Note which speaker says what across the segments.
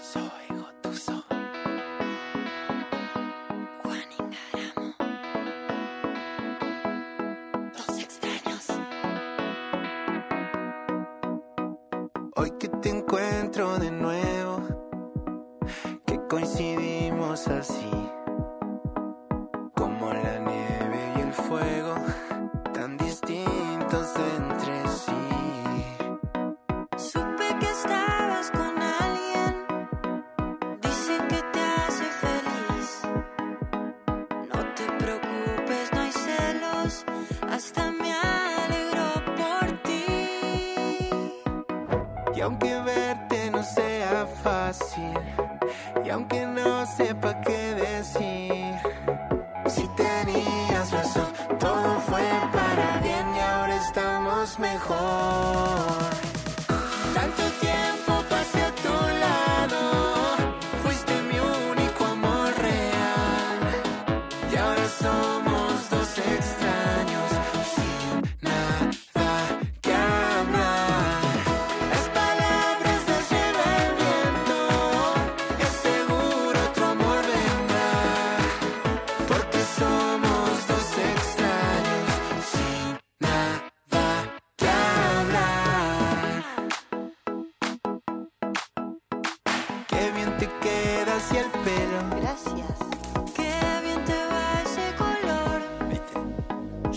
Speaker 1: Soy Gotuso. Juan Ingaramo. Dos extraños.
Speaker 2: Hoy que te encuentro de nuevo, que coincidimos así, como la nieve y el fuego, tan distintos entre sí.
Speaker 1: Supe que estabas con alguien. Dicen que te hace feliz. No te preocupes, no hay celos. Hasta me alegro por ti.
Speaker 2: Y aunque verte no sea fácil, y aunque no sepa qué decir, si tenías razón, todo fue para bien y ahora estamos mejor. Tanto tiempo pasé a tu lado, fuiste mi único amor real. Y ahora somos dos extraños sin nada que hablar. Las palabras las lleva el viento, es seguro otro amor vendrá. Porque somos dos extraños sin nada que hablar. Qué bien te quedas y el pelo.
Speaker 3: Gracias.
Speaker 1: Qué bien te va ese color.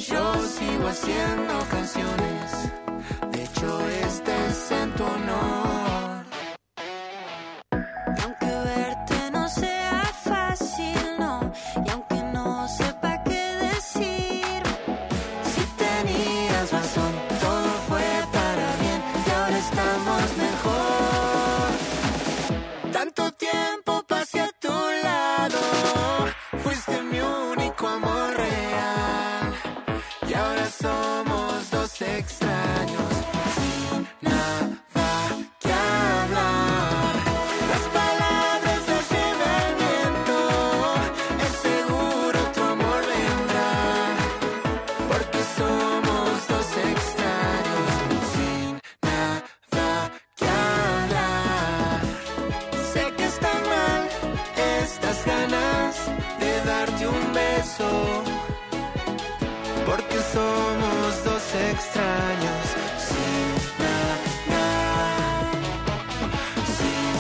Speaker 2: Yo sigo haciendo canciones. De hecho, este es en tu honor.
Speaker 1: Y aunque verte no sea fácil, no. Y aunque no sepa qué decir.
Speaker 2: Si tenías razón, todo fue para bien y ahora estamos mejor. Tanto tiempo pasé a tu lado, fuiste mi único amor real y ahora somos dos extraños. sin nada que hablar. Las palabras las lleva el viento, es seguro tu amor vendrá. Porque somos dos extraños sin nada que hablar. Sé que está mal estas ganas de darte un beso. Porque somos dos extraños sin nada. Sin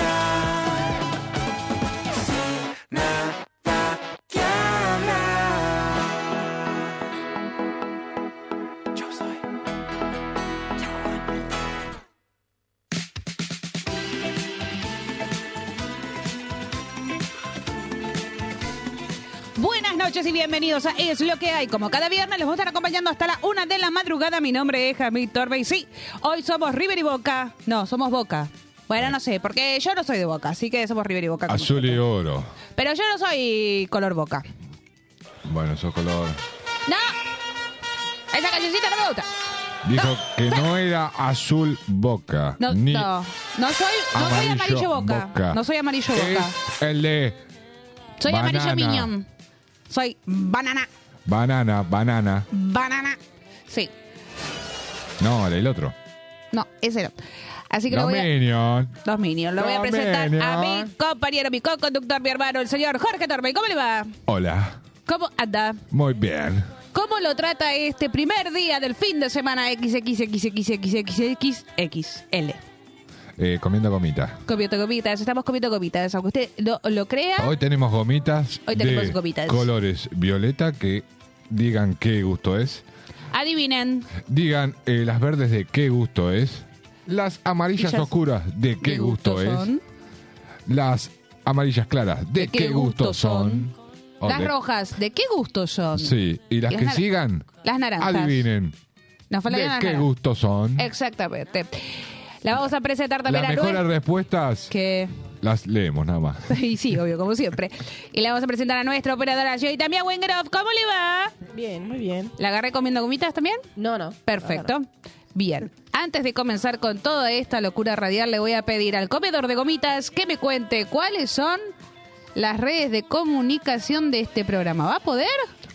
Speaker 2: nada. Sin nada que hablar. Yo soy.
Speaker 4: Buenas noches y bienvenidos a Es lo que hay. Como cada viernes, les voy a estar acompañando hasta la una de la madrugada. Mi nombre es Jamil Torbe y sí, hoy somos River y Boca. No, somos Boca. Bueno, no sé, porque yo no soy de Boca, así que somos River y Boca. como
Speaker 5: Azul y oro.
Speaker 4: nosotros. Pero yo no soy color Boca.
Speaker 5: Bueno, sos color.
Speaker 4: ¡No! Esa cancioncita no me gusta.
Speaker 5: Dijo que no era azul boca.
Speaker 4: No,
Speaker 5: ni
Speaker 4: no. No soy, no soy amarillo boca. No soy amarillo boca.
Speaker 5: Es el de
Speaker 4: Soy amarillo
Speaker 5: banana.
Speaker 4: minion. Soy banana.
Speaker 5: banana, banana.
Speaker 4: Banana. Sí.
Speaker 5: No, el otro.
Speaker 4: No, ese no. Así que lo voy a...
Speaker 5: Dominion.
Speaker 4: Dos Minions. Lo voy a
Speaker 5: Dos
Speaker 4: presentar a mi
Speaker 5: Minions.
Speaker 4: compañero, mi co-conductor, mi hermano, el señor Jorge Torme. ¿Cómo le va?
Speaker 5: Hola.
Speaker 4: ¿Cómo anda?
Speaker 5: Muy bien.
Speaker 4: ¿Cómo lo trata este primer día del fin de semana XXXXXXXXL?
Speaker 5: Eh, comiendo gomitas.
Speaker 4: Comiendo gomitas, estamos comiendo gomitas, aunque usted no lo crea.
Speaker 5: Hoy tenemos gomitas.
Speaker 4: Hoy tenemos
Speaker 5: de
Speaker 4: gomitas.
Speaker 5: Colores violeta que digan qué gusto es.
Speaker 4: Adivinen,
Speaker 5: Digan eh, las verdes de qué gusto es. Las amarillas
Speaker 4: Ellas-
Speaker 5: oscuras de qué, gusto, es.
Speaker 4: son?
Speaker 5: Las amarillas claras, ¿de, qué, gusto, son? O
Speaker 4: Las
Speaker 5: de-
Speaker 4: rojas, ¿de qué gusto son?
Speaker 5: Sí, y las
Speaker 4: Las
Speaker 5: que
Speaker 4: nar-
Speaker 5: sigan,
Speaker 4: Las naranjas.
Speaker 5: adivinen.
Speaker 4: Nos
Speaker 5: ¿De
Speaker 4: faltan
Speaker 5: qué
Speaker 4: las naranjas.
Speaker 5: gusto son?
Speaker 4: Exactamente. La vamos a presentar también
Speaker 5: Las
Speaker 4: a
Speaker 5: mejores
Speaker 4: nuestra-
Speaker 5: respuestas
Speaker 4: que
Speaker 5: las leemos nada más.
Speaker 4: Y sí, obvio, como siempre. Y le vamos a presentar a nuestra operadora Jay también Wengroff. ¿Cómo le va?
Speaker 3: Bien, muy bien.
Speaker 4: ¿La agarré comiendo gomitas también?
Speaker 3: No, no.
Speaker 4: Perfecto. Bien, antes de comenzar con toda esta locura radial, le voy a pedir al comedor de gomitas que me cuente cuáles son las redes de comunicación de este programa. ¿Va a poder?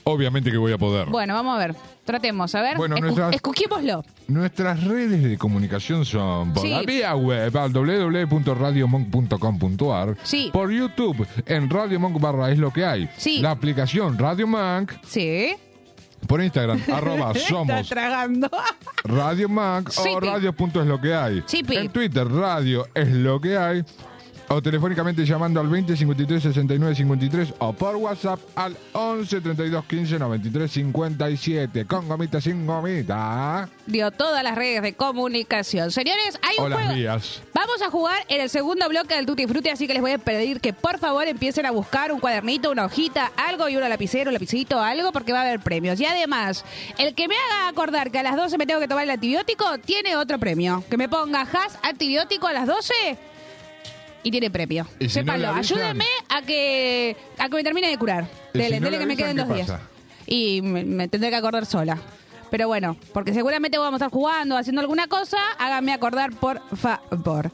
Speaker 5: Obviamente que voy a poder.
Speaker 4: Bueno, vamos a ver. Tratemos, a ver.
Speaker 5: Bueno,
Speaker 4: escu-
Speaker 5: nuestras-
Speaker 4: escuchémoslo.
Speaker 5: Nuestras redes de comunicación son por
Speaker 4: Sí.
Speaker 5: la vía web al www.radiomonk.com.ar,
Speaker 4: Sí.
Speaker 5: por YouTube en Radio Monk barra es lo que hay,
Speaker 4: Sí.
Speaker 5: la aplicación Radio Monk,
Speaker 4: Sí.
Speaker 5: por Instagram arroba Ah, somos
Speaker 4: tragando.
Speaker 5: Radio Mac
Speaker 4: Chipi.
Speaker 5: o Radio Punto es lo que hay.
Speaker 4: Chipi.
Speaker 5: En Twitter, Radio es lo que hay. O telefónicamente llamando al 20 53 69 53 o por WhatsApp al 11 32 15 93 57. Con gomita, sin gomita.
Speaker 4: Dio todas las redes de comunicación. Señores, hay un
Speaker 5: O las
Speaker 4: juego.
Speaker 5: mías.
Speaker 4: Vamos a jugar en el segundo bloque del Tutti Frutti, así que les voy a pedir que por favor empiecen a buscar un cuadernito, una hojita, algo y una lapicera, un lapicito, algo, porque va a haber premios. Y además, el que me haga acordar que a las 12 me tengo que tomar el antibiótico, tiene otro premio. Que me ponga has antibiótico a las 12 y tiene premio.
Speaker 5: Y si no
Speaker 4: Sépanlo.
Speaker 5: le avisan-
Speaker 4: ayúdenme a que, a que me termine de curar.
Speaker 5: Y
Speaker 4: Dele,
Speaker 5: si no
Speaker 4: dele
Speaker 5: le
Speaker 4: que me
Speaker 5: avisan,
Speaker 4: queden
Speaker 5: ¿qué
Speaker 4: dos días.
Speaker 5: pasa?
Speaker 4: Y me, me tendré que acordar sola. Pero bueno, porque seguramente vamos a estar jugando, haciendo alguna cosa, háganme acordar, por favor.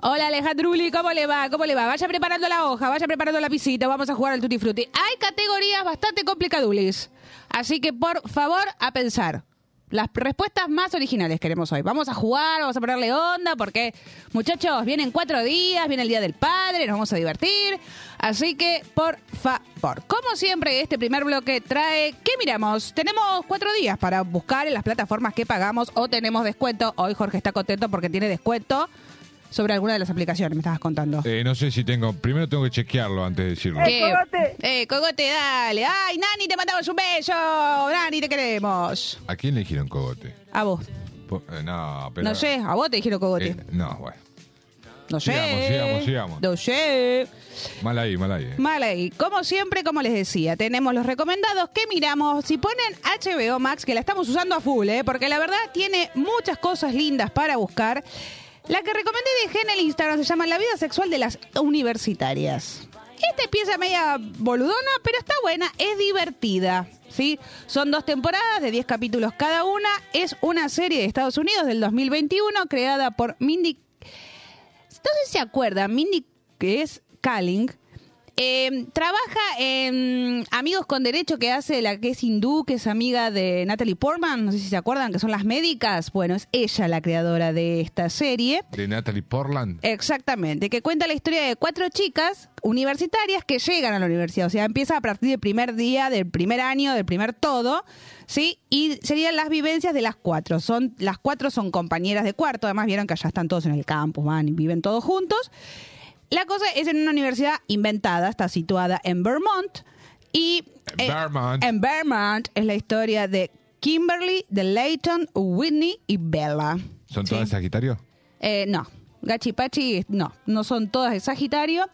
Speaker 4: Hola Alejandruli, ¿cómo le va? ¿Cómo le va? Vaya preparando la hoja, vaya preparando la pisita, vamos a jugar al Tutti Frutti. Hay categorías bastante complicadulis. Así que por favor, a pensar. Las respuestas más originales queremos hoy. Vamos a jugar, vamos a ponerle onda, porque muchachos, vienen cuatro días, viene el Día del Padre, nos vamos a divertir. Así que, por favor, como siempre, este primer bloque trae, ¿qué miramos? Tenemos cuatro días para buscar en las plataformas que pagamos o tenemos descuento. Hoy Jorge está contento porque tiene descuento sobre alguna de las aplicaciones, me estabas contando.
Speaker 5: Eh, no sé si tengo. Primero tengo que chequearlo antes de decirlo.
Speaker 4: ¿Qué? Eh, cogote, dale. Ay, Nani, te mandamos un beso. Nani, te queremos.
Speaker 5: ¿A quién le dijeron cogote?
Speaker 4: A vos.
Speaker 5: Po- eh, No, pero.
Speaker 4: no sé, a vos te dijeron cogote.
Speaker 5: Eh, no, bueno.
Speaker 4: No sé.
Speaker 5: Sigamos, sigamos, sigamos.
Speaker 4: No sé.
Speaker 5: Mal ahí, mal ahí. eh.
Speaker 4: Mal ahí. Como siempre, como les decía, tenemos los recomendados que miramos. Si ponen HBO Max, que la estamos usando a full, ¿eh? porque la verdad tiene muchas cosas lindas para buscar. La que recomendé dejé en el Instagram se llama La vida sexual de las universitarias. Esta es pieza media boludona, pero está buena, es divertida. ¿sí? Son dos temporadas de 10 capítulos cada una. Es una serie de Estados Unidos del 2021 creada por Mindy entonces se acuerdan, Mindy, que es Kaling, eh, trabaja en Amigos con Derecho que hace la que es hindú, que es amiga de Natalie Portman, no sé si se acuerdan, que son las médicas. Bueno, es ella la creadora de esta serie.
Speaker 5: De Natalie Portland.
Speaker 4: Exactamente, que cuenta la historia de cuatro chicas universitarias que llegan a la universidad. O sea, empieza a partir del primer día, del primer año, del primer todo, ¿sí? Y serían las vivencias de las cuatro. Son, las cuatro son compañeras de cuarto, además vieron que allá están todos en el campus, van y viven todos juntos. La cosa es en una universidad inventada, está situada en Vermont. Y eh,
Speaker 5: En Vermont.
Speaker 4: en Vermont es la historia de Kimberly, de Layton, Whitney y Bella.
Speaker 5: ¿Son
Speaker 4: ¿sí?
Speaker 5: todas de Sagitario?
Speaker 4: Eh, no, Gachipachi no, no son todas de Sagitario.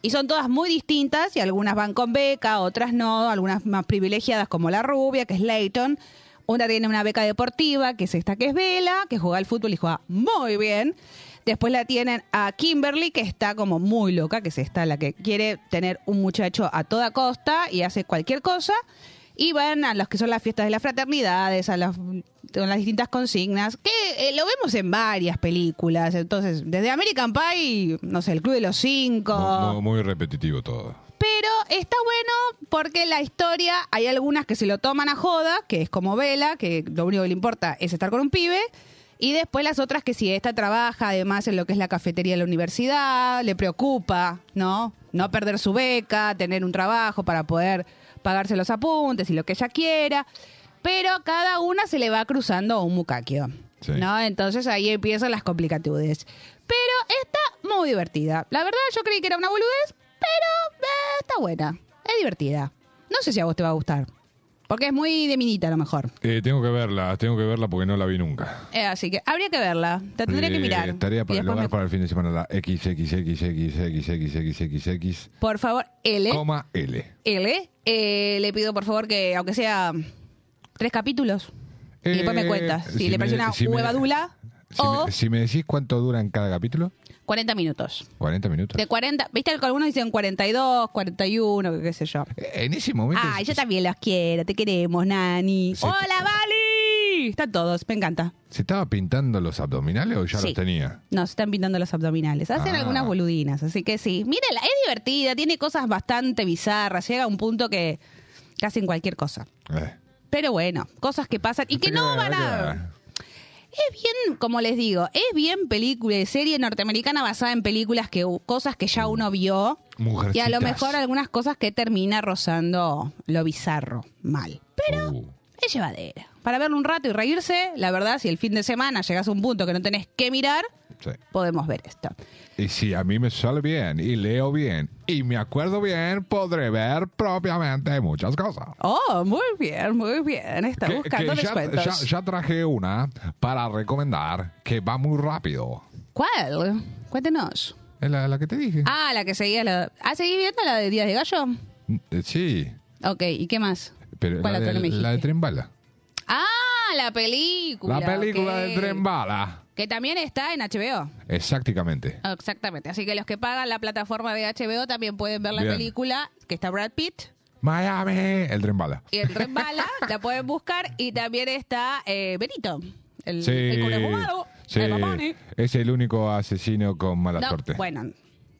Speaker 4: Y son todas muy distintas y algunas van con beca, otras no, algunas más privilegiadas como la rubia, que es Layton. Una tiene una beca deportiva, que es esta que es Vela, que juega al fútbol y juega muy bien. Después la tienen a Kimberly, que está como muy loca, que es esta la que quiere tener un muchacho a toda costa y hace cualquier cosa. Y van a los que son las fiestas de las fraternidades, a las, con las distintas consignas, que eh, lo vemos en varias películas. Entonces, desde American Pie, no sé, El Club de los Cinco.
Speaker 5: Mu- mu- muy repetitivo todo.
Speaker 4: Pero está bueno porque la historia, hay algunas que se lo toman a joda, que es como Vela, que lo único que le importa es estar con un pibe. Y después las otras que si esta trabaja además en lo que es la cafetería de la universidad, le preocupa, ¿no? No perder su beca, tener un trabajo para poder pagarse los apuntes y lo que ella quiera. Pero cada una se le va cruzando un mucaquio.
Speaker 5: Sí.
Speaker 4: ¿No? ¿no? Entonces ahí empiezan las complicaciones. Pero está muy divertida. La verdad, yo creí que era una boludez, pero eh, está buena. Es divertida. No sé si a vos te va a gustar. Porque es muy de minita, a lo mejor.
Speaker 5: Eh, tengo que verla, tengo que verla porque no la vi nunca.
Speaker 4: Eh, así que habría que verla. Te tendría que
Speaker 5: Eh,
Speaker 4: mirar.
Speaker 5: Tarea para
Speaker 4: Y
Speaker 5: el
Speaker 4: después
Speaker 5: hogar
Speaker 4: me-
Speaker 5: para el fin de semana, la XXXXXXXXXX,
Speaker 4: Por favor, L.
Speaker 5: coma L.
Speaker 4: L. eh, le pido, por favor, que aunque sea tres capítulos. y después me
Speaker 5: Eh,
Speaker 4: cuentas. Si,
Speaker 5: si
Speaker 4: le
Speaker 5: me-
Speaker 4: parece una
Speaker 5: si me-
Speaker 4: huevadula,
Speaker 5: Si,
Speaker 4: O-
Speaker 5: me, si me decís cuánto dura en cada capítulo,
Speaker 4: 40 minutos.
Speaker 5: 40 minutos.
Speaker 4: De 40, viste que algunos dicen 42, 41, que qué sé yo.
Speaker 5: Eh, En ese momento.
Speaker 4: Ay,
Speaker 5: se,
Speaker 4: yo también los quiero, te queremos, Nani.
Speaker 5: Sí.
Speaker 4: ¡Hola, Vali! Están todos, me encanta.
Speaker 5: ¿Se estaba pintando los abdominales o ya
Speaker 4: Sí.
Speaker 5: los tenía?
Speaker 4: No, se están pintando los abdominales. Hacen
Speaker 5: Ah.
Speaker 4: algunas boludinas, así que sí. Mírala, es divertida, tiene cosas bastante bizarras, llega a un punto que casi en cualquier cosa.
Speaker 5: Eh.
Speaker 4: Pero bueno, cosas que pasan y que no van a... Es bien, como les digo, es bien película, serie norteamericana basada en películas que cosas que ya uno vio y a lo
Speaker 5: Mujercitas.
Speaker 4: mejor algunas cosas que termina rozando lo bizarro, mal.
Speaker 5: Pero.
Speaker 4: Es llevadera. Para verlo un rato y reírse, la verdad, si el fin de semana llegas a un punto que no tenés que mirar, podemos ver esto.
Speaker 5: Y si a mí me sale bien y leo bien y me acuerdo bien, podré ver propiamente muchas cosas.
Speaker 4: Oh, muy bien, muy bien. Está
Speaker 5: Que-
Speaker 4: buscando
Speaker 5: que ya,
Speaker 4: descuentos.
Speaker 5: ya- ya traje una para recomendar que va muy rápido.
Speaker 4: ¿Cuál? Cuéntenos.
Speaker 5: Es la, la que te dije.
Speaker 4: Ah, la que seguía la... Ah, seguí viendo la de Días de Gallo.
Speaker 5: Eh, Sí,
Speaker 4: Ok, ¿y qué más?
Speaker 5: pero
Speaker 4: ¿Cuál
Speaker 5: la
Speaker 4: otra
Speaker 5: de,
Speaker 4: no me
Speaker 5: la de
Speaker 4: dijiste?
Speaker 5: Tren Bala.
Speaker 4: Ah, la película.
Speaker 5: La película
Speaker 4: ok.
Speaker 5: de Tren Bala.
Speaker 4: Que también está en HBO.
Speaker 5: Exactamente.
Speaker 4: Exactamente. Así que los que pagan la plataforma de HBO también pueden ver la
Speaker 5: Bien.
Speaker 4: película, que está Brad Pitt.
Speaker 5: Miami, el Tren Bala.
Speaker 4: Y el Tren Bala, la pueden buscar. Y también está eh, Benito. El,
Speaker 5: Sí,
Speaker 4: el culo fumado,
Speaker 5: sí.
Speaker 4: el Mamoni.
Speaker 5: es el único asesino con mala
Speaker 4: No,
Speaker 5: suerte.
Speaker 4: bueno,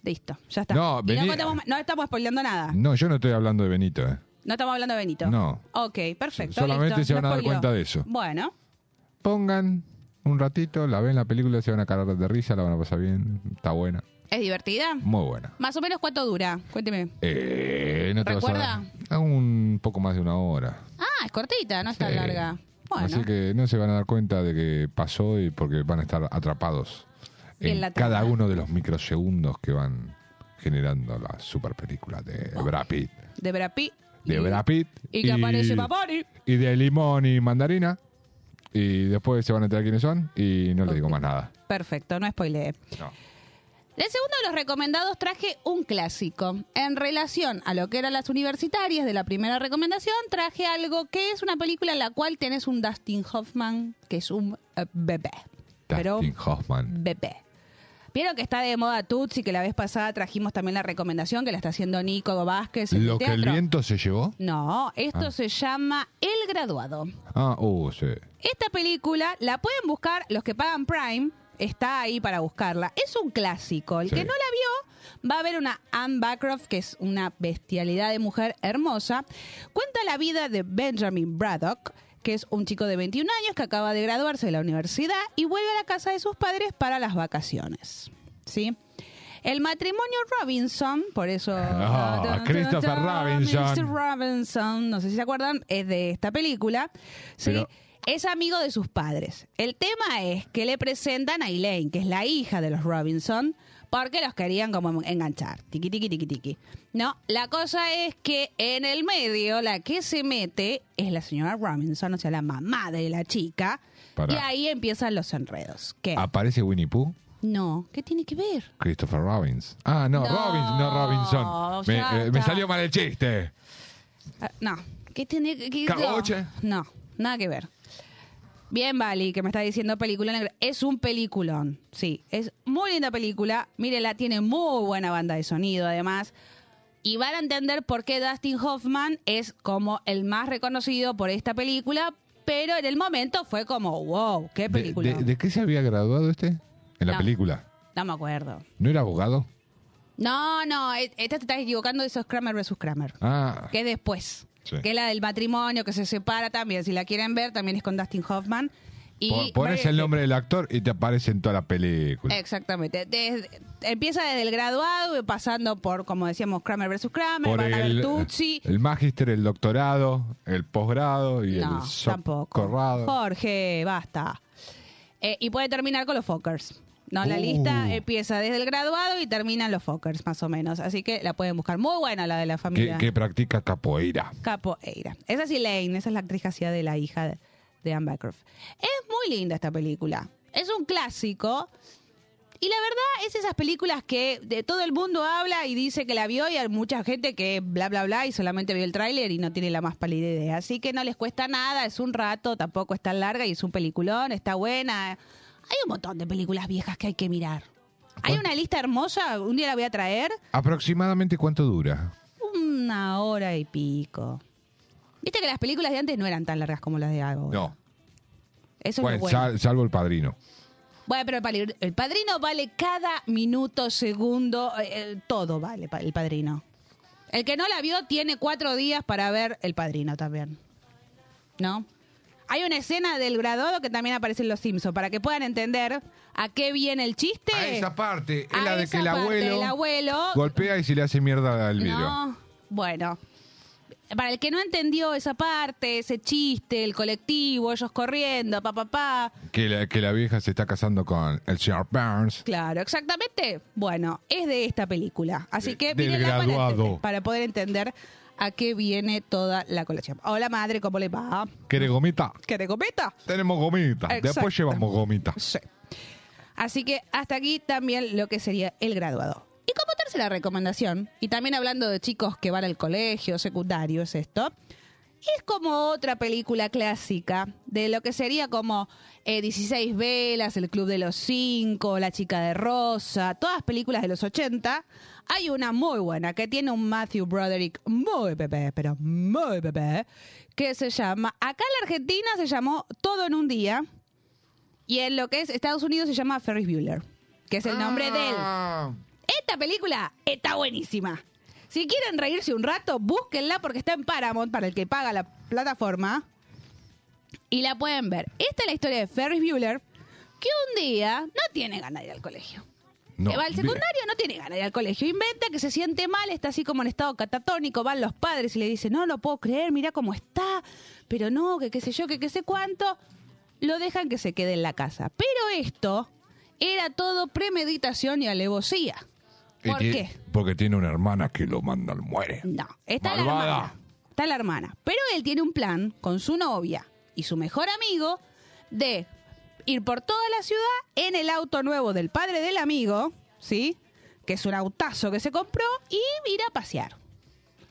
Speaker 4: listo, ya está.
Speaker 5: No,
Speaker 4: Y
Speaker 5: vení-
Speaker 4: contamos más- no estamos spoileando nada.
Speaker 5: No, yo no estoy hablando de Benito. eh.
Speaker 4: No estamos hablando de Benito.
Speaker 5: No.
Speaker 4: Ok, perfecto.
Speaker 5: Solamente
Speaker 4: listo,
Speaker 5: se van
Speaker 4: no
Speaker 5: a dar
Speaker 4: spoileo.
Speaker 5: cuenta de eso.
Speaker 4: Bueno,
Speaker 5: Pongan un ratito, la ven la película, se van a cagar de risa, la van a pasar bien, está buena,
Speaker 4: ¿es divertida?
Speaker 5: muy buena.
Speaker 4: Más o menos cuánto dura, cuénteme.
Speaker 5: Eh, no te vas a
Speaker 4: ¿Recuerda?
Speaker 5: dar- a un poco más de una hora.
Speaker 4: Ah, es cortita, no está
Speaker 5: Sí.
Speaker 4: larga. Bueno,
Speaker 5: Así que no se van a dar cuenta de que pasó y porque van a estar atrapados
Speaker 4: Y en
Speaker 5: en
Speaker 4: la trama.
Speaker 5: cada uno de los microsegundos que van generando la super película de Brad Pitt.
Speaker 4: de Brad Pitt.
Speaker 5: De
Speaker 4: Y-
Speaker 5: Brad Pitt.
Speaker 4: Y que aparece Paponi.
Speaker 5: Y de limón y mandarina. Y después se van a enterar quiénes son y no les digo más nada.
Speaker 4: Perfecto, no spoileé.
Speaker 5: No.
Speaker 4: El segundo de los recomendados traje un clásico. En relación a lo que eran las universitarias de la primera recomendación, traje algo que es una película en la cual tenés un Dustin Hoffman que es un eh, bebé. Pero
Speaker 5: Dustin Hoffman.
Speaker 4: bebé. Vieron que está de moda Tutsi, que la vez pasada trajimos también la recomendación que la está haciendo Nico Vázquez en
Speaker 5: Lo
Speaker 4: el
Speaker 5: que el
Speaker 4: teatro.
Speaker 5: viento se llevó.
Speaker 4: No, esto
Speaker 5: Ah.
Speaker 4: se llama El Graduado.
Speaker 5: Ah, uh, sí.
Speaker 4: Esta película la pueden buscar los que pagan Prime. Está ahí para buscarla. Es un clásico. El
Speaker 5: Sí.
Speaker 4: que no la vio va a ver una Anne Bancroft, que es una bestialidad de mujer hermosa. Cuenta la vida de Benjamin Braddock, que es un chico de 21 años que acaba de graduarse de la universidad y vuelve a la casa de sus padres para las vacaciones. ¿Sí? El matrimonio Robinson, por eso...
Speaker 5: Ah, Christopher Robinson.
Speaker 4: Mr. Robinson, no sé si se acuerdan, es de esta película. Sí.
Speaker 5: Pero-
Speaker 4: es amigo de sus padres. El tema es que le presentan a Elaine, que es la hija de los Robinson, porque los querían como enganchar. Tiki, tiki, tiki, tiki. No, la cosa es que en el medio la que se mete es la señora Robinson, o sea, la mamá de la chica.
Speaker 5: Pará. Ah.
Speaker 4: Y ahí empiezan los enredos. ¿Qué?
Speaker 5: Aparece Winnie Pooh.
Speaker 4: No, ¿qué tiene que ver?
Speaker 5: Christopher Robbins. Ah, no,
Speaker 4: No,
Speaker 5: Robbins, no Robinson. Me,
Speaker 4: ya
Speaker 5: eh, me
Speaker 4: está.
Speaker 5: salió mal el chiste.
Speaker 4: Ah, No. ¿Qué tiene que- que-
Speaker 5: Caboche.
Speaker 4: No, no, nada que ver. Bien, Vali, que me está diciendo película negra. Es un peliculón, sí. Es muy linda película. Mírela, tiene muy buena banda de sonido, además. Y van a entender por qué Dustin Hoffman es como el más reconocido por esta película, pero en el momento fue como, wow, qué
Speaker 5: ¿De,
Speaker 4: película.
Speaker 5: de- de qué se había graduado este? En la
Speaker 4: No.
Speaker 5: película.
Speaker 4: No me acuerdo.
Speaker 5: ¿No era abogado?
Speaker 4: No, no, e- esta te estás equivocando, eso es Kramer versus Kramer.
Speaker 5: Ah,
Speaker 4: que es después.
Speaker 5: Sí.
Speaker 4: Que es la del matrimonio, que se separa también. Si la quieren ver, también es con Dustin Hoffman. Y
Speaker 5: po- pones el nombre del actor y te aparece en toda la película.
Speaker 4: eh, Exactamente. Desde- empieza desde el graduado, pasando por, como decíamos, Kramer versus Kramer,
Speaker 5: Por
Speaker 4: van a ver
Speaker 5: el, eh,
Speaker 4: Tutsi.
Speaker 5: el magíster, el doctorado, el posgrado y
Speaker 4: No,
Speaker 5: el
Speaker 4: tampoco.
Speaker 5: socorrado.
Speaker 4: Jorge, basta. Eh, y puede terminar con los Fockers. No, la
Speaker 5: Uh.
Speaker 4: lista empieza desde el graduado y terminan los Fockers, más o menos. Así que la pueden buscar. Muy buena la de la
Speaker 5: Que,
Speaker 4: familia.
Speaker 5: que practica capoeira.
Speaker 4: Capoeira. Esa es Elaine, esa es la actriz que hacía de la hija de, de Anne Bancroft. Es muy linda esta película. Es un clásico. Y la verdad es esas películas que de todo el mundo habla y dice que la vio y hay mucha gente que bla bla bla y solamente vio el tráiler y no tiene la más pálida idea. Así que no les cuesta nada, es un rato, tampoco es tan larga y es un peliculón, está buena. Hay un montón de películas viejas que hay que mirar. Hay una lista hermosa, un día la voy a traer,
Speaker 5: ¿Aproximadamente cuánto dura?
Speaker 4: una hora y pico. Viste que las películas de antes no eran tan largas como las de ahora.
Speaker 5: No.
Speaker 4: Eso
Speaker 5: bueno,
Speaker 4: es lo bueno.
Speaker 5: sal- salvo el padrino.
Speaker 4: Bueno, pero el pali- el padrino vale cada minuto, segundo, eh, eh, todo vale pa- el padrino. El que no la vio tiene cuatro días para ver el padrino también. ¿No? Hay una escena del graduado que también aparece en Los Simpsons, para que puedan entender a qué viene el chiste.
Speaker 5: A esa parte, es
Speaker 4: Eh, A
Speaker 5: la de
Speaker 4: esa
Speaker 5: que el
Speaker 4: parte,
Speaker 5: abuelo,
Speaker 4: el abuelo-
Speaker 5: golpea y se le hace mierda al vidrio.
Speaker 4: No, bueno. Para el que no entendió esa parte, ese chiste, el colectivo, ellos corriendo, pa, pa, pa.
Speaker 5: Que, la, que la vieja se está casando con el señor Burns.
Speaker 4: Claro, exactamente. Bueno, es de esta película. Así
Speaker 5: De-
Speaker 4: que
Speaker 5: del
Speaker 4: mírenla para
Speaker 5: graduado.
Speaker 4: entender- para poder entender a qué viene toda la colección. Hola madre, ¿cómo le va?
Speaker 5: ¿Quiere gomita?
Speaker 4: ¿Que te cometa?
Speaker 5: Tenemos gomita.
Speaker 4: Exacto.
Speaker 5: Después llevamos gomita.
Speaker 4: Sí. Así que hasta aquí también lo que sería el graduado. Y como tercera recomendación, y también hablando de chicos que van al colegio, secundario, es esto, es como otra película clásica de lo que sería como eh, 16 velas, El Club de los Cinco, La Chica de Rosa, todas películas de los 80. Hay una muy buena que tiene un Matthew Broderick muy pepe, pero muy pepe, que se llama, acá en la Argentina se llamó Todo en un Día. Y en lo que es Estados Unidos se llama Ferris Bueller, que es el nombre de él.
Speaker 5: Ah.
Speaker 4: Esta película está buenísima. Si quieren reírse un rato, búsquenla porque está en Paramount para el que paga la plataforma. Y la pueden ver. Esta es la historia de Ferris Bueller, que un día no tiene ganas de ir al colegio.
Speaker 5: No,
Speaker 4: Eh, va al
Speaker 5: bien.
Speaker 4: secundario, no tiene ganas de ir al colegio. Inventa que se siente mal, está así como en estado catatónico. Van los padres y le dicen, no lo puedo creer, mira cómo está. Pero no, que qué sé yo, que qué sé cuánto. Lo dejan que se quede en la casa. Pero esto era todo premeditación y alevosía.
Speaker 5: Y
Speaker 4: ¿Por
Speaker 5: ti-
Speaker 4: qué?
Speaker 5: Porque tiene una hermana que lo manda al muere.
Speaker 4: No, está
Speaker 5: Malvada.
Speaker 4: la hermana. Está la hermana. Pero él tiene un plan con su novia y su mejor amigo de ir por toda la ciudad en el auto nuevo del padre del amigo, ¿sí? Que es un autazo que se compró y ir a pasear.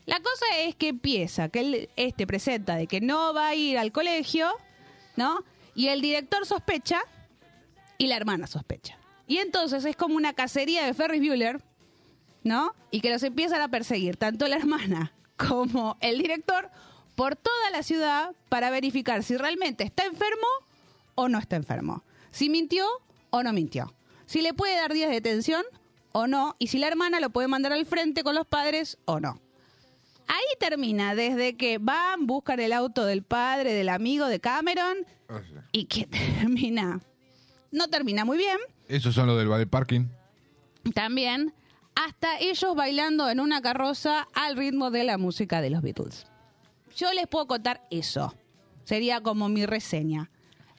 Speaker 4: La cosa es que empieza, que él este presenta de que no va a ir al colegio, ¿no? Y el director sospecha y la hermana sospecha. Y entonces es como una cacería de Ferris Bueller, ¿no? Y que los empiezan a perseguir, tanto la hermana como el director, por toda la ciudad para verificar si realmente está enfermo o no está enfermo. Si mintió o no mintió. Si le puede dar días de detención o no. Y si la hermana lo puede mandar al frente con los padres o no. Ahí termina, desde que van, buscan el auto del padre, del amigo de Cameron, y que termina. No termina muy bien,
Speaker 5: Esos son los del valet parking.
Speaker 4: también, hasta ellos bailando en una carroza al ritmo de la música de los Beatles. Yo les puedo contar eso. Sería como mi reseña.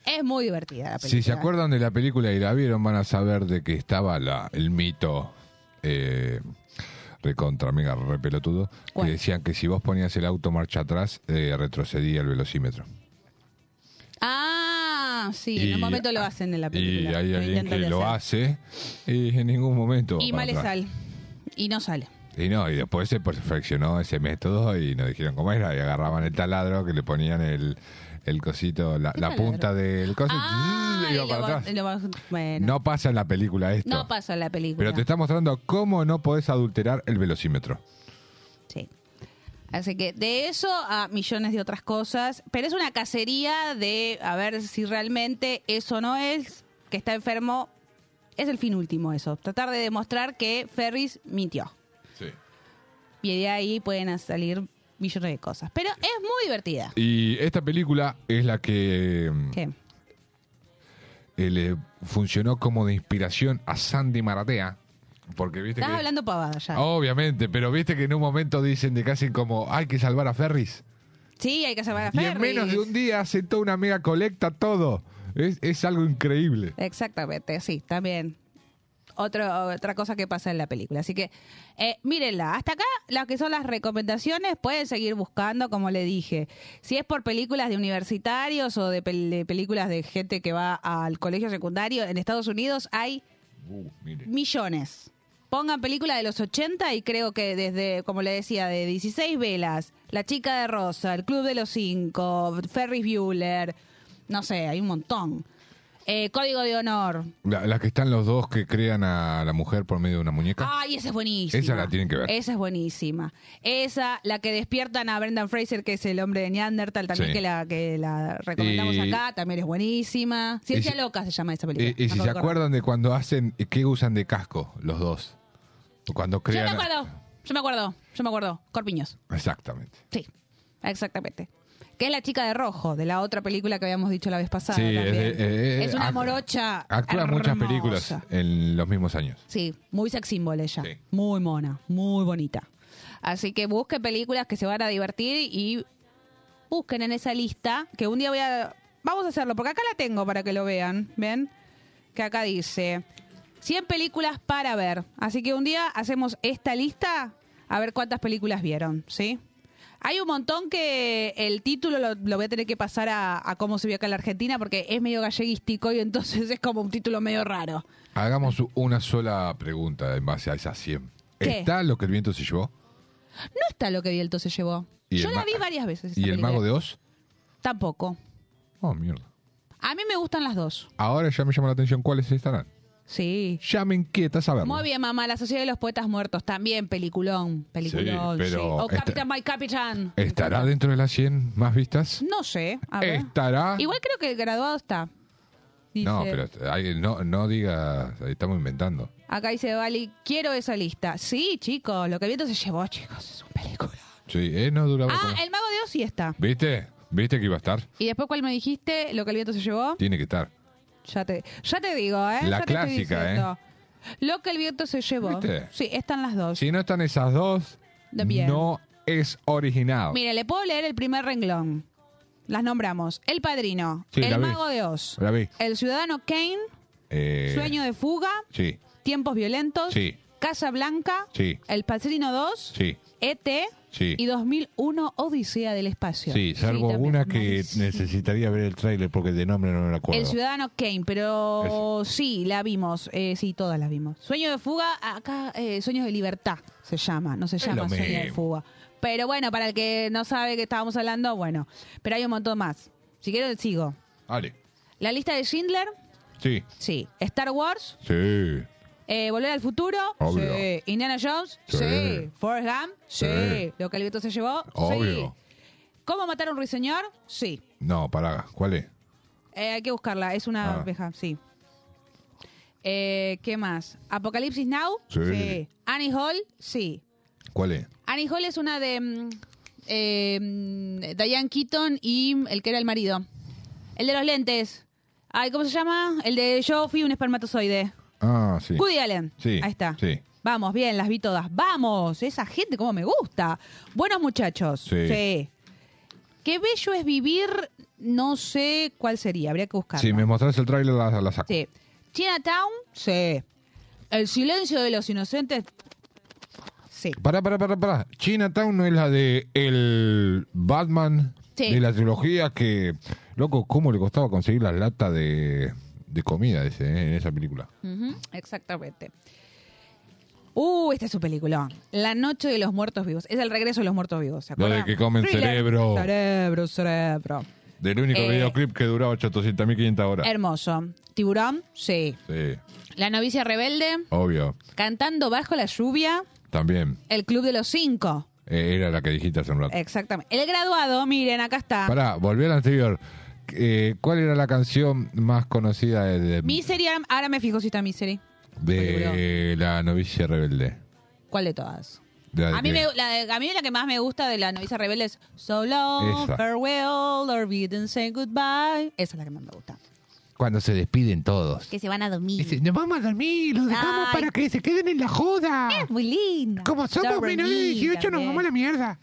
Speaker 4: Es muy divertida la película.
Speaker 5: Si se acuerdan de la película y la vieron, van a saber de que estaba la, el mito eh, recontra, amiga, repelotudo,
Speaker 4: ¿Cuál?
Speaker 5: que decían que si vos ponías el auto marcha atrás, eh, retrocedía el velocímetro.
Speaker 4: Ah, sí, en un momento lo hacen en la película.
Speaker 5: Y hay
Speaker 4: lo
Speaker 5: alguien que
Speaker 4: intentan
Speaker 5: lo
Speaker 4: hacer.
Speaker 5: hace y en ningún momento.
Speaker 4: Y
Speaker 5: va
Speaker 4: mal le
Speaker 5: para atrás.
Speaker 4: sale. Y no sale.
Speaker 5: Y no, y después se perfeccionó ese método y nos dijeron cómo era. Y agarraban el taladro que le ponían el, el cosito, la,
Speaker 4: ¿Qué
Speaker 5: la
Speaker 4: taladro?
Speaker 5: punta del cosito.
Speaker 4: Ah,
Speaker 5: y iba
Speaker 4: y
Speaker 5: para
Speaker 4: lo va-
Speaker 5: atrás.
Speaker 4: lo va- bueno, no,
Speaker 5: No pasa en la película esto.
Speaker 4: pasa en la película.
Speaker 5: Pero te está mostrando cómo no podés adulterar el velocímetro.
Speaker 4: Sí. Así que de eso a millones de otras cosas, pero es una cacería de a ver si realmente eso no es, que está enfermo, es el fin último eso, tratar de demostrar que Ferris mintió. Y de ahí pueden salir millones de cosas, pero es muy divertida.
Speaker 5: Y esta película es la que mm,
Speaker 4: ¿Qué?
Speaker 5: eh, le funcionó como de inspiración a Sandy Maratea. Porque viste
Speaker 4: Estás
Speaker 5: Este que. Oh.
Speaker 4: hablando pavada ya.
Speaker 5: Obviamente, pero viste que en un momento dicen de casi como hay que salvar a Ferris.
Speaker 4: Sí, hay que salvar a
Speaker 5: Y
Speaker 4: Ferris.
Speaker 5: en menos de un día hace toda una mega colecta todo. Es, es algo increíble.
Speaker 4: Exactamente, sí, también. Otro, otra cosa que pasa en la película. Así que, eh, mírenla. Hasta acá, las que son las recomendaciones, pueden seguir buscando, como le dije. Si es por películas de universitarios o de, pel- de películas de gente que va al colegio secundario, en Estados Unidos hay
Speaker 5: Uh, mire.
Speaker 4: millones. Pongan películas de los 80 y creo que desde, como le decía, de 16 velas, La chica de rosa, El club de los cinco, Ferris Bueller, no sé, hay un montón. Eh, código de honor.
Speaker 5: La, la que están los dos que crean a la mujer por medio de una muñeca.
Speaker 4: Ay, esa es buenísima.
Speaker 5: Esa la tienen que ver.
Speaker 4: Esa es buenísima. Esa, la que despiertan a Brendan Fraser, que es el hombre de Neandertal, también
Speaker 5: Sí.
Speaker 4: que la que la recomendamos
Speaker 5: Y-
Speaker 4: acá, también es buenísima. Ciencia
Speaker 5: si-
Speaker 4: loca se llama esa película.
Speaker 5: y, y Eh, si
Speaker 4: Me
Speaker 5: se
Speaker 4: acuerdo.
Speaker 5: acuerdan de cuando hacen, ¿qué usan de casco los dos? O Cuando
Speaker 4: Yo me
Speaker 5: crean. a-
Speaker 4: acuerdo, yo me acuerdo, yo me acuerdo. Corpiños.
Speaker 5: Exactamente.
Speaker 4: Sí, exactamente. Que es la chica de rojo, de la otra película que habíamos dicho la vez pasada.
Speaker 5: Sí, es,
Speaker 4: también.
Speaker 5: eh, eh,
Speaker 4: Es una
Speaker 5: act-
Speaker 4: morocha.
Speaker 5: Actúa en muchas
Speaker 4: hermosa.
Speaker 5: películas en los mismos años.
Speaker 4: Sí, muy sex symbol ella.
Speaker 5: Sí.
Speaker 4: Muy mona, muy bonita. Así que busquen películas que se van a divertir y busquen en esa lista que un día voy a... Vamos a hacerlo, porque acá la tengo para que lo vean. ¿Ven? Que acá dice 100 películas para ver. Así que un día hacemos esta lista a ver cuántas películas vieron, ¿sí? Hay un montón que el título lo, lo voy a tener que pasar a, a cómo se vio acá en la Argentina porque es medio galleguístico y entonces es como un título medio raro.
Speaker 5: Hagamos una sola pregunta en base a esas 100.
Speaker 4: ¿Qué?
Speaker 5: ¿Está lo que el viento se llevó?
Speaker 4: No está lo que Bielto se llevó.
Speaker 5: Y
Speaker 4: Yo
Speaker 5: el
Speaker 4: la
Speaker 5: ma-
Speaker 4: vi varias veces. esa
Speaker 5: ¿Y el
Speaker 4: película.
Speaker 5: mago de Oz?
Speaker 4: Tampoco.
Speaker 5: Oh, mierda.
Speaker 4: A mí me gustan las dos.
Speaker 5: Ahora ya me llama la atención cuáles estarán.
Speaker 4: Sí.
Speaker 5: Ya me inquieta saberlo.
Speaker 4: Muy bien, mamá. La Sociedad de los Poetas Muertos. También peliculón. Peliculón.
Speaker 5: Sí, pero
Speaker 4: O
Speaker 5: esta-
Speaker 4: Capitán My Capitán.
Speaker 5: ¿Estará dentro de las 100 más vistas?
Speaker 4: No sé. A ver.
Speaker 5: ¿Estará?
Speaker 4: Igual creo que el graduado está. Dice-
Speaker 5: No, pero ay, no, no digas, ahí estamos inventando.
Speaker 4: Acá dice Vali, quiero esa lista. Sí, chicos. Lo que Bielto se llevó, chicos. Es un película.
Speaker 5: Sí, eh, no duraba.
Speaker 4: Ah,
Speaker 5: como-
Speaker 4: el Mago de Oz sí está.
Speaker 5: ¿Viste? ¿Viste que iba a estar?
Speaker 4: Y después, ¿cuál me dijiste? Lo que el viento se llevó.
Speaker 5: Tiene que estar.
Speaker 4: Ya te, ya te digo, ¿eh?
Speaker 5: La
Speaker 4: Ya te estoy
Speaker 5: clásica,
Speaker 4: diciendo. Lo que el viento se llevó.
Speaker 5: ¿Viste?
Speaker 4: Sí, están las dos.
Speaker 5: Si no están esas dos,
Speaker 4: De bien.
Speaker 5: no es original.
Speaker 4: Mire, le puedo leer el primer renglón. Las nombramos. El Padrino,
Speaker 5: Sí, la
Speaker 4: El
Speaker 5: vi.
Speaker 4: Mago de Oz,
Speaker 5: La vi.
Speaker 4: El Ciudadano Kane,
Speaker 5: Eh,
Speaker 4: Sueño de Fuga,
Speaker 5: Sí,
Speaker 4: Tiempos Violentos,
Speaker 5: Sí.
Speaker 4: Casa Blanca,
Speaker 5: Sí.
Speaker 4: El Padrino 2,
Speaker 5: sí,
Speaker 4: E.T.
Speaker 5: Sí.
Speaker 4: y 2001 Odisea del Espacio.
Speaker 5: sí. Salvo
Speaker 4: también.
Speaker 5: una que
Speaker 4: Malísima.
Speaker 5: necesitaría ver el tráiler porque de nombre no me acuerdo.
Speaker 4: El Ciudadano Kane, pero sí, la vimos. eh, sí, todas las vimos. Sueño de fuga, acá eh, Sueños de libertad se llama, no se llama
Speaker 5: lo
Speaker 4: Sueño de
Speaker 5: mismo.
Speaker 4: fuga. Pero bueno, para el que no sabe que estábamos hablando, bueno. Pero hay un montón más. Si quiero, sigo.
Speaker 5: Vale.
Speaker 4: La lista de Schindler,
Speaker 5: Sí,
Speaker 4: sí. Star Wars,
Speaker 5: sí.
Speaker 4: eh, Volver al futuro,
Speaker 5: Obvio.
Speaker 4: sí. Indiana Jones, sí.
Speaker 5: Sí.
Speaker 4: Forrest Gump, sí.
Speaker 5: Sí.
Speaker 4: Lo que el viento se llevó,
Speaker 5: Obvio.
Speaker 4: sí. ¿Cómo matar a un ruiseñor? Sí.
Speaker 5: No, pará. ¿Cuál es?
Speaker 4: Eh, hay que buscarla, es una
Speaker 5: Ah.
Speaker 4: abeja, sí. Eh, ¿Qué más? ¿Apocalipsis Now?
Speaker 5: Sí.
Speaker 4: Annie Hall, sí.
Speaker 5: ¿Cuál es?
Speaker 4: Annie Hall es una de mm, eh, mm, Diane Keaton y mm, el que era el marido. El de los lentes. Ay, ¿cómo se llama? El de Yo fui un espermatozoide.
Speaker 5: Ah, sí.
Speaker 4: Woody Allen.
Speaker 5: Sí,
Speaker 4: Ahí está.
Speaker 5: sí.
Speaker 4: Vamos, bien, las vi todas. Vamos, esa gente, cómo me gusta. Buenos muchachos.
Speaker 5: Sí.
Speaker 4: Qué bello es vivir, no sé cuál sería, habría que buscarla.
Speaker 5: Si me mostrás el tráiler, la, la saco.
Speaker 4: Sí. Chinatown. Sí. El silencio de los inocentes. Sí.
Speaker 5: Pará, pará, pará, pará. Chinatown no es la de el Batman
Speaker 4: Sí.
Speaker 5: de la trilogía que. Loco, ¿cómo le costaba conseguir las latas de, de comida ese, eh, en esa película?
Speaker 4: Ujú, Exactamente. Uh, esta es su película. La noche de los muertos vivos. Es el regreso de los muertos vivos. ¿se
Speaker 5: Lo de
Speaker 4: acuerdan?
Speaker 5: que comen cerebro.
Speaker 4: Cerebro, cerebro.
Speaker 5: Del único
Speaker 4: Eh.
Speaker 5: videoclip que duraba 800.500 horas.
Speaker 4: Hermoso. Tiburón, sí.
Speaker 5: sí,
Speaker 4: La novicia rebelde.
Speaker 5: obvio.
Speaker 4: Cantando bajo la lluvia.
Speaker 5: También.
Speaker 4: El club de los cinco.
Speaker 5: Eh, era la que dijiste hace un rato.
Speaker 4: Exactamente. El graduado, miren, acá está.
Speaker 5: Pará, volví al anterior. Eh, ¿Cuál era la canción más conocida de, de-
Speaker 4: Misery, ahora- ahora me fijo si está Misery.
Speaker 5: de la novicia rebelde?
Speaker 4: ¿Cuál de todas?
Speaker 5: De la de
Speaker 4: A mí,
Speaker 5: que-
Speaker 4: me, la, de- a mí la que más me gusta de la novicia rebelde es So long,
Speaker 5: Esa.
Speaker 4: farewell, or we didn't say goodbye. Esa es la que más me gusta.
Speaker 5: Cuando se despiden todos.
Speaker 4: Que se van a dormir.
Speaker 5: Dice, nos vamos a dormir, los dejamos
Speaker 4: Ay.
Speaker 5: para que se queden en la joda.
Speaker 4: Es muy linda.
Speaker 5: Como somos
Speaker 4: Dormir
Speaker 5: menores de 18, nos
Speaker 4: también.
Speaker 5: vamos a la mierda.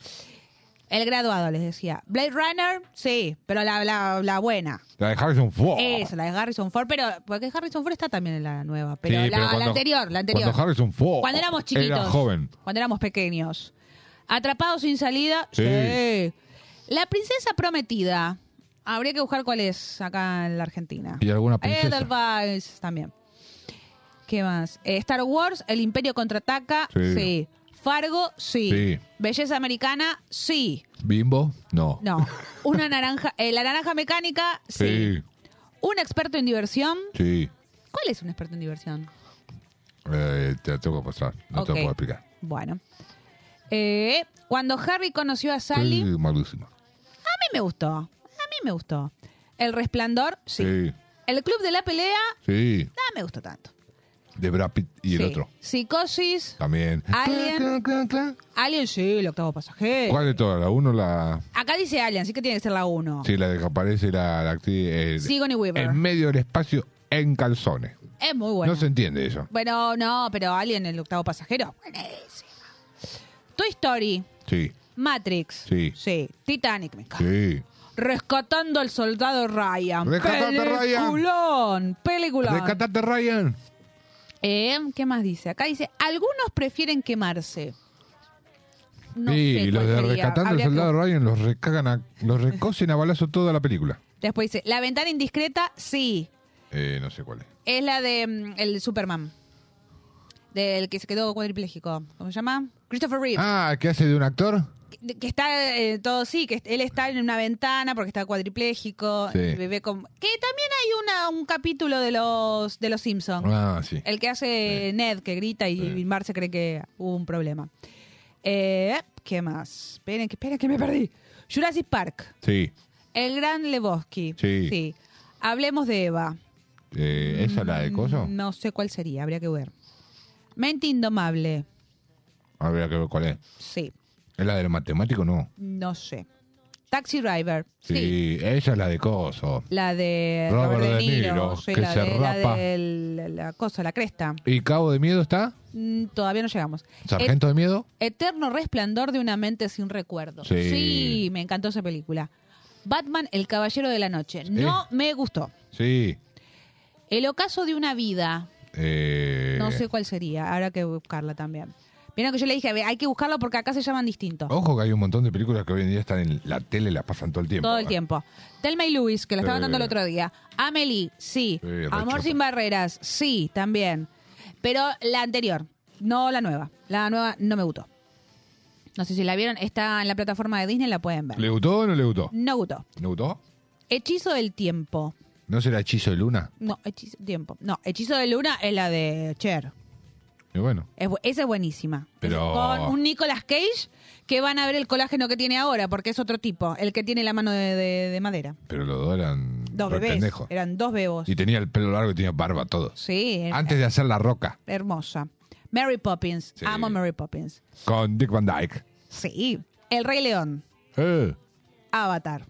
Speaker 4: El graduado, les decía. Blade Runner, sí, pero la, la, la buena.
Speaker 5: La de Harrison Ford.
Speaker 4: Esa, la de Harrison Ford, pero porque Harrison Ford está también en la nueva, pero,
Speaker 5: Sí,
Speaker 4: la,
Speaker 5: pero
Speaker 4: la
Speaker 5: cuando-
Speaker 4: anterior, la anterior.
Speaker 5: cuando Harrison Ford
Speaker 4: Cuando éramos chiquitos.
Speaker 5: Oh, era joven.
Speaker 4: Cuando éramos pequeños. Atrapados sin salida. Sí.
Speaker 5: Sí.
Speaker 4: La princesa prometida. Habría que buscar cuál es acá en la Argentina.
Speaker 5: Y alguna princesa.
Speaker 4: Edelweiss también. ¿Qué más? Eh, Star Wars, El Imperio contraataca. Sí.
Speaker 5: Sí.
Speaker 4: Fargo, sí.
Speaker 5: Sí.
Speaker 4: Belleza americana, sí.
Speaker 5: Bimbo, no.
Speaker 4: No. Una naranja. eh, la naranja mecánica, sí.
Speaker 5: Sí.
Speaker 4: ¿Un experto en diversión?
Speaker 5: Sí,
Speaker 4: ¿Cuál es un experto en diversión?
Speaker 5: eh, te la tengo que pasar, no te
Speaker 4: Ok.
Speaker 5: lo puedo explicar.
Speaker 4: Bueno. Eh, cuando Harry conoció a Sally, a
Speaker 5: Sí, malísimo.
Speaker 4: mí me gustó. A mí me gustó. El resplandor, sí.
Speaker 5: Sí,
Speaker 4: El club de la pelea,
Speaker 5: sí,
Speaker 4: no me gustó tanto.
Speaker 5: de Brad Pitt y el
Speaker 4: Sí.
Speaker 5: otro
Speaker 4: Psicosis,
Speaker 5: también.
Speaker 4: Alien.
Speaker 5: Clan, clan, clan, clan.
Speaker 4: Alien, sí, el octavo pasajero.
Speaker 5: ¿Cuál de todas? ¿La uno la...?
Speaker 4: Acá dice Alien, así que tiene que ser la 1.
Speaker 5: Sí, la de que aparece la, la actriz... eh,
Speaker 4: Sigourney Weaver.
Speaker 5: En medio del espacio, en calzones.
Speaker 4: Es muy bueno.
Speaker 5: No se entiende eso.
Speaker 4: Bueno, no, pero Alien, el octavo pasajero. Buenísima. Toy Story,
Speaker 5: Sí,
Speaker 4: Matrix.
Speaker 5: Sí.
Speaker 4: Sí. Titanic, me encanta.
Speaker 5: sí.
Speaker 4: Rescatando al soldado Ryan.
Speaker 5: Rescatando a Ryan.
Speaker 4: Peliculón, peliculón.
Speaker 5: Rescatate, Ryan.
Speaker 4: Eh, ¿Qué más dice? Acá dice, algunos prefieren quemarse. No
Speaker 5: sí,
Speaker 4: sé
Speaker 5: y los
Speaker 4: cuál
Speaker 5: de
Speaker 4: sería.
Speaker 5: Rescatando al
Speaker 4: Habría que
Speaker 5: Soldado Ryan los recagan a, los recocen a balazo toda la película.
Speaker 4: buscar. Después dice, la ventana indiscreta, sí.
Speaker 5: Eh, no sé cuál es.
Speaker 4: Es la de mm, el Superman. Del que se quedó cuadripléjico. ¿Cómo se llama? Christopher Reeve.
Speaker 5: Ah, ¿qué hace de un actor?
Speaker 4: Que, que está eh, todo, sí, que él está en una ventana porque está cuadripléjico.
Speaker 5: Sí.
Speaker 4: el bebé con- Que también hay una, un capítulo de los, de los Simpsons.
Speaker 5: Ah, sí.
Speaker 4: El que hace Ned, que grita y, y Marge cree que hubo un problema. Eh, ¿Qué más? Esperen, que, esperen, que me perdí. Jurassic Park.
Speaker 5: Sí.
Speaker 4: El Gran Lebowski.
Speaker 5: Sí.
Speaker 4: Hablemos de Eva.
Speaker 5: Eh, ¿Esa es la de Coso?
Speaker 4: Mm, No sé cuál sería, habría que ver. Mente Indomable.
Speaker 5: Habría que ver cuál es.
Speaker 4: Sí.
Speaker 5: ¿Es la del matemático? No.
Speaker 4: No sé. Taxi Driver.
Speaker 5: Sí, esa es la de Coso.
Speaker 4: La de
Speaker 5: Robert
Speaker 4: Robert De
Speaker 5: De
Speaker 4: Niro.
Speaker 5: Niro,
Speaker 4: sí,
Speaker 5: que
Speaker 4: la
Speaker 5: se
Speaker 4: de, la
Speaker 5: rapa.
Speaker 4: del- la cosa, la cresta.
Speaker 5: ¿Y Cabo de Miedo está?
Speaker 4: Mm, todavía no llegamos. Eh,
Speaker 5: ¿Sargento de Miedo?
Speaker 4: Eterno resplandor de una mente sin recuerdo.
Speaker 5: Sí.
Speaker 4: me encantó esa película. Batman, el caballero de la noche. No me gustó.
Speaker 5: Sí.
Speaker 4: El ocaso de una vida.
Speaker 5: Eh,
Speaker 4: No sé cuál sería. Habrá que buscarla también. Vieron que yo le dije, a ver, hay que buscarlo porque acá se llaman distintos.
Speaker 5: Ojo que hay un montón de películas que hoy en día están en la tele, las pasan todo el tiempo.
Speaker 4: Todo el
Speaker 5: ¿eh?
Speaker 4: tiempo. Telma y Luis, que la estaban
Speaker 5: Sí.
Speaker 4: dando el otro día. Amelie, sí.
Speaker 5: Sí, re
Speaker 4: Amor
Speaker 5: chopa.
Speaker 4: sin barreras, sí, también. Pero la anterior, no la nueva. La nueva no me gustó. No sé si la vieron, está en la plataforma de Disney, la pueden ver.
Speaker 5: ¿Le gustó o no le gustó?
Speaker 4: No gustó.
Speaker 5: ¿No gustó?
Speaker 4: Hechizo del tiempo.
Speaker 5: ¿No será Hechizo de Luna?
Speaker 4: No, hechizo tiempo. No, hechizo de luna es la de Cher.
Speaker 5: Y bueno.
Speaker 4: Es bu- esa es buenísima.
Speaker 5: Pero-
Speaker 4: Con un Nicolas Cage que van a ver el colágeno que tiene ahora, porque es otro tipo, el que tiene la mano de, de- de madera.
Speaker 5: Pero los dos eran
Speaker 4: Dos
Speaker 5: re
Speaker 4: bebés.
Speaker 5: pendejos.
Speaker 4: Eran dos bebos.
Speaker 5: Y tenía el pelo largo y tenía barba, todo.
Speaker 4: Sí, her-
Speaker 5: Antes de hacer La Roca,
Speaker 4: hermosa. Mary Poppins.
Speaker 5: Sí.
Speaker 4: Amo Mary Poppins.
Speaker 5: con Dick Van Dyke.
Speaker 4: Sí. El Rey León.
Speaker 5: Eh,
Speaker 4: Avatar.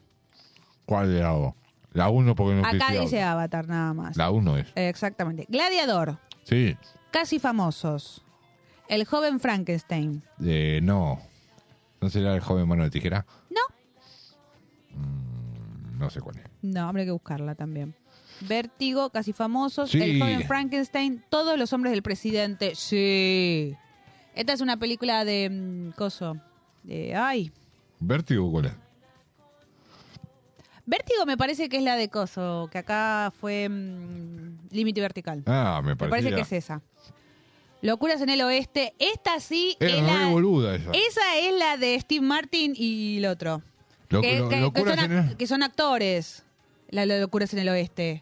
Speaker 5: ¿Cuál era vos? La 1 porque no
Speaker 4: Acá
Speaker 5: existía
Speaker 4: dice
Speaker 5: otra.
Speaker 4: Avatar nada más.
Speaker 5: La 1 es.
Speaker 4: Exactamente. Gladiador.
Speaker 5: Sí.
Speaker 4: Casi famosos. El joven Frankenstein.
Speaker 5: Eh, no. ¿No será el joven mano de tijera? Mm,
Speaker 4: No.
Speaker 5: No sé cuál es.
Speaker 4: No, habría que buscarla también. Vértigo, casi famosos.
Speaker 5: Sí.
Speaker 4: El joven Frankenstein, todos los hombres del presidente. Sí. Esta es una película de mm, coso. De ay.
Speaker 5: ¿Vértigo cuál es?
Speaker 4: Vértigo me parece que es la de coso, que acá fue mm, límite vertical.
Speaker 5: Ah, me
Speaker 4: me
Speaker 5: parecía.
Speaker 4: parece que es esa. Locuras en el oeste. Esta sí
Speaker 5: Era
Speaker 4: es
Speaker 5: re
Speaker 4: la-
Speaker 5: boluda esa.
Speaker 4: Esa es la de Steve Martin y el otro.
Speaker 5: Lo-
Speaker 4: que,
Speaker 5: lo-
Speaker 4: que- que
Speaker 5: locuras
Speaker 4: son,
Speaker 5: en
Speaker 4: ac-
Speaker 5: el-
Speaker 4: que son actores. La, la locuras en el oeste.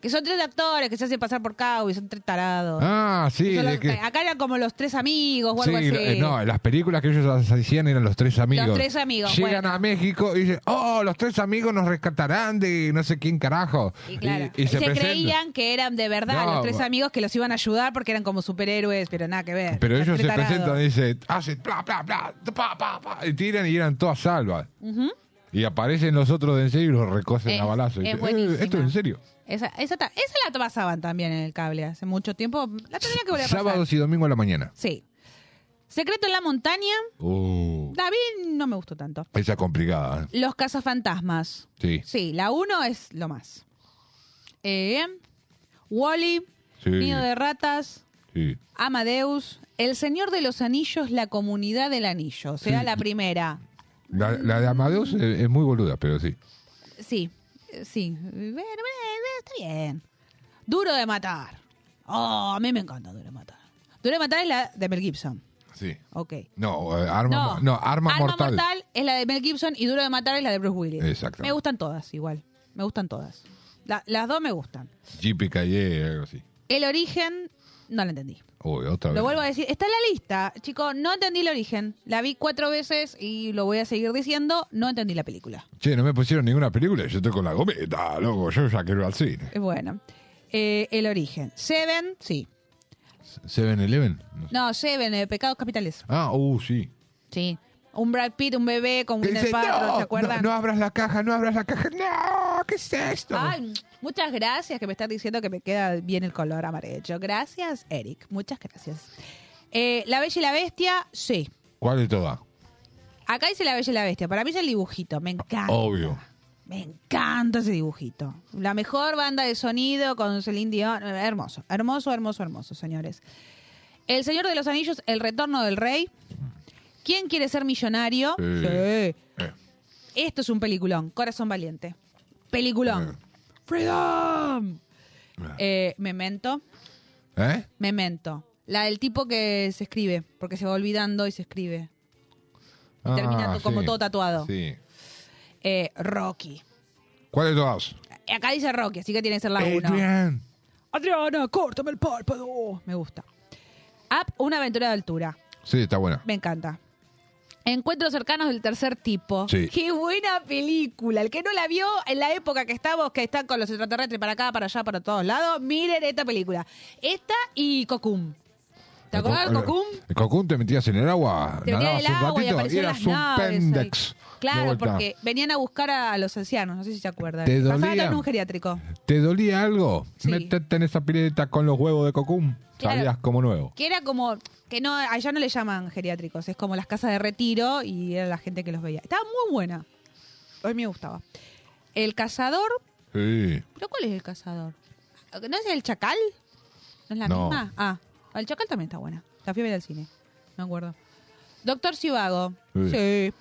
Speaker 4: Que son tres actores que se hacen pasar por cowboy, son tres tarados.
Speaker 5: Ah, sí.
Speaker 4: Que son
Speaker 5: de
Speaker 4: los-
Speaker 5: que-
Speaker 4: Acá eran como los tres amigos o
Speaker 5: Sí,
Speaker 4: algo así.
Speaker 5: eh, no, las películas que ellos hacían eran los tres amigos.
Speaker 4: Los Tres Amigos,
Speaker 5: Llegan
Speaker 4: bueno.
Speaker 5: a México y dicen, oh, los tres amigos nos rescatarán de no sé quién carajo.
Speaker 4: Y claro,
Speaker 5: y, y se, presentan.
Speaker 4: creían que eran de verdad
Speaker 5: No,
Speaker 4: los tres
Speaker 5: va-
Speaker 4: amigos que los iban a ayudar porque eran como superhéroes, pero nada que ver.
Speaker 5: Pero
Speaker 4: eran
Speaker 5: ellos
Speaker 4: tres
Speaker 5: se
Speaker 4: tarados.
Speaker 5: presentan y dicen, hacen bla, bla, bla, pa, pa, pa, y tiran y eran todas salvas. Y aparecen los otros de en serio y los recocen
Speaker 4: Es-
Speaker 5: a balazo. Y
Speaker 4: es
Speaker 5: dicen, "Eh, esto es
Speaker 4: buenísima.
Speaker 5: en serio.
Speaker 4: Esa, esa, ta- esa la pasaban también en el cable hace mucho tiempo. La tendría que volver a pasar.
Speaker 5: Sábados y domingo a la mañana.
Speaker 4: Sí. Secreto en la montaña.
Speaker 5: Uh,
Speaker 4: David no me gustó tanto.
Speaker 5: esa es complicada. ¿eh?
Speaker 4: Los cazafantasmas.
Speaker 5: Sí.
Speaker 4: Sí, la 1 es lo más. Eh, Wally,
Speaker 5: Sí.
Speaker 4: Nido de Ratas,
Speaker 5: sí.
Speaker 4: Amadeus, El Señor de los Anillos, La Comunidad del Anillo. O sea,
Speaker 5: Sí.
Speaker 4: la primera.
Speaker 5: La, la de Amadeus es, es muy boluda, pero sí.
Speaker 4: Sí, eh, sí. Bueno, bueno, está bien. Duro de matar. Oh, a mí me encanta Duro de matar. Duro de matar es la de Mel Gibson.
Speaker 5: Sí.
Speaker 4: Ok.
Speaker 5: No, eh, arma, mo- no. arma, mortal.
Speaker 4: es la de Mel Gibson y Duro de Matar es la de Bruce Willis.
Speaker 5: Exactamente.
Speaker 4: Me gustan todas igual. Me gustan todas. La- las dos me gustan.
Speaker 5: JPKE, algo así.
Speaker 4: El origen, no la entendí.
Speaker 5: Uy, otra vez.
Speaker 4: Lo vuelvo a decir, está en la lista. Chicos, no entendí el origen. La vi cuatro veces y lo voy a seguir diciendo, no entendí la película.
Speaker 5: Che, no me pusieron ninguna película. Yo estoy con la gomita, loco. Yo ya quiero ir al cine.
Speaker 4: Eh, Bueno, Eh, el origen. Seven, sí.
Speaker 5: ¿Seven Eleven?
Speaker 4: No, Seven, eh, Pecados Capitales.
Speaker 5: Ah, uh, sí.
Speaker 4: Sí. Un Brad Pitt, un bebé con
Speaker 5: Que
Speaker 4: Gwyneth
Speaker 5: dice,
Speaker 4: Paltrow,
Speaker 5: no,
Speaker 4: ¿se acuerdan?
Speaker 5: No, no abras la caja, no abras la caja. No, ¿qué es esto?
Speaker 4: Ay, muchas gracias que me estás diciendo que me queda bien el color amarillo. Gracias, Eric. Muchas gracias. Eh, la Bella y la Bestia, sí.
Speaker 5: ¿Cuál de todas?
Speaker 4: Acá dice La Bella y la Bestia. Para mí es el dibujito. Me encanta.
Speaker 5: Obvio.
Speaker 4: Me encanta ese dibujito. La mejor banda de sonido con Celine Dion. Hermoso, hermoso, hermoso, hermoso, señores. El Señor de los Anillos, El Retorno del Rey. ¿Quién quiere ser millonario?
Speaker 5: Sí.
Speaker 4: Sí.
Speaker 5: Eh,
Speaker 4: Esto es un peliculón. Corazón valiente. Peliculón.
Speaker 5: Eh.
Speaker 4: Freedom. Eh, memento.
Speaker 5: ¿Eh?
Speaker 4: Memento. La del tipo que se escribe, porque se va olvidando y se escribe.
Speaker 5: Ah,
Speaker 4: termina to- como
Speaker 5: sí.
Speaker 4: todo tatuado.
Speaker 5: Sí.
Speaker 4: Eh, Rocky. Eh,
Speaker 5: ¿Cuál de todas?
Speaker 4: Acá dice Rocky, así que tiene que ser la uno.
Speaker 5: Adrián.
Speaker 4: Adriana, córtame el párpado. Me gusta. Up, una aventura de altura.
Speaker 5: Sí, está buena.
Speaker 4: Me encanta. Encuentros cercanos del tercer tipo.
Speaker 5: Sí.
Speaker 4: Qué buena película. El que no la vio en la época que estamos, que están con los extraterrestres para acá, para allá, para todos lados, miren esta película. Esta y Cocum. ¿Te acordás de
Speaker 5: El co-
Speaker 4: Cocum?
Speaker 5: El Cocum te metías en el agua,
Speaker 4: Te metían en
Speaker 5: nadabas
Speaker 4: el
Speaker 5: un
Speaker 4: agua y
Speaker 5: ratito y
Speaker 4: aparecían
Speaker 5: eras
Speaker 4: las
Speaker 5: un
Speaker 4: naves. ahí.
Speaker 5: pendex. De
Speaker 4: Claro,
Speaker 5: vuelta.
Speaker 4: porque venían a buscar a, a los ancianos, no sé si se acuerdan.
Speaker 5: Te
Speaker 4: Pasaban
Speaker 5: dolía.
Speaker 4: en un geriátrico.
Speaker 5: ¿Te dolía algo?
Speaker 4: Sí.
Speaker 5: Métete en esa pileta con los huevos de Cocum.
Speaker 4: Claro.
Speaker 5: Salías como nuevo.
Speaker 4: Que era como, que no, allá no le llaman geriátricos, es como las casas de retiro y era la gente que los veía. Estaba muy buena. A mí me gustaba. El cazador,
Speaker 5: Sí.
Speaker 4: ¿pero cuál es el cazador? ¿No es el chacal? ¿No es la
Speaker 5: No.
Speaker 4: misma? Ah, el chacal también está buena. La fui a ver al cine, me acuerdo. Doctor Cibago.
Speaker 5: Sí.
Speaker 4: sí.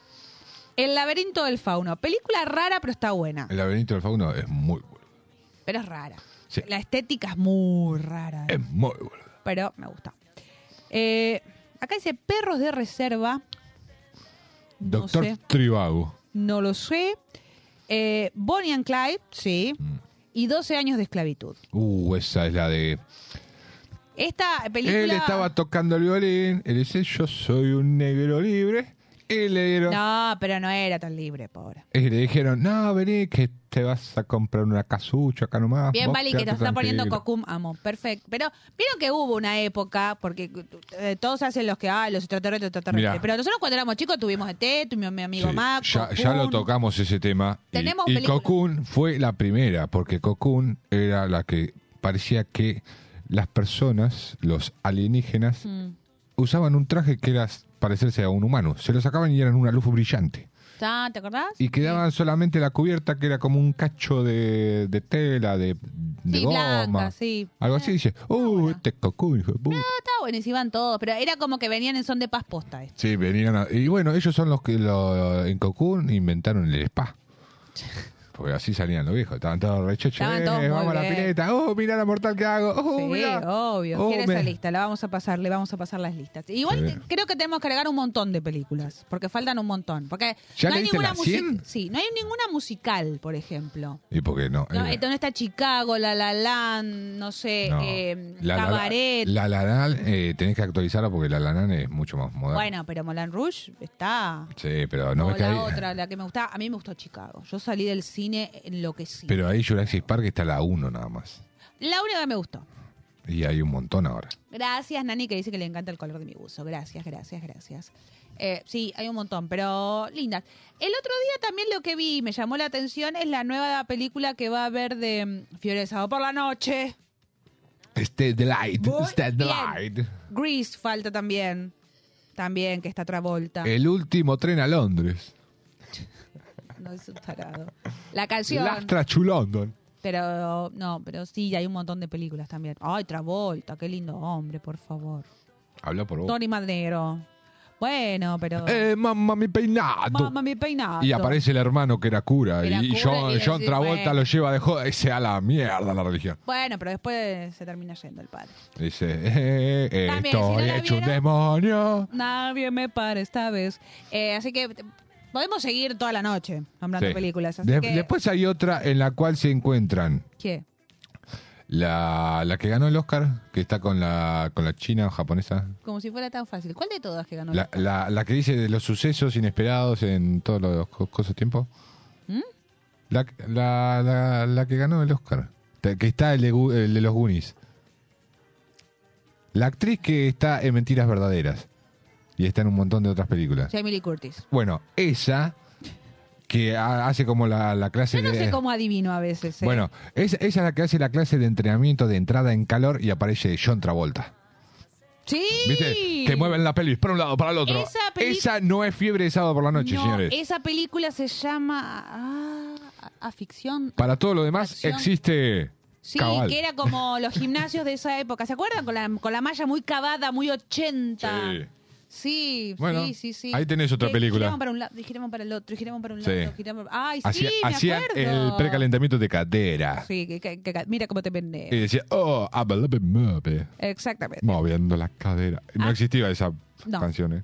Speaker 4: El laberinto del fauno. Película rara, pero está buena.
Speaker 5: El laberinto del fauno es muy bueno.
Speaker 4: Pero es rara.
Speaker 5: Sí.
Speaker 4: La estética es muy rara.
Speaker 5: Es muy bueno.
Speaker 4: pero me gusta. Eh, acá dice perros de reserva. No
Speaker 5: Doctor
Speaker 4: sé.
Speaker 5: Tribago.
Speaker 4: No lo sé. Eh, Bonnie and Clyde, sí.
Speaker 5: Mm.
Speaker 4: Y 12 años de esclavitud.
Speaker 5: Uh, esa es la de...
Speaker 4: Esta película.
Speaker 5: Él estaba tocando el violín. Él dice, yo soy un negro libre. Y le dieron...
Speaker 4: No, pero no era tan libre, pobre.
Speaker 5: Y le dijeron, no, vení, que te vas a comprar una casucha acá nomás.
Speaker 4: Bien,
Speaker 5: Ah, Vos
Speaker 4: Vali, que te
Speaker 5: quedate
Speaker 4: está poniendo
Speaker 5: tranquilo".
Speaker 4: Cocum, amo. Perfecto. Pero vieron que hubo una época, porque eh, todos hacen los que, ah, los extraterrestres, extraterrestres.
Speaker 5: Mirá.
Speaker 4: Pero nosotros cuando éramos chicos tuvimos ET, tu mi, mi amigo
Speaker 5: Sí,
Speaker 4: Mac.
Speaker 5: ya, ya lo
Speaker 4: Cocum.
Speaker 5: tocamos ese tema. Y-
Speaker 4: Tenemos
Speaker 5: y
Speaker 4: películas.
Speaker 5: Cocoon fue la primera, porque Cocoon era la que parecía que las personas, los alienígenas,
Speaker 4: Mm.
Speaker 5: usaban un traje que era parecerse a un humano. Se lo sacaban y eran una luz brillante.
Speaker 4: Ah, ¿Te acordás?
Speaker 5: Y quedaban solamente la cubierta que era como un cacho de, de tela, de, de
Speaker 4: Sí,
Speaker 5: goma.
Speaker 4: blanca, sí. Eh,
Speaker 5: Algo así dice, uh, este Cocoon, hijo de puta".
Speaker 4: Estaba bueno, y se iban todos, pero era como que venían en son de paz posta. eh.
Speaker 5: Sí, venían a- Y bueno, ellos son los que lo- en Cocoon inventaron el spa. Porque así salían los viejos. Estaban todos rechochos.
Speaker 4: Estaban todos muy
Speaker 5: Eh, vamos a la
Speaker 4: bien.
Speaker 5: pileta. Oh, mirá la mortal que hago. Oh,
Speaker 4: sí,
Speaker 5: mirá.
Speaker 4: obvio.
Speaker 5: Oh,
Speaker 4: Quiere
Speaker 5: me-
Speaker 4: esa lista, la vamos a pasar, le vamos a pasar las listas. Igual
Speaker 5: Sí.
Speaker 4: te- creo que tenemos que agregar un montón de películas, porque faltan un montón. Porque
Speaker 5: ¿Ya
Speaker 4: no hay
Speaker 5: leíste
Speaker 4: ninguna
Speaker 5: las
Speaker 4: musi-
Speaker 5: 100?
Speaker 4: Sí, no hay ninguna musical, por ejemplo.
Speaker 5: ¿Y por qué no?
Speaker 4: No,
Speaker 5: Eh,
Speaker 4: entonces no está Chicago, La La Land, no sé,
Speaker 5: no.
Speaker 4: eh,
Speaker 5: La- la-
Speaker 4: Cabaret.
Speaker 5: La Lanal, eh, tenés que actualizarla porque la Lanal es mucho más moderna.
Speaker 4: bueno, pero Molan Rouge está.
Speaker 5: Sí, pero no
Speaker 4: o
Speaker 5: ves que
Speaker 4: la
Speaker 5: ahí.
Speaker 4: otra, la que me gustaba. A mí me gustó Chicago. Yo salí del cine enloquecido.
Speaker 5: Pero ahí Jurassic Park está la 1 nada más.
Speaker 4: La única que me gustó.
Speaker 5: Y hay un montón ahora.
Speaker 4: Gracias, Nani, que dice que le encanta el color de mi buzo. Gracias, gracias, gracias. Eh, sí, hay un montón, pero lindas. El otro día también lo que vi y me llamó la atención es la nueva película que va a haber de mm, Fiore Sábado por la noche.
Speaker 5: Este Delight.
Speaker 4: Muy
Speaker 5: Este
Speaker 4: bien.
Speaker 5: Delight.
Speaker 4: Grease falta también. También, que está Travolta.
Speaker 5: El último tren a Londres.
Speaker 4: No es un tarado. La canción.
Speaker 5: Lastra to London.
Speaker 4: Pero no, pero sí, hay un montón de películas también. Ay, Travolta, qué lindo hombre, por favor.
Speaker 5: Habla por vos.
Speaker 4: Tony Madero. Bueno, pero...
Speaker 5: Eh, mamá, mi peinado.
Speaker 4: Mamma, mi peinado.
Speaker 5: y aparece el hermano que era cura.
Speaker 4: Que era
Speaker 5: y
Speaker 4: cura
Speaker 5: John,
Speaker 4: y decís,
Speaker 5: John Travolta
Speaker 4: bueno.
Speaker 5: lo lleva de joda y se a la mierda la religión.
Speaker 4: Bueno, pero después se termina yendo el padre.
Speaker 5: Dice, eh, eh,
Speaker 4: También, si
Speaker 5: estoy
Speaker 4: no la
Speaker 5: hecho un
Speaker 4: vieron-
Speaker 5: demonio.
Speaker 4: Nadie me para esta vez. Eh, así que Podemos seguir toda la noche nombrando
Speaker 5: Sí.
Speaker 4: películas. Así
Speaker 5: De-
Speaker 4: que,
Speaker 5: Después hay otra en la cual se encuentran
Speaker 4: ¿Qué?
Speaker 5: la, la que ganó el Oscar, que está con la, con la china o japonesa.
Speaker 4: Como si fuera tan fácil. ¿Cuál de todas que ganó?
Speaker 5: La, la- la que dice de los sucesos inesperados en todos los co- cosas tiempo.
Speaker 4: ¿Mm?
Speaker 5: La, la- la- la que ganó el Oscar. Te- Que está el de, Gu- el de los Goonies. La actriz que está en Mentiras Verdaderas. Y está en un montón de otras películas.
Speaker 4: Jamie Lee Curtis.
Speaker 5: Bueno, esa que ha- hace como la, la clase
Speaker 4: Yo no
Speaker 5: de...
Speaker 4: sé cómo adivino a veces. ¿eh?
Speaker 5: Bueno, esa, esa es la que hace la clase de entrenamiento de entrada en calor y aparece John Travolta.
Speaker 4: Sí.
Speaker 5: ¿Viste? Que mueven la pelvis para un lado, para el otro.
Speaker 4: Esa peli-
Speaker 5: Esa no es fiebre de sábado por la noche,
Speaker 4: No,
Speaker 5: señores.
Speaker 4: Esa película se llama. Ah, a- ficción.
Speaker 5: Para todo lo demás
Speaker 4: Acción.
Speaker 5: existe
Speaker 4: Sí,
Speaker 5: cabal.
Speaker 4: que era como los gimnasios de esa época. ¿Se acuerdan? Con la, con la malla muy cavada, muy 80.
Speaker 5: Sí.
Speaker 4: Sí,
Speaker 5: Bueno,
Speaker 4: sí, sí, sí.
Speaker 5: ahí tenés otra
Speaker 4: Que
Speaker 5: película.
Speaker 4: Giraban para un lado, y giraban para el otro, y giraban para un
Speaker 5: Sí.
Speaker 4: lado, giraban- Ay,
Speaker 5: Hacía-
Speaker 4: sí, me
Speaker 5: hacían
Speaker 4: acuerdo.
Speaker 5: el precalentamiento de cadera.
Speaker 4: Sí, que, que- que- mira cómo te
Speaker 5: Y
Speaker 4: pendejo.
Speaker 5: decía, oh, I'm a little bit movie",
Speaker 4: Exactamente.
Speaker 5: moviendo las caderas. No
Speaker 4: Ah.
Speaker 5: existía esa
Speaker 4: No.
Speaker 5: canción. ¿eh?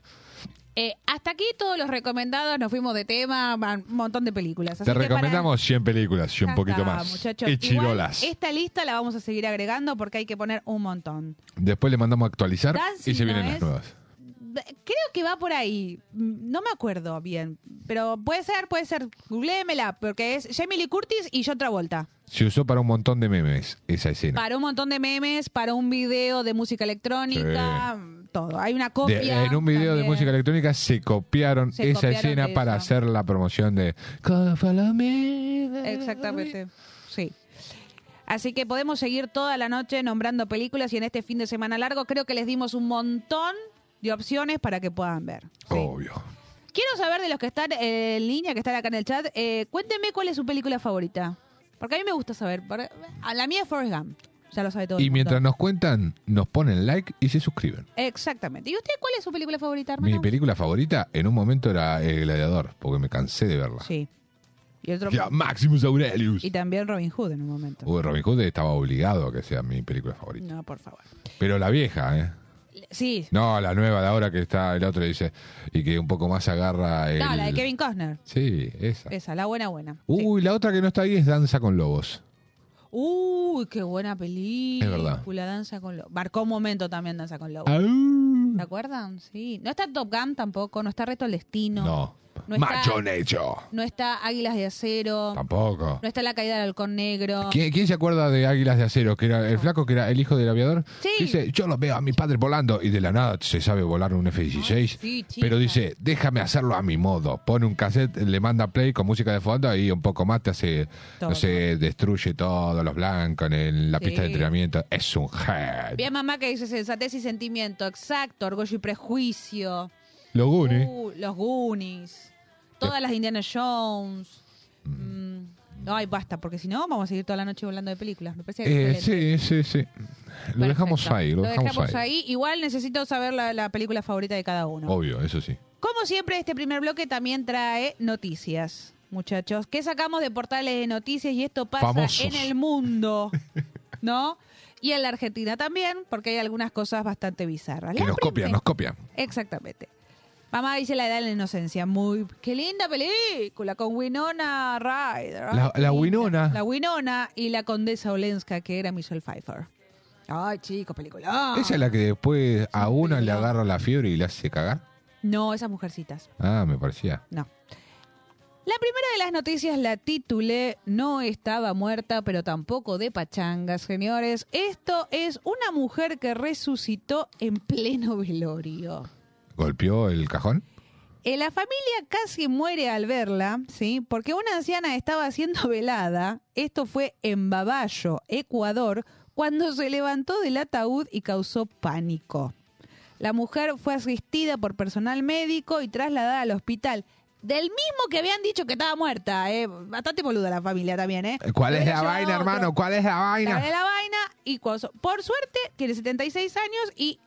Speaker 4: Eh, hasta aquí todos los recomendados, nos fuimos de tema, a un montón de películas. Así
Speaker 5: Te
Speaker 4: que para-
Speaker 5: recomendamos 100 películas y un
Speaker 4: Ya
Speaker 5: poquito
Speaker 4: está,
Speaker 5: más.
Speaker 4: muchachos.
Speaker 5: Y
Speaker 4: Igual,
Speaker 5: chirolas.
Speaker 4: esta lista la vamos a seguir agregando porque hay que poner un montón.
Speaker 5: Después le mandamos a actualizar
Speaker 4: Dancing
Speaker 5: y se vienen
Speaker 4: no
Speaker 5: las
Speaker 4: es.
Speaker 5: nuevas.
Speaker 4: Creo que va por ahí. Mm, No me acuerdo bien. Pero puede ser, puede ser. Googleémela, porque es Jamie Lee Curtis y yo otra vuelta.
Speaker 5: Se usó para un montón de memes esa escena.
Speaker 4: Para un montón de memes, para un video de música electrónica, mm, todo. Hay una
Speaker 5: De-
Speaker 4: copia.
Speaker 5: en un video de
Speaker 4: también.
Speaker 5: música electrónica se copiaron
Speaker 4: Se
Speaker 5: esa
Speaker 4: copiaron
Speaker 5: escena
Speaker 4: de
Speaker 5: para
Speaker 4: eso.
Speaker 5: hacer la promoción de "Come follow me".
Speaker 4: Exactamente. Sí. Así que podemos seguir toda la noche nombrando películas y en este fin de semana largo creo que les dimos un montón de opciones para que puedan ver. Sí.
Speaker 5: Obvio.
Speaker 4: Quiero saber de los que están eh, en línea, que están acá en el chat, eh, cuéntenme cuál es su película favorita. Porque a mí me gusta saber. por- A la mía es Forrest Gump. Ya lo sabe todo. el
Speaker 5: Y
Speaker 4: mundo.
Speaker 5: mientras nos cuentan, nos ponen like y se suscriben.
Speaker 4: Exactamente. ¿Y usted cuál es su película favorita, hermano?
Speaker 5: Mi película favorita en un momento era El Gladiador, porque me cansé de verla.
Speaker 4: Sí. Y, otro...
Speaker 5: Ya, Maximus Aurelius.
Speaker 4: y también Robin Hood en un momento.
Speaker 5: Uy, Robin Hood estaba obligado a que sea mi película favorita.
Speaker 4: No, por favor.
Speaker 5: Pero la vieja, ¿eh?
Speaker 4: Sí.
Speaker 5: No, la nueva, la ahora que está el otro dice. Y que un poco más agarra el.
Speaker 4: No, la de Kevin Costner.
Speaker 5: Sí, esa.
Speaker 4: Esa, la buena, buena. Sí.
Speaker 5: Uy, la otra que no está ahí es Danza con Lobos.
Speaker 4: Uy, qué buena película.
Speaker 5: Es verdad.
Speaker 4: Danza con Lobos. Marcó un momento también Danza con Lobos. ¿Se acuerdan? Sí. No está Top Gun tampoco, no está Reto al Destino.
Speaker 5: No.
Speaker 4: No está-
Speaker 5: Macho Necho.
Speaker 4: No está Águilas de Acero.
Speaker 5: Tampoco.
Speaker 4: No está La Caída del Halcón Negro.
Speaker 5: ¿Quién, quién se acuerda de Águilas de Acero? Que era el flaco que era el hijo del aviador.
Speaker 4: Sí.
Speaker 5: Dice, yo lo veo a mi padre volando y de la nada se sabe volar un F-16.
Speaker 4: Ay, sí, chica.
Speaker 5: pero dice, déjame hacerlo a mi modo. Pone un cassette, le manda play con música de fondo y un poco más te hace,
Speaker 4: Todo.
Speaker 5: no sé, destruye todos los blancos en, el- la
Speaker 4: Sí.
Speaker 5: pista de entrenamiento. Es un head.
Speaker 4: Bien, mamá que dice sensatez y sentimiento. Exacto, orgullo y prejuicio.
Speaker 5: Lo gune.
Speaker 4: Uh, los Goonies. Todas las de Indiana Jones. Mm. Ay, basta, porque si no vamos a seguir toda la noche hablando de películas. Me parece
Speaker 5: Eh,
Speaker 4: excelente.
Speaker 5: sí, sí, sí. Lo dejamos
Speaker 4: Perfecto.
Speaker 5: ahí, lo dejamos, ahí.
Speaker 4: Igual necesito saber la, la película favorita de cada uno.
Speaker 5: Obvio, eso sí.
Speaker 4: Como siempre, este primer bloque también trae noticias, muchachos. ¿Qué sacamos de portales de noticias? Y esto pasa
Speaker 5: Famosos.
Speaker 4: en el mundo, ¿no? Y en la Argentina también, porque hay algunas cosas bastante bizarras.
Speaker 5: Que
Speaker 4: La
Speaker 5: nos copian,
Speaker 4: primera-
Speaker 5: nos copian.
Speaker 4: Exactamente. Mamá dice la edad de la inocencia. Muy. ¡Qué linda película! Con Winona Ryder. Ay,
Speaker 5: La-
Speaker 4: qué
Speaker 5: la
Speaker 4: linda.
Speaker 5: Winona.
Speaker 4: La Winona y la condesa Olenska, que era Michelle Pfeiffer. Ay, chico, película.
Speaker 5: Esa es la que después a una le
Speaker 4: película.
Speaker 5: agarra la fiebre y le hace cagar.
Speaker 4: No, esas mujercitas.
Speaker 5: Ah, me parecía.
Speaker 4: No. La primera de las noticias la titulé No estaba muerta, pero tampoco de pachangas, señores. Esto es una mujer que resucitó en pleno velorio.
Speaker 5: ¿Golpeó el cajón?
Speaker 4: Eh, la familia casi muere al verla, ¿sí? Porque una anciana estaba siendo velada, esto fue en Babayo, Ecuador, cuando se levantó del ataúd y causó pánico. La mujer fue asistida por personal médico y trasladada al hospital. Del mismo que habían dicho que estaba muerta, ¿eh? Bastante boluda la familia también, ¿eh?
Speaker 5: ¿Cuál es
Speaker 4: Hubiera
Speaker 5: la
Speaker 4: llevado
Speaker 5: vaina,
Speaker 4: otro.
Speaker 5: hermano? ¿Cuál es la
Speaker 4: La de
Speaker 5: vaina?
Speaker 4: la vaina y coso. Por suerte, tiene 76 años y,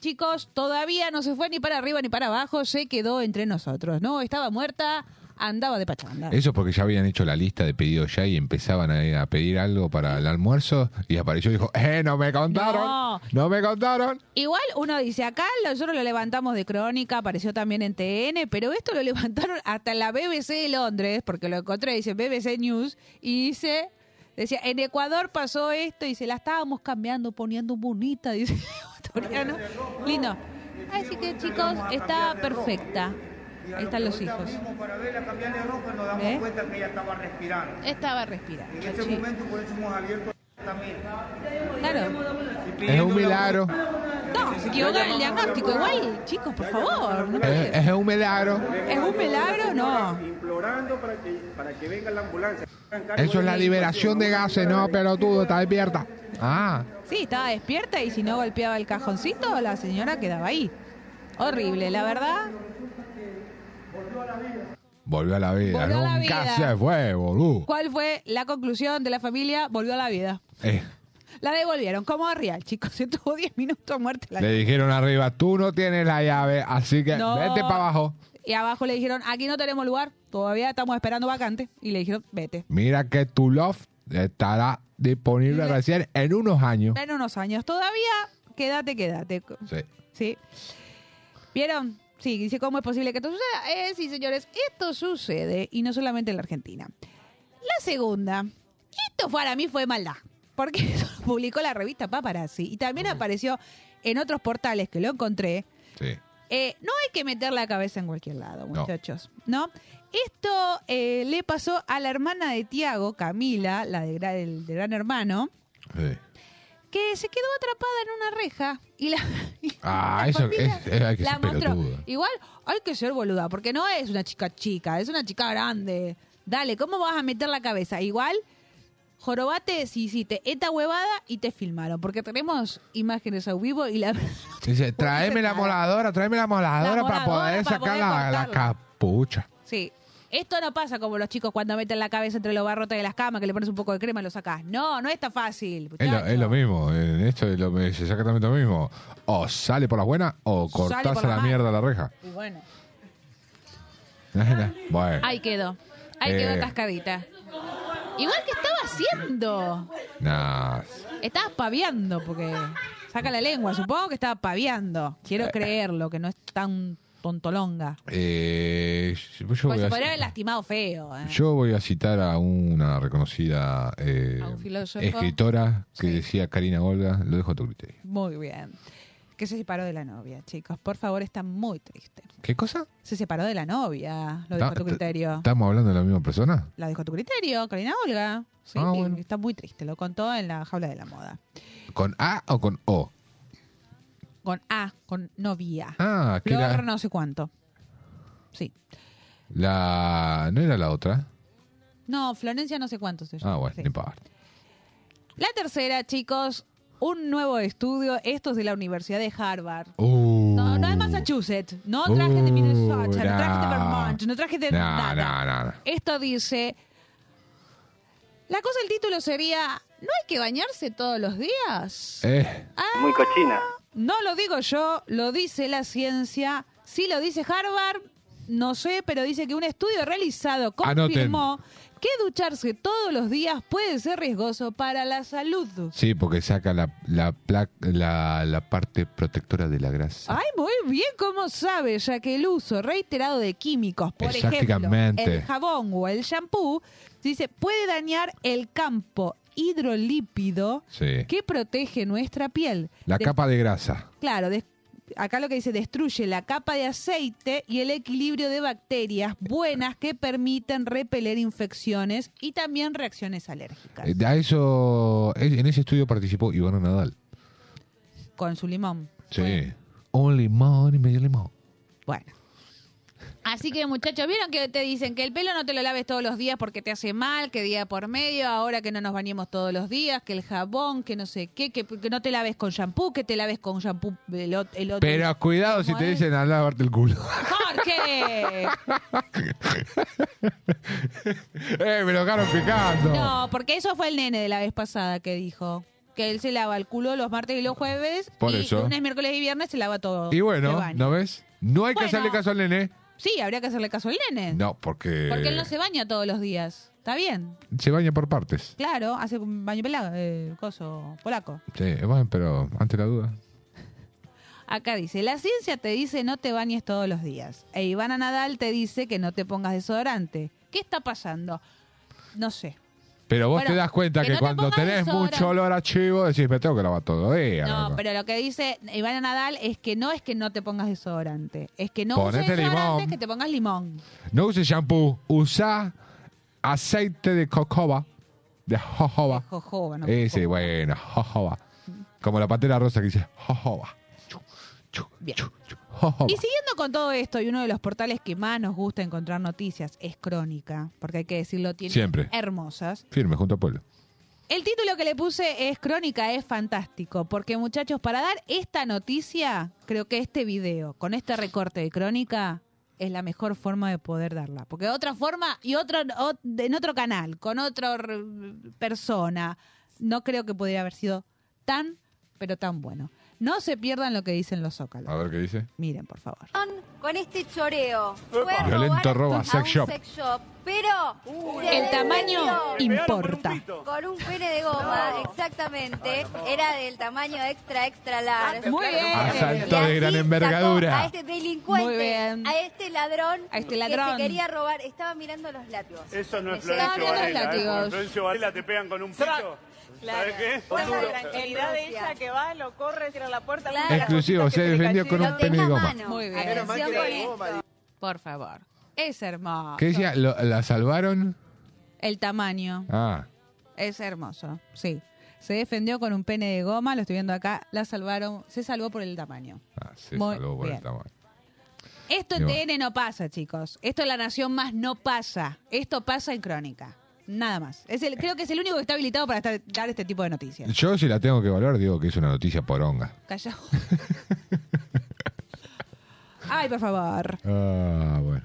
Speaker 4: chicos, todavía no se fue ni para arriba ni para abajo, se quedó entre nosotros, ¿no? Estaba muerta, andaba de pachanga.
Speaker 5: Eso porque ya habían hecho la lista de pedidos ya y empezaban a, a pedir algo para el almuerzo y apareció y dijo, ¡eh, no me contaron!
Speaker 4: No.
Speaker 5: ¡No, me contaron!
Speaker 4: Igual uno dice, acá lo- nosotros lo levantamos de crónica, apareció también en TN, pero esto lo levantaron hasta en la BBC de Londres, porque lo encontré, dice BBC News, y dice, decía, en Ecuador pasó esto, y se la estábamos cambiando, poniendo bonita, dice Toriano. Lindo. Así que chicos, está perfecta. Ahí están los hijos.
Speaker 3: para verla cambiarle ropa nos damos
Speaker 4: ¿Eh?
Speaker 3: cuenta que ella estaba respirando.
Speaker 4: Estaba respirando.
Speaker 3: En ese
Speaker 4: sí.
Speaker 3: momento por eso hemos abierto también.
Speaker 4: Claro.
Speaker 5: Es un milagro,
Speaker 4: No, se equivocan en el diagnóstico. Igual, chicos, por favor. no puede-
Speaker 5: Eh, es, es un milagro.
Speaker 4: ¿Es un milagro? No.
Speaker 3: Implorando para que, para que venga la ambulancia.
Speaker 5: Eso es la liberación de gases, no, pelotudo, está despierta. Ah,
Speaker 4: Sí, estaba despierta y si no golpeaba el cajoncito, la señora quedaba ahí. Horrible, la verdad.
Speaker 5: volvió a la vida,
Speaker 4: Volvió a la
Speaker 5: nunca
Speaker 4: vida.
Speaker 5: se fue, boludo.
Speaker 4: ¿Cuál fue la conclusión de la familia? Volvió a la vida.
Speaker 5: Eh,
Speaker 4: La devolvieron, como a Real, chicos. Se tuvo 10 minutos a muerte la
Speaker 5: le dijeron arriba, tú no tienes la llave, así que
Speaker 4: No.
Speaker 5: vete para abajo.
Speaker 4: Y abajo le dijeron, aquí no tenemos lugar, todavía estamos esperando vacante. Y le dijeron, vete.
Speaker 5: Mira que tu loft estará disponible recién en unos años.
Speaker 4: En unos años todavía, quédate, quédate.
Speaker 5: Sí.
Speaker 4: ¿Sí? ¿Vieron? Sí, dice, ¿cómo es posible que esto suceda? Eh, sí, señores, esto sucede y no solamente en la Argentina. La segunda, esto para mí fue maldad, porque eso lo publicó la revista Paparazzi y también apareció en otros portales que lo encontré.
Speaker 5: Sí.
Speaker 4: Eh, no hay que meter la cabeza en cualquier lado,
Speaker 5: No.
Speaker 4: muchachos, ¿no? Esto eh, le pasó a la hermana de Tiago, Camila, la de, gra- el de Gran Hermano,
Speaker 5: sí.
Speaker 4: que se quedó atrapada en una reja y la y
Speaker 5: Ah,
Speaker 4: la
Speaker 5: eso
Speaker 4: familia
Speaker 5: es- es- hay que
Speaker 4: la
Speaker 5: ser
Speaker 4: mostró.
Speaker 5: pelotuda.
Speaker 4: Igual hay que ser boluda, porque no es una chica chica, es una chica grande. Dale, ¿cómo vas a meter la cabeza? Igual jorobate si hiciste esta huevada y te filmaron, porque tenemos imágenes a vivo y la
Speaker 5: Dice, tráeme la moladora, tráeme la
Speaker 4: La
Speaker 5: moladora, para
Speaker 4: moladora
Speaker 5: poder
Speaker 4: para
Speaker 5: sacar
Speaker 4: poder
Speaker 5: la, la
Speaker 4: cortarla.
Speaker 5: capucha.
Speaker 4: Sí. Esto no pasa como los chicos cuando meten la cabeza entre los barrotes de las camas, que le pones un poco de crema y lo sacás. No, no es tan fácil.
Speaker 5: Es lo, es lo
Speaker 4: muchacho.
Speaker 5: mismo, en esto es lo, es exactamente lo mismo. O sale por las buenas o
Speaker 4: Sale
Speaker 5: cortás
Speaker 4: por
Speaker 5: a
Speaker 4: la
Speaker 5: la
Speaker 4: mala.
Speaker 5: mierda la reja.
Speaker 4: Y bueno.
Speaker 5: bueno,
Speaker 4: Ahí quedó. Ahí
Speaker 5: Eh.
Speaker 4: quedó atascadita. Igual que estaba haciendo.
Speaker 5: nah,
Speaker 4: Estaba paviando, porque saca la lengua. Supongo que estaba paviando. Quiero creerlo, que no es tan tontolonga.
Speaker 5: eh, yo,
Speaker 4: Pues
Speaker 5: voy
Speaker 4: se
Speaker 5: a,
Speaker 4: podría haber lastimado feo. ¿eh?
Speaker 5: yo voy a citar a una reconocida eh,
Speaker 4: A un filósofo.
Speaker 5: escritora que decía Karina Golga, lo dejo a tu criterio.
Speaker 4: Muy bien. Que se separó de la novia, chicos. Por favor, está muy triste.
Speaker 5: ¿Qué cosa?
Speaker 4: Se separó de la novia. Lo dejo a tu
Speaker 5: Ta-
Speaker 4: criterio.
Speaker 5: ¿Estamos hablando de la misma persona?
Speaker 4: La dejo a tu criterio, Karina Olga. Sí,
Speaker 5: Ah,
Speaker 4: y
Speaker 5: bueno.
Speaker 4: está muy triste. Lo contó en la jaula de la moda.
Speaker 5: ¿Con A o con O?
Speaker 4: Con A, con novia.
Speaker 5: Ah, que
Speaker 4: Flor
Speaker 5: era
Speaker 4: no sé cuánto. Sí.
Speaker 5: la... ¿No era la otra?
Speaker 4: No, Florencia no sé cuánto se llama.
Speaker 5: Ah, bueno,
Speaker 4: sí.
Speaker 5: ni pagar.
Speaker 4: La tercera, chicos, un nuevo estudio. Esto es de la Universidad de Harvard. No, no es Massachusetts. No traje de
Speaker 5: Uh,
Speaker 4: Minnesota, no traje de
Speaker 5: nah.
Speaker 4: Vermont, no traje de
Speaker 5: Nah,
Speaker 4: nada.
Speaker 5: nah, nah, nah.
Speaker 4: Esto dice... La cosa, el título sería... ¿No hay que bañarse todos los días?
Speaker 5: Eh,
Speaker 4: Ah.
Speaker 3: Muy cochina.
Speaker 4: No lo digo yo, lo dice la ciencia. Sí lo dice Harvard, no sé, pero dice que un estudio realizado confirmó que ducharse todos los días puede ser riesgoso para la salud.
Speaker 5: sí, porque saca la, la, pla- la, la parte protectora de la grasa.
Speaker 4: Ay, muy bien, ¿cómo sabe? Ya que el uso reiterado de químicos, por ejemplo,
Speaker 5: Exactamente.
Speaker 4: el jabón o el shampoo, dice, puede dañar el campo hidrolípido
Speaker 5: Sí.
Speaker 4: que protege nuestra piel.
Speaker 5: La
Speaker 4: Des-
Speaker 5: capa de grasa.
Speaker 4: Claro, des- acá lo que dice destruye la capa de aceite y el equilibrio de bacterias buenas que permiten repeler infecciones y también reacciones alérgicas.
Speaker 5: Eh, A eso, en ese estudio participó Iván Nadal.
Speaker 4: Con su limón.
Speaker 5: Sí. Un limón y medio limón.
Speaker 4: Bueno. Así que muchachos, ¿vieron que te dicen que el pelo no te lo laves todos los días porque te hace mal, que día por medio, ahora que no nos bañemos todos los días, que el jabón, que no sé qué, que, que no te laves con shampoo, que te laves con shampoo el, ot- el otro?
Speaker 5: Pero cuidado si
Speaker 4: ¿Cómo
Speaker 5: te
Speaker 4: es?
Speaker 5: dicen a lavarte el culo.
Speaker 4: ¡Jorge!
Speaker 5: ¡Eh, me lo dejaron picando!
Speaker 4: No, porque eso fue el nene de la vez pasada que dijo que él se lava el culo los martes y los jueves
Speaker 5: Por
Speaker 4: y
Speaker 5: eso.
Speaker 4: lunes, miércoles y viernes se lava todo.
Speaker 5: Y
Speaker 4: el
Speaker 5: bueno,
Speaker 4: baño.
Speaker 5: ¿no ves? No hay que
Speaker 4: Bueno.
Speaker 5: hacerle caso al nene.
Speaker 4: Sí, habría que hacerle caso al nene.
Speaker 5: No, porque.
Speaker 4: Porque él no se baña todos los días. Está bien.
Speaker 5: se baña por partes.
Speaker 4: Claro, hace un baño pelado, eh, coso, polaco.
Speaker 5: Sí, bueno, pero ante la duda.
Speaker 4: Acá dice, la ciencia te dice no te bañes todos los días. E Ivana Nadal te dice que no te pongas desodorante. ¿Qué está pasando? No sé.
Speaker 5: Pero vos
Speaker 4: Bueno,
Speaker 5: te das cuenta
Speaker 4: que
Speaker 5: que,
Speaker 4: no te
Speaker 5: cuando
Speaker 4: pongas
Speaker 5: tenés
Speaker 4: desodorante.
Speaker 5: mucho olor a chivo, decís, me tengo que lavar todo el día.
Speaker 4: No,
Speaker 5: loco".
Speaker 4: pero lo que dice Ivana Nadal es que no es que no te pongas desodorante. Es que no
Speaker 5: Ponete
Speaker 4: uses desodorante,
Speaker 5: limón.
Speaker 4: que te pongas limón.
Speaker 5: No uses shampoo, usa aceite de cocoba. De jojoba.
Speaker 4: Jojoba, no.
Speaker 5: Ese, bueno, jojoba. Como la patera rosa que dice jojoba. Chu, chu,
Speaker 4: Bien.
Speaker 5: chu, chu, jojoba.
Speaker 4: Y siguiendo con todo esto, y uno de los portales que más nos gusta encontrar noticias es Crónica, porque hay que decirlo, tiene
Speaker 5: Siempre.
Speaker 4: hermosas.
Speaker 5: Firme, junto a pueblo.
Speaker 4: El título que le puse es Crónica es fantástico, porque muchachos, para dar esta noticia, creo que este video, con este recorte de Crónica, es la mejor forma de poder darla. Porque de otra forma y otro, o- en otro canal, con otra r- persona, no creo que pudiera haber sido tan, pero tan bueno. No se pierdan lo que dicen los
Speaker 5: A
Speaker 4: zócalos.
Speaker 5: ver qué dice.
Speaker 4: Miren, por favor.
Speaker 6: Con este choreo. Fue a
Speaker 5: Violento
Speaker 6: robar
Speaker 5: roba,
Speaker 6: a
Speaker 5: sex
Speaker 6: un
Speaker 5: shop.
Speaker 6: sex shop, Pero se
Speaker 4: El tamaño
Speaker 6: defendió
Speaker 4: importa.
Speaker 6: Con un pene de goma, exactamente. Era del tamaño extra, extra large.
Speaker 4: Muy bien.
Speaker 5: Asalto de
Speaker 6: Y
Speaker 5: gran
Speaker 6: así
Speaker 5: envergadura.
Speaker 6: sacó A este delincuente,
Speaker 4: Muy bien.
Speaker 6: a este ladrón,
Speaker 4: A este ladrón.
Speaker 6: que se quería robar, estaba mirando los látigos.
Speaker 7: Eso no es
Speaker 6: Me llega-
Speaker 7: Florencio
Speaker 4: No, no, no es
Speaker 7: Varela. ¿eh?
Speaker 4: látigos.
Speaker 7: Porque Florencio Varela te pegan con un pito. ¿Sabes qué?
Speaker 6: tranquilidad de ella que va, lo corre, cierra la puerta.
Speaker 5: Exclusivo, se defendió con un pene de goma.
Speaker 4: Muy bien.
Speaker 6: Atención con esto.
Speaker 4: Por favor. Es hermoso.
Speaker 5: ¿Qué decía? Lo- ¿La salvaron?
Speaker 4: El tamaño.
Speaker 5: Ah,
Speaker 4: Es hermoso, sí. Se defendió con un pene de goma, lo estoy viendo acá, la salvaron, se salvó por el tamaño.
Speaker 5: ah, se
Speaker 4: Muy
Speaker 5: salvó por el
Speaker 4: bien.
Speaker 5: tamaño.
Speaker 4: Esto en
Speaker 5: Y bueno.
Speaker 4: TN no pasa, chicos. Esto en La Nación Más no pasa. Esto pasa en Crónica. Nada más. Es el, creo que es el único que está habilitado para estar- dar este tipo de noticias.
Speaker 5: Yo si la tengo que valorar digo que es una noticia poronga.
Speaker 4: Callao. Ay, por favor.
Speaker 5: Ah, bueno.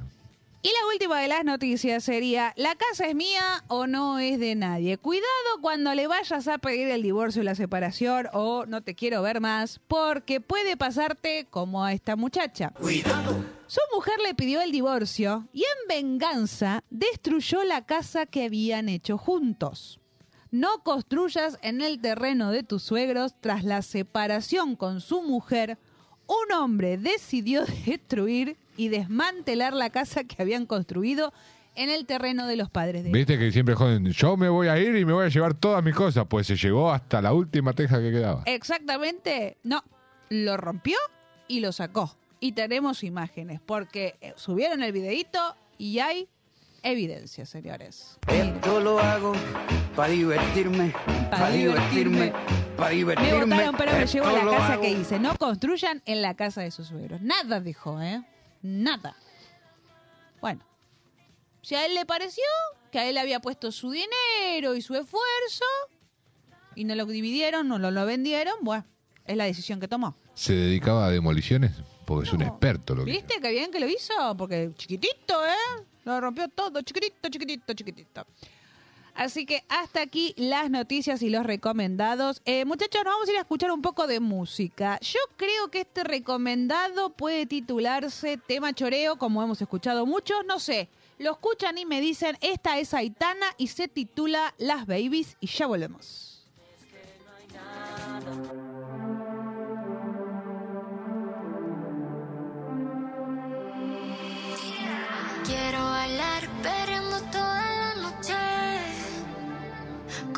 Speaker 4: Y la última de las noticias sería, ¿la casa es mía o no es de nadie? Cuidado cuando le vayas a pedir el divorcio, la separación o no te quiero ver más, porque puede pasarte como a esta muchacha. Cuidado. Su mujer le pidió el divorcio y en venganza destruyó la casa que habían hecho juntos. No construyas en el terreno de tus suegros tras la separación con su mujer. Un hombre decidió destruir y desmantelar la casa que habían construido en el terreno de los padres de ella.
Speaker 5: Viste que siempre joden, yo me voy a ir y me voy a llevar todas mis cosas, pues se llevó hasta la última teja que quedaba.
Speaker 4: Exactamente, no, lo rompió y lo sacó. Y tenemos imágenes, porque eh, subieron el videíto y hay evidencia, señores.
Speaker 2: Esto lo hago para divertirme,
Speaker 4: Pa'
Speaker 2: para
Speaker 4: divertirme.
Speaker 2: divertirme, para
Speaker 4: Me
Speaker 2: divertirme.
Speaker 4: votaron, pero me llevo
Speaker 2: Esto
Speaker 4: la
Speaker 2: lo
Speaker 4: casa
Speaker 2: hago
Speaker 4: que hice. No construyan en la casa de sus suegros. Nada dijo, ¿eh? Nada. Bueno, si a él le pareció que a él había puesto su dinero y su esfuerzo y no lo dividieron, no lo, lo vendieron, bueno, es la decisión que tomó.
Speaker 5: ¿Se dedicaba a demoliciones? Porque es un
Speaker 4: No.
Speaker 5: experto lo que
Speaker 4: ¿Viste qué bien que lo hizo? Porque chiquitito, ¿eh? Lo rompió todo, chiquitito, chiquitito, chiquitito. Así que hasta aquí las noticias y los recomendados. Eh, muchachos, nos vamos a ir a escuchar un poco de música. Yo creo que este recomendado puede titularse tema choreo, como hemos escuchado muchos, no sé. Lo escuchan y me dicen, esta es Aitana y se titula Las Babies y ya volvemos.
Speaker 1: Quiero bailar perreando toda la noche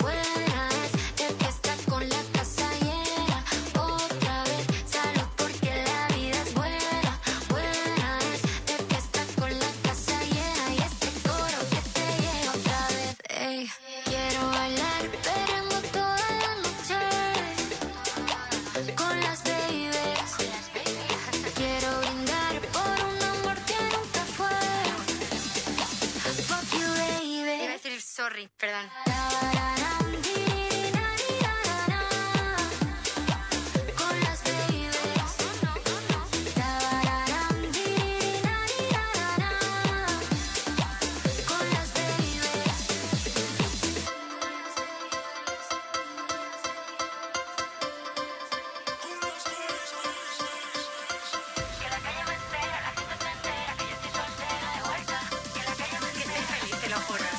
Speaker 1: buena es de fiesta con la casa llena. Otra vez salud porque la vida es buena, buena es de fiesta con la casa llena. Y este coro que te llega otra vez. ey. Quiero bailar, pero no todo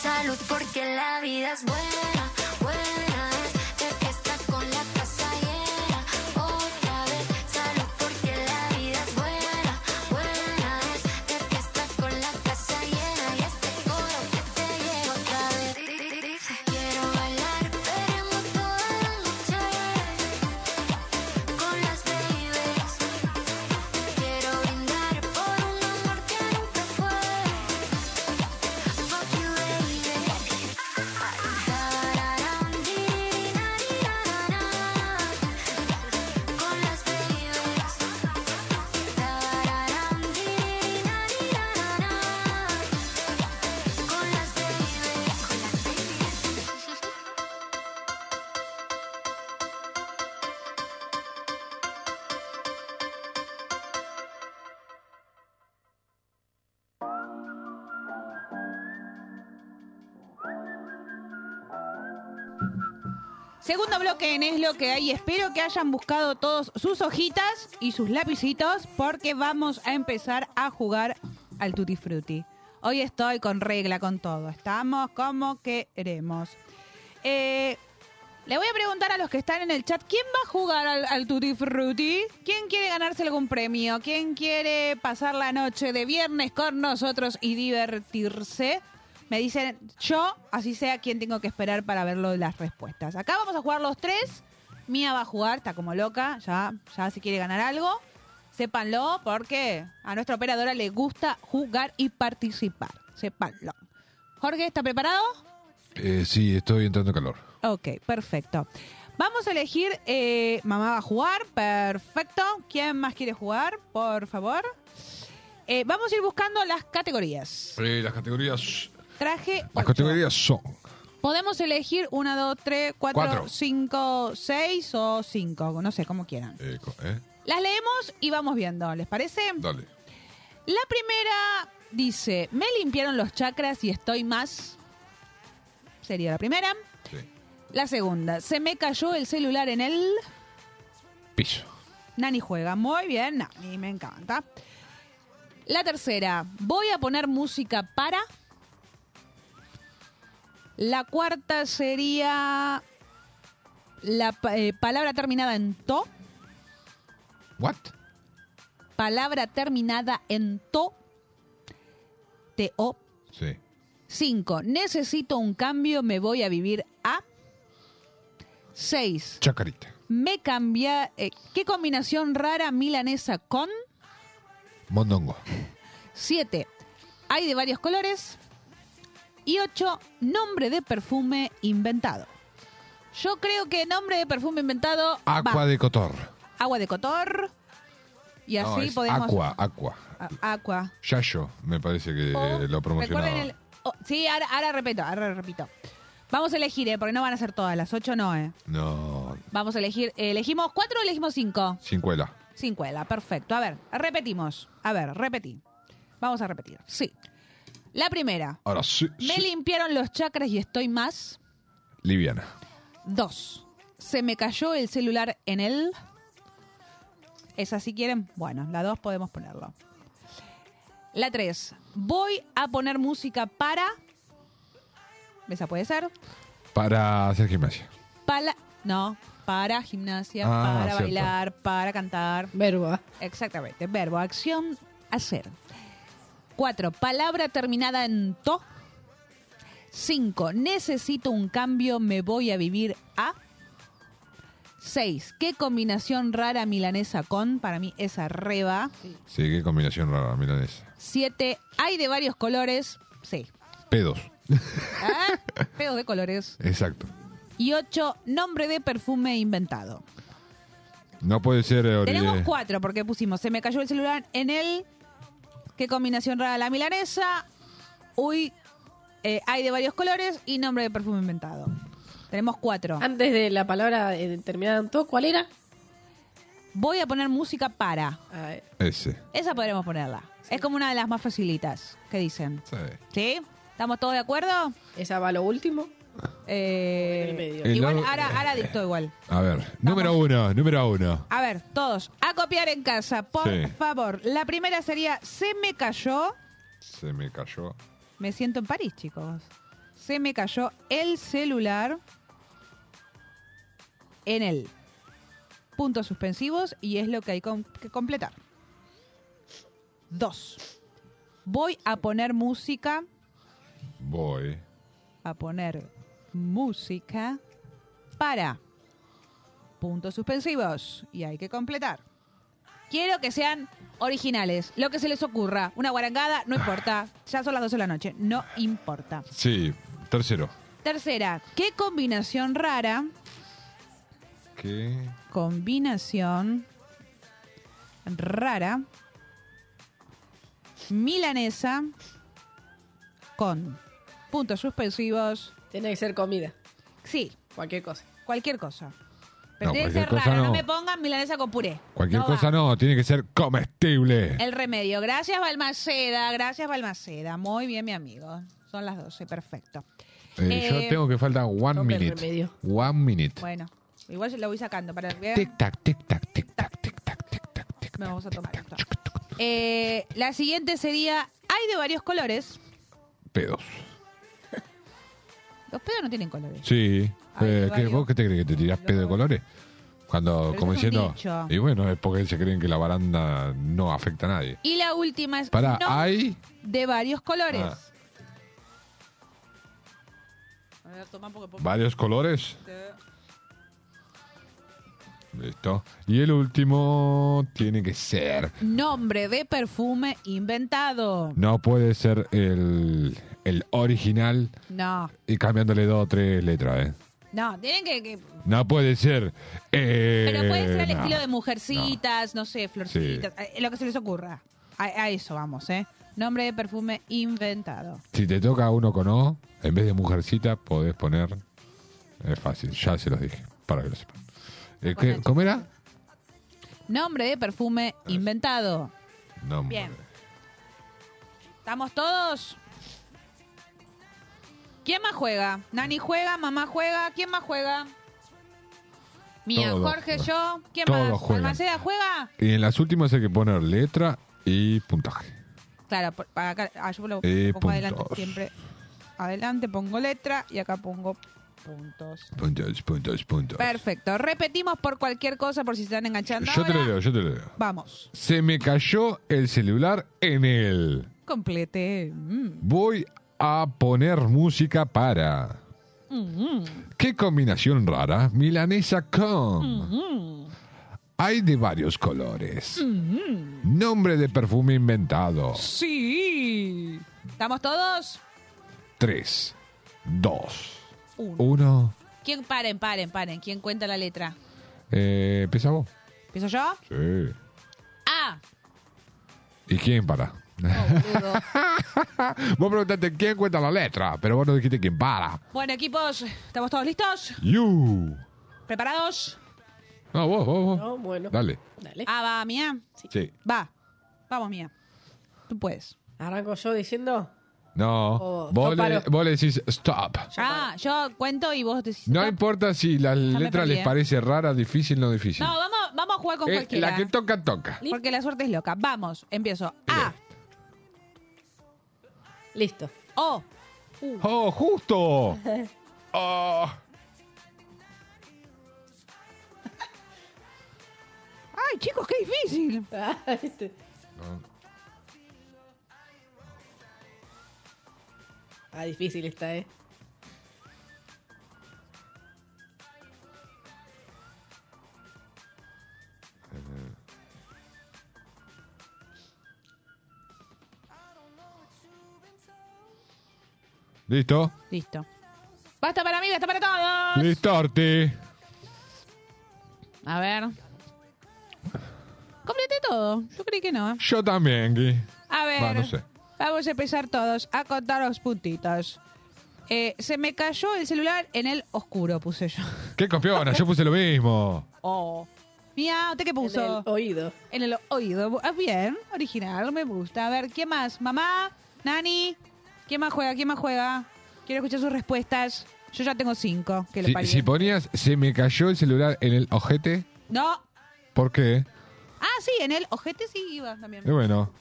Speaker 1: salud porque la vida es buena, buena es. De fiesta con la casa llena, otra vez. Salud porque la vida es buena, buena es. De fiesta con la casa llena y este coro que te llega otra vez. Dice, Quiero bailar, veremos toda la noche con las babies. Quiero brindar por un amor que nunca fue. Fuck you, baby. Da-da-da-dum-dee-dee-na-dee-na-na-na. Con las babies. Da-da-da-dum-dee-dee-na-dee-na-na-na. Con las babies. Con las babies.
Speaker 4: Segundo bloque en Es lo que hay. Espero que hayan buscado todos sus hojitas y sus lapicitos porque vamos a empezar a jugar al Tutti Frutti. Hoy estoy con regla, con todo. Estamos como queremos. Eh, le voy a preguntar a los que están en el chat, ¿quién va a jugar al, al Tutti Frutti? ¿Quién quiere ganarse algún premio? ¿Quién quiere pasar la noche de viernes con nosotros y divertirse? Me dicen yo, así sea quien tengo que esperar para verlo de las respuestas. Acá vamos a jugar los tres. Mía va a jugar, está como loca, ya, ya si quiere ganar algo. Sépanlo porque a nuestra operadora le gusta jugar y participar. Sépanlo. Jorge, ¿está preparado?
Speaker 5: Eh, sí, estoy entrando en calor.
Speaker 4: Ok, perfecto. Vamos a elegir, eh, mamá va a jugar, perfecto. ¿Quién más quiere jugar, por favor? Eh, vamos a ir buscando las categorías.
Speaker 5: Eh, las categorías.
Speaker 4: Traje ocho.
Speaker 5: Las categorías son.
Speaker 4: Podemos elegir una, dos, tres, cuatro,
Speaker 5: Cuatro.
Speaker 4: cinco, seis o cinco, no sé, como quieran.
Speaker 5: Eh, co- eh,
Speaker 4: Las leemos y vamos viendo, ¿les parece?
Speaker 5: dale.
Speaker 4: La primera dice, me limpiaron los chakras y estoy más... Sería la primera.
Speaker 5: Sí.
Speaker 4: La segunda, se me cayó el celular en el...
Speaker 5: Piso.
Speaker 4: Nani juega muy bien, Nani, me encanta. La tercera, voy a poner música para. La cuarta sería la pa- eh, palabra terminada en to.
Speaker 5: ¿What?
Speaker 4: Palabra terminada en to. T-O.
Speaker 5: Sí.
Speaker 4: Cinco, necesito un cambio, me voy a vivir a. Seis,
Speaker 5: Chacarita.
Speaker 4: me cambia. eh, ¿Qué combinación rara milanesa con?
Speaker 5: Mondongo.
Speaker 4: 7. Hay de varios colores. Y 8. Nombre de perfume inventado. Yo creo que nombre de perfume inventado. va.
Speaker 5: Aqua de cotor.
Speaker 4: Agua de cotor. Y
Speaker 5: No,
Speaker 4: así
Speaker 5: es
Speaker 4: podemos.
Speaker 5: Aqua, aqua.
Speaker 4: A- Aqua.
Speaker 5: Yayo, me parece que
Speaker 4: O,
Speaker 5: eh, lo promocionaba.
Speaker 4: Oh, recuerden el- oh, sí, ahora, ahora repito, ahora repito. Vamos a elegir, ¿eh? porque no van a ser todas, las 8 no, ¿eh?
Speaker 5: No,
Speaker 4: Vamos a elegir, eh, ¿elegimos 4 o elegimos 5?
Speaker 5: cincuela.
Speaker 4: Cincuela, perfecto. A ver, repetimos. A ver, repetí. Vamos a repetir. Sí. La primera.
Speaker 5: Ahora sí,
Speaker 4: Me
Speaker 5: sí,
Speaker 4: limpiaron los chakras y estoy más.
Speaker 5: liviana.
Speaker 4: Dos. Se me cayó el celular en el. Esa si quieren. Bueno, la dos podemos ponerlo. La tres. Voy a poner música para. Esa puede ser.
Speaker 5: Para hacer gimnasia.
Speaker 4: Para. No. Para gimnasia,
Speaker 5: Ah,
Speaker 4: para
Speaker 5: cierto.
Speaker 4: bailar, para cantar.
Speaker 8: Verbo.
Speaker 4: Exactamente. Verbo, acción, hacer. Cuatro, palabra terminada en to. Cinco, necesito un cambio, me voy a vivir a. Seis, qué combinación rara milanesa con, para mí es arreba.
Speaker 5: Sí, qué combinación rara, milanesa.
Speaker 4: Siete, hay de varios colores, sí.
Speaker 5: Pedos.
Speaker 4: ¿Ah? Pedo de colores.
Speaker 5: Exacto.
Speaker 4: Y ocho, nombre de perfume inventado.
Speaker 5: No puede ser eh, ori-
Speaker 4: Tenemos cuatro, porque pusimos, se me cayó el celular en el... ¿Qué combinación rara la milanesa? Uy, eh, hay de varios colores y nombre de perfume inventado. Tenemos cuatro.
Speaker 8: Antes de la palabra eh, terminada en todo, ¿cuál era?
Speaker 4: Voy a poner música para.
Speaker 8: A ver.
Speaker 5: Ese.
Speaker 4: Esa podremos ponerla. Es como una de las más facilitas que dicen.
Speaker 5: Sí.
Speaker 4: ¿Sí? ¿Estamos todos de acuerdo?
Speaker 8: ¿Esa va a lo último? En el
Speaker 4: Eh,
Speaker 8: medio.
Speaker 5: El
Speaker 4: igual,
Speaker 5: lado-
Speaker 4: ahora, ahora dicto igual.
Speaker 5: A ver, número uno, número uno.
Speaker 4: A ver, todos, a copiar en casa, por
Speaker 5: Sí.
Speaker 4: favor. La primera sería, se me cayó.
Speaker 5: Se me cayó.
Speaker 4: Me siento en París, chicos. se me cayó el celular en el puntos suspensivos y es lo que hay com- que completar. Dos. Voy a poner música,
Speaker 5: Voy.
Speaker 4: a poner música para puntos suspensivos y hay que completar. Quiero que sean originales, lo que se les ocurra. Una guarangada, no importa. Ya son las 12 de la noche, no importa.
Speaker 5: Sí, tercero.
Speaker 4: Tercera, ¿qué combinación rara?
Speaker 5: ¿Qué?
Speaker 4: Combinación rara milanesa con puntos suspensivos.
Speaker 8: Tiene que ser comida.
Speaker 4: Sí.
Speaker 8: Cualquier cosa.
Speaker 4: Cualquier cosa. Pero
Speaker 5: No,
Speaker 4: tiene que
Speaker 5: cualquier
Speaker 4: ser
Speaker 5: cosa
Speaker 4: rara, no.
Speaker 5: no.
Speaker 4: me pongan milanesa con puré.
Speaker 5: Cualquier
Speaker 4: No va.
Speaker 5: cosa no, tiene que ser comestible.
Speaker 4: El remedio. Gracias, Balmaceda. Gracias, Balmaceda. Muy bien, mi amigo. Son las 12, perfecto.
Speaker 5: Eh, yo
Speaker 4: Eh,
Speaker 5: tengo que falta one
Speaker 4: tope el
Speaker 5: minute.
Speaker 4: remedio.
Speaker 5: One minute.
Speaker 4: Bueno, igual yo lo voy sacando para
Speaker 5: Tic tac, tic tac, tic tac, tic tac.
Speaker 4: Me vamos a tomar esto. Eh, la siguiente sería, hay de varios colores.
Speaker 5: Pedos.
Speaker 4: Los pedos no tienen colores.
Speaker 5: Sí. Eh, ¿qué-
Speaker 4: varios.
Speaker 5: ¿Vos qué te crees que te tirás pedo de colores? Cuando,
Speaker 4: Pero
Speaker 5: como
Speaker 4: es un
Speaker 5: diciendo.
Speaker 4: dicho.
Speaker 5: Y bueno, es porque se creen que la baranda no afecta a nadie.
Speaker 4: Y la última es
Speaker 5: Pará,
Speaker 4: no,
Speaker 5: ¿hay?
Speaker 4: de varios colores.
Speaker 5: Ah, ¿Varios colores? Listo. Y el último tiene que ser.
Speaker 4: Nombre de perfume inventado.
Speaker 5: No puede ser el, el original
Speaker 4: No,
Speaker 5: y cambiándole dos o tres letras, ¿eh?
Speaker 4: no, tienen que... que-
Speaker 5: No puede ser. eh,
Speaker 4: pero puede ser el
Speaker 5: no.
Speaker 4: estilo de mujercitas, no, sé, florcitas, eh, lo que se les ocurra. A, a eso vamos, ¿eh? Nombre de perfume inventado.
Speaker 5: Si te toca uno con O, en vez de mujercita, podés poner. Es fácil, ya se los dije, para que lo sepan. Eh, ¿qué- ¿Cómo era?
Speaker 4: Nombre de perfume inventado.
Speaker 5: No,
Speaker 4: Bien. ¿Estamos todos? ¿Quién más juega? Nani juega, mamá juega, ¿quién más juega? Mía,
Speaker 5: Todos
Speaker 4: Jorge, yo. ¿Quién
Speaker 5: Todos
Speaker 4: más?
Speaker 5: juegan.
Speaker 4: ¿Almaceda juega?
Speaker 5: Y en las últimas hay que poner letra y puntaje.
Speaker 4: Claro, por- para acá. ah, yo lo
Speaker 5: Eh,
Speaker 4: pongo adelante
Speaker 5: puntos.
Speaker 4: siempre. Adelante pongo letra y acá pongo puntos.
Speaker 5: Puntos, puntos, puntos.
Speaker 4: Perfecto. Repetimos por cualquier cosa por si se están enganchando.
Speaker 5: Yo te lo
Speaker 4: ahora.
Speaker 5: leo, yo te lo leo.
Speaker 4: Vamos.
Speaker 5: Se me cayó el celular en el.
Speaker 4: Complete. Mm,
Speaker 5: Voy a poner música para.
Speaker 4: mm,
Speaker 5: ¿Qué combinación rara? Milanesa con.
Speaker 8: Mm-hmm.
Speaker 4: mm,
Speaker 5: Hay de varios colores.
Speaker 4: mm.
Speaker 5: Nombre de perfume inventado.
Speaker 4: Sí. ¿Estamos todos?
Speaker 5: 3, 2,
Speaker 4: Uno.
Speaker 5: 1.
Speaker 4: ¿Quién? Paren, paren, paren. ¿Quién cuenta la letra?
Speaker 5: Eh, ¿Empieza vos?
Speaker 4: ¿Empiezo yo? Ah,
Speaker 5: Sí.
Speaker 4: A.
Speaker 5: ¿Y quién para? vos preguntaste quién cuenta la letra, pero vos no dijiste quién para.
Speaker 4: Bueno, equipos, ¿estamos todos listos?
Speaker 5: You.
Speaker 4: ¿Preparados?
Speaker 5: No, vos, vos, vos.
Speaker 4: No, bueno.
Speaker 5: Dale.
Speaker 4: Ah, va, mía.
Speaker 5: Sí.
Speaker 4: Va. Vamos, mía. Tú puedes.
Speaker 8: Arranco yo diciendo.
Speaker 5: No.
Speaker 4: Oh,
Speaker 5: vos,
Speaker 4: yo
Speaker 5: le,
Speaker 4: paro.
Speaker 5: vos le decís stop.
Speaker 4: ah, yo cuento y vos decís.
Speaker 5: No importa si la
Speaker 4: me
Speaker 5: letra
Speaker 4: perdí,
Speaker 5: les
Speaker 4: eh.
Speaker 5: parece rara, difícil, no difícil.
Speaker 4: No, vamos, vamos a jugar con
Speaker 5: Eh,
Speaker 4: cualquiera.
Speaker 5: la que toca, toca.
Speaker 4: Porque la suerte es loca. Vamos, empiezo. Ah. A.
Speaker 8: Listo.
Speaker 4: O. Uh.
Speaker 5: ¡Oh, justo! Oh.
Speaker 4: Ay, chicos, qué difícil.
Speaker 8: este. Ah, difícil está, ¿eh?
Speaker 5: ¿Listo?
Speaker 4: Listo. Basta para mí, basta para todos.
Speaker 5: Listorte.
Speaker 4: A ver. Completé todo. Yo creí que no. ¿eh?
Speaker 5: Yo también, Gui.
Speaker 4: A ver.
Speaker 5: Va, no sé.
Speaker 4: Vamos a empezar todos a contar los puntitos. Eh, se me cayó el celular en el oscuro, puse yo.
Speaker 5: ¡Qué copiona! Yo puse lo mismo.
Speaker 4: Oh. Mira, ¿usted qué puso?
Speaker 8: En el oído.
Speaker 4: En el oído. Ah, bien, original, me gusta. A ver, ¿quién más? ¿Mamá? ¿Nani? ¿Quién más juega? ¿Quién más juega? Quiero escuchar sus respuestas. Yo ya tengo cinco. Que lo
Speaker 5: Si,
Speaker 4: parió.
Speaker 5: si ponías, se me cayó el celular en el ojete,
Speaker 4: No.
Speaker 5: ¿por qué?
Speaker 4: Ah, sí, en el ojete sí iba también.
Speaker 5: Y bueno.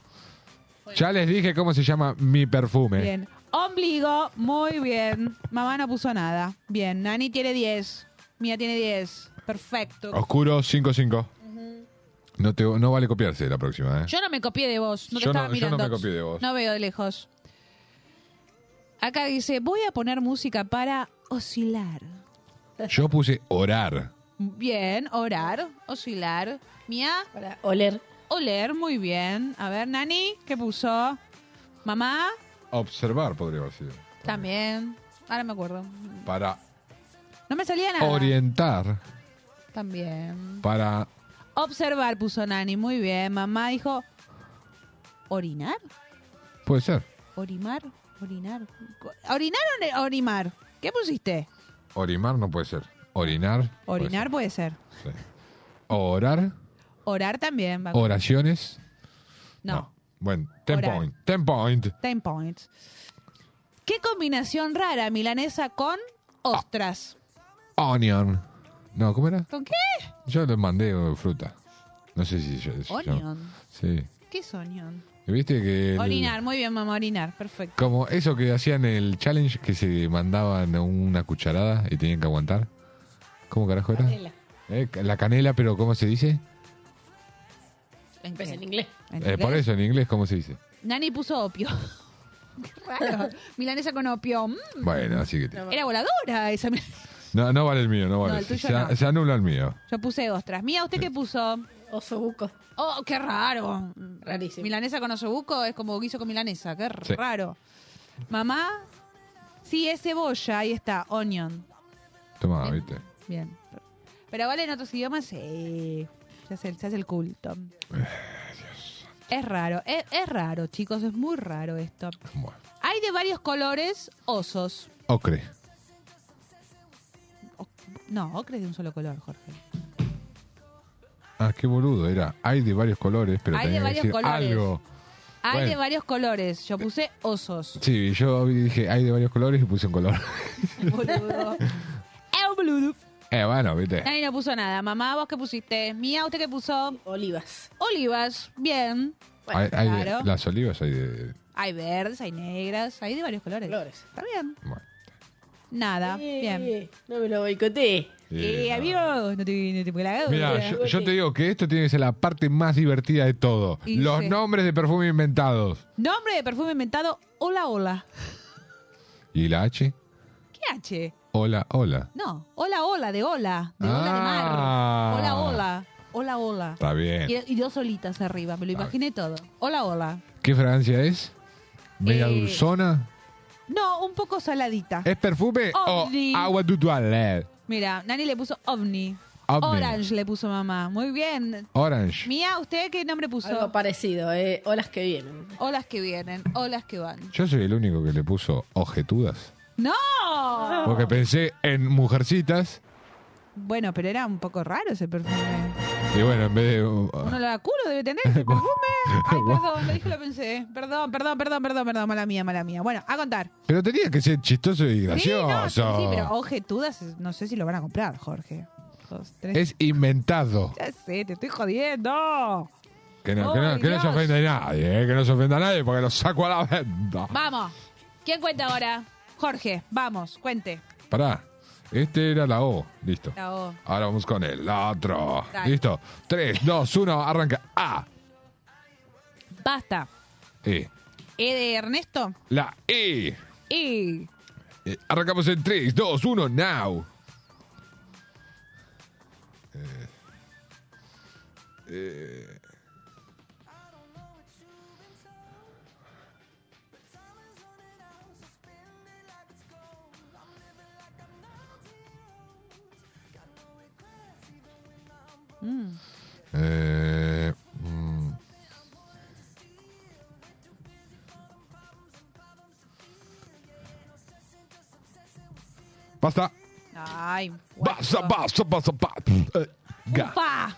Speaker 5: Ya les dije cómo se llama mi perfume.
Speaker 4: Bien. Ombligo, muy bien. Mamá no puso nada. Bien, Nani tiene 10. Mía tiene 10. Perfecto.
Speaker 5: Oscuro 5-5. No, te- no vale copiarse la próxima, ¿eh?
Speaker 4: Yo no me copié de vos, no te
Speaker 5: Yo no-
Speaker 4: estaba
Speaker 5: yo no
Speaker 4: mirando.
Speaker 5: me copié de vos.
Speaker 4: No veo de lejos. Acá dice, voy a poner música para oscilar.
Speaker 5: Yo puse orar.
Speaker 4: Bien, orar, oscilar. Mía.
Speaker 8: Para oler.
Speaker 4: Oler, muy bien. A ver, Nani, ¿qué puso? Mamá,
Speaker 5: Observar podría haber sido.
Speaker 4: también. Ahora me acuerdo.
Speaker 5: Para
Speaker 4: No me salía nada.
Speaker 5: orientar.
Speaker 4: También.
Speaker 5: Para.
Speaker 4: Observar puso Nani, muy bien. Mamá dijo, orinar,
Speaker 5: Puede ser.
Speaker 4: orimar, orinar. ¿Orinar o ne- orimar? ¿Qué pusiste?
Speaker 5: Orimar no puede ser. Orinar.
Speaker 4: Orinar puede ser.
Speaker 5: sí. Orar.
Speaker 4: Orar también. va.
Speaker 5: Oraciones.
Speaker 4: no.
Speaker 5: Bueno, ten
Speaker 4: Orar.
Speaker 5: point. Ten point.
Speaker 4: Ten points. ¿Qué combinación rara milanesa con ostras?
Speaker 5: Onion. No, ¿cómo era?
Speaker 4: ¿Con qué?
Speaker 5: Yo le mandé eh, fruta. No sé si yo. si yo-
Speaker 4: Onion.
Speaker 5: Sí.
Speaker 4: ¿Qué es onion?
Speaker 5: Y Viste que. el-
Speaker 4: Orinar, muy bien, mamá, orinar. Perfecto.
Speaker 5: Como eso que hacían el challenge que se mandaban una cucharada y tenían que aguantar. ¿Cómo carajo era?
Speaker 8: Canela.
Speaker 5: Eh, la canela, pero ¿cómo se dice?
Speaker 4: ¿En
Speaker 8: Pues
Speaker 4: qué?
Speaker 8: en inglés.
Speaker 4: ¿En
Speaker 5: Eh, por
Speaker 4: inglés?
Speaker 5: eso, en inglés, ¿cómo se dice?
Speaker 4: Nani puso opio. Qué raro. Milanesa con opio. Mm.
Speaker 5: Bueno, así que. te-
Speaker 4: Era voladora esa milanesa.
Speaker 5: No, no vale el mío, no vale.
Speaker 4: No, el
Speaker 5: Se-
Speaker 4: tuyo
Speaker 5: se,
Speaker 4: no.
Speaker 5: se anula el mío.
Speaker 4: Yo puse ostras. Mía, ¿usted qué puso?
Speaker 8: Osobuco.
Speaker 4: Oh, qué raro.
Speaker 8: Rarísimo.
Speaker 4: Milanesa con osobuco es como guiso con milanesa. Qué
Speaker 5: Sí.
Speaker 4: raro. Mamá, sí, es cebolla. Ahí está, onion.
Speaker 5: Toma, viste.
Speaker 4: Bien. Pero vale en otros idiomas, sí. Se hace, el- se hace el culto. Es raro, es, es raro, chicos, es muy raro esto.
Speaker 5: Bueno.
Speaker 4: Hay de varios colores osos.
Speaker 5: Ocre.
Speaker 4: No, ocre es de un solo color, Jorge.
Speaker 5: Ah, qué boludo era. Hay de varios colores, pero
Speaker 4: Hay de
Speaker 5: tenía que
Speaker 4: varios
Speaker 5: decir
Speaker 4: colores.
Speaker 5: algo.
Speaker 4: Hay
Speaker 5: Bueno.
Speaker 4: de varios colores. Yo puse osos.
Speaker 5: Sí, yo dije hay de varios colores y puse un color.
Speaker 4: Boludo. Eh, boludo.
Speaker 5: eh, bueno, viste.
Speaker 4: Nadie no puso nada. Mamá, ¿vos qué pusiste? Mía, ¿usted qué puso?
Speaker 8: Olivas.
Speaker 4: Olivas. Bien. Bueno,
Speaker 5: Hay- hay de-
Speaker 4: claro.
Speaker 5: las olivas hay de.
Speaker 4: Hay verdes, hay negras, hay de varios colores.
Speaker 8: Colores.
Speaker 4: Está bien.
Speaker 5: Bueno.
Speaker 4: Nada.
Speaker 8: Eh,
Speaker 4: Bien.
Speaker 8: No me lo boicoteé.
Speaker 4: Eh,
Speaker 5: no.
Speaker 4: amigo, no te, no te puedo la-
Speaker 5: Mira, yo, yo te digo que esto tiene que ser la parte más divertida de todo.
Speaker 4: Y
Speaker 5: Los
Speaker 4: sí.
Speaker 5: nombres de perfume inventados.
Speaker 4: Nombre de perfume inventado, hola, hola.
Speaker 5: ¿Y la H?
Speaker 4: ¿Qué H?
Speaker 5: Hola, hola.
Speaker 4: No, hola, hola, de hola, de ola de
Speaker 5: Ah.
Speaker 4: mar. Hola, hola, hola, hola.
Speaker 5: Está bien.
Speaker 4: Y, y dos olitas arriba, me lo imaginé todo. Hola, hola.
Speaker 5: ¿Qué fragancia es? ¿Media
Speaker 4: Eh.
Speaker 5: dulzona?
Speaker 4: No, un poco saladita.
Speaker 5: ¿Es perfume
Speaker 4: Ovni.
Speaker 5: o agua de toilette?
Speaker 4: Mira, Nani le puso ovni.
Speaker 5: Ovni.
Speaker 4: Orange le puso mamá. Muy bien.
Speaker 5: Orange.
Speaker 4: Mía, ¿usted qué nombre puso?
Speaker 8: Algo parecido, eh. Olas que vienen.
Speaker 4: Olas que vienen, olas que van.
Speaker 5: Yo soy el único que le puso ojetudas.
Speaker 4: ¡No! Oh.
Speaker 5: Porque pensé en mujercitas.
Speaker 4: Bueno, pero era un poco raro ese perfume.
Speaker 5: Y bueno, en vez de. uh,
Speaker 4: Uno la culo debe tener ese perfume. Ay, perdón, lo dije, lo pensé. Perdón, perdón, perdón, perdón, perdón, mala mía, mala mía. Bueno, a contar.
Speaker 5: Pero tenía que ser chistoso y
Speaker 4: Sí, no,
Speaker 5: gracioso.
Speaker 4: sí, sí, pero ojetudas, no sé si lo van a comprar, Jorge. Dos, tres.
Speaker 5: Es inventado.
Speaker 4: Ya sé, te estoy jodiendo.
Speaker 5: Que no, que no-
Speaker 4: Ay,
Speaker 5: que no se
Speaker 4: Dios.
Speaker 5: ofenda a nadie, eh, que no se ofenda a nadie porque lo saco a la venta.
Speaker 4: Vamos. ¿Quién cuenta ahora? Jorge, vamos, cuente.
Speaker 5: Pará. Este era la O. Listo.
Speaker 4: La O.
Speaker 5: Ahora vamos con el otro.
Speaker 4: Dale.
Speaker 5: Listo. 3, 2, 1, arranca. A.
Speaker 4: Basta.
Speaker 5: E.
Speaker 4: E de Ernesto.
Speaker 5: La E.
Speaker 4: Y.
Speaker 5: Eh, arrancamos en 3, 2, 1, now. Eh,
Speaker 8: Mm.
Speaker 5: Eh, mm, basta,
Speaker 4: Ay. guacho.
Speaker 5: basta, basta, basta, basta. Eh, ga.
Speaker 4: Ufa.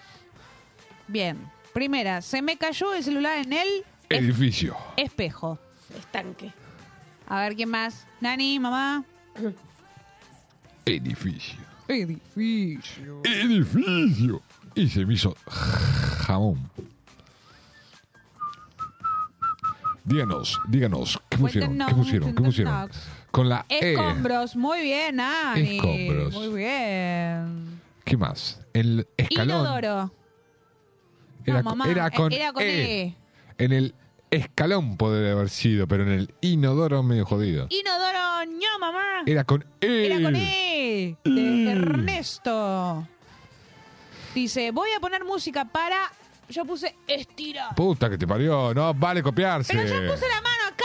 Speaker 4: Bien. Primera, se me cayó el celular en el
Speaker 5: Edificio.
Speaker 4: espejo.
Speaker 8: Estanque.
Speaker 4: A ver, ¿quién más? Nani, mamá.
Speaker 5: Edificio.
Speaker 4: Edificio.
Speaker 5: Edificio. Y se me hizo jamón. Díganos, díganos, ¿Qué pusieron? ¿Qué pusieron? ¿Qué pusieron? Con la E.
Speaker 4: Escombros, muy bien, Ani.
Speaker 5: Escombros.
Speaker 4: Muy bien.
Speaker 5: E. ¿Qué más? El escalón.
Speaker 4: Inodoro.
Speaker 5: Era,
Speaker 4: No, mamá, eh,
Speaker 5: con- era con,
Speaker 4: era con
Speaker 5: E.
Speaker 4: E.
Speaker 5: En el escalón podría haber sido, pero en el inodoro medio jodido.
Speaker 4: Inodoro, ño, mamá.
Speaker 5: Era con E.
Speaker 4: Ah. Era con E. De Ernesto. Dice, voy a poner música para... Yo puse estira.
Speaker 5: Puta que te parió. No vale copiarse.
Speaker 4: Pero yo puse la mano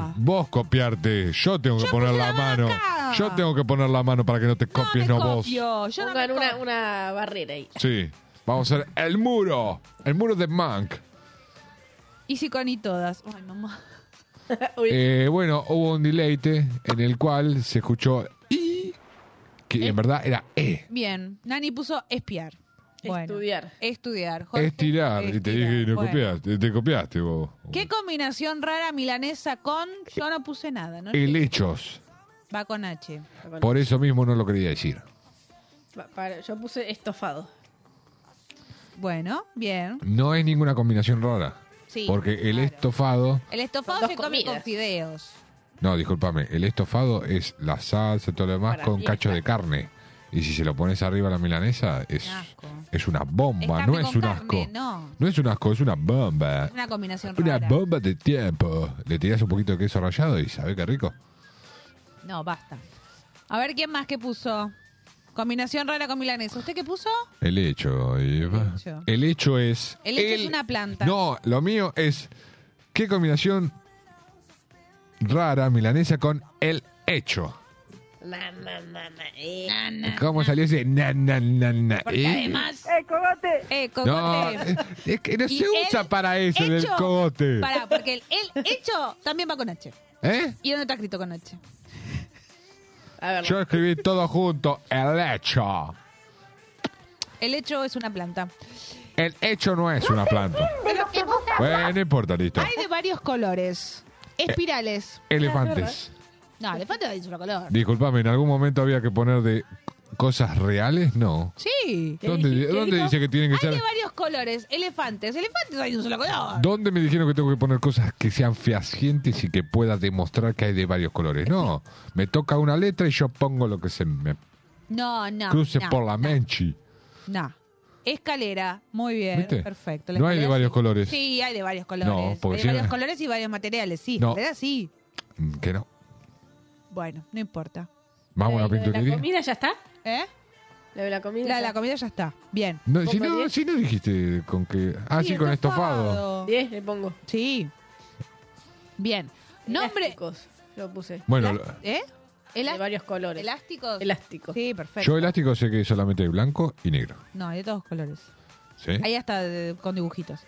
Speaker 4: acá.
Speaker 5: Vos copiarte. Yo tengo que poner la, mano.
Speaker 4: acá.
Speaker 5: Yo tengo que poner la mano para que no te copies, no, vos.
Speaker 4: yo
Speaker 8: Pongan una, una barrera ahí.
Speaker 5: Sí. Vamos a hacer el muro. El muro de Monk.
Speaker 4: Y si con y todas. Ay, mamá.
Speaker 5: Eh, bueno, hubo un deleite en el cual se escuchó I, que en verdad era E.
Speaker 4: Bien. Nani puso espiar. estudiar. Estudiar. Jorge.
Speaker 5: Estirar. Y te dije, no
Speaker 4: Bueno.
Speaker 5: copiaste. Te copiaste vos.
Speaker 4: ¿Qué combinación rara milanesa con... Yo no puse nada. ¿no?
Speaker 5: Helechos.
Speaker 4: Va con H.
Speaker 5: Por eso mismo no lo quería decir.
Speaker 8: Pa- para- yo puse estofado.
Speaker 4: Bueno, bien.
Speaker 5: No es ninguna combinación rara.
Speaker 4: Sí,
Speaker 5: porque el estofado.
Speaker 4: El estofado se come con fideos.
Speaker 5: No, discúlpame. El estofado es la salsa y todo lo demás
Speaker 4: Para
Speaker 5: con
Speaker 4: mí
Speaker 5: cacho
Speaker 4: está.
Speaker 5: de carne. Y si se lo pones arriba a la milanesa, es, es una bomba.
Speaker 4: Es
Speaker 5: no
Speaker 4: carne
Speaker 5: es
Speaker 4: con
Speaker 5: un
Speaker 4: carne,
Speaker 5: asco.
Speaker 4: no.
Speaker 5: No es un asco, es una bomba.
Speaker 4: Una combinación
Speaker 5: Una
Speaker 4: rara.
Speaker 5: bomba de tiempo. Le tirás un poquito de queso rallado y sabe qué rico.
Speaker 4: No, basta. A ver, ¿quién más que puso? Combinación rara con milanesa. ¿Usted qué puso?
Speaker 5: El hecho, Eva.
Speaker 4: hecho.
Speaker 5: El hecho es.
Speaker 4: El hecho es una planta.
Speaker 5: No, lo mío es. ¿Qué combinación rara milanesa con el hecho?
Speaker 8: Na, na, na, na, eh.
Speaker 5: ¿Cómo salió ese na na na na?
Speaker 8: Porque
Speaker 5: eh?
Speaker 8: además.
Speaker 4: ¡Eh, cogote! ¡Eh, cogote!
Speaker 5: No, es es que no
Speaker 4: Y
Speaker 5: se
Speaker 4: el
Speaker 5: usa para eso del
Speaker 4: hecho-
Speaker 5: cogote.
Speaker 4: Pará, porque el, el hecho también va con H.
Speaker 5: ¿Eh?
Speaker 4: ¿Y dónde está escrito con H?
Speaker 5: Yo escribí todo junto. El hecho.
Speaker 4: El hecho es una planta.
Speaker 5: El hecho no es una planta. Bueno, no importa, listo.
Speaker 4: Hay de varios colores. Espirales.
Speaker 5: Eh, Elefantes.
Speaker 4: No, elefante es otro color.
Speaker 5: Disculpame, ¿en algún momento había que poner de cosas reales? No.
Speaker 4: Sí.
Speaker 5: ¿Dónde, dónde dice que tienen que
Speaker 4: Hay
Speaker 5: ser?
Speaker 4: de varios colores. Elefantes. Elefantes hay de un solo color.
Speaker 5: ¿Dónde me dijeron que tengo que poner cosas que sean fehacientes y que pueda demostrar que hay de varios colores? No. Me toca una letra y yo pongo lo que se me
Speaker 4: No, no.
Speaker 5: cruce
Speaker 4: no,
Speaker 5: por la menchi.
Speaker 4: No. Escalera. Muy bien.
Speaker 5: ¿Viste?
Speaker 4: Perfecto. La
Speaker 5: No hay de
Speaker 4: escalera
Speaker 5: varios
Speaker 4: sí.
Speaker 5: colores.
Speaker 4: Sí, hay de varios colores.
Speaker 5: No, porque
Speaker 4: hay de
Speaker 5: si no-
Speaker 4: varios colores y varios materiales. Sí,
Speaker 5: No.
Speaker 4: escalera sí.
Speaker 5: Mm, Que no.
Speaker 4: Bueno, no importa.
Speaker 5: Vamos a la pinturería.
Speaker 4: ya está? ¿Eh? La de la comida. La de la comida ya está. Bien.
Speaker 5: No, si, no, si no dijiste con que. Ah, sí, con estofado.
Speaker 4: 10 le pongo. Sí. Bien. Nombre. Elásticos. Lo puse.
Speaker 5: Bueno, lo-
Speaker 4: ¿Eh? de varios colores. Elásticos. Elásticos. Sí, perfecto.
Speaker 5: yo elástico sé que es solamente de blanco y negro.
Speaker 4: No, hay de todos colores.
Speaker 5: ¿Sí?
Speaker 4: Ahí está de- con dibujitos.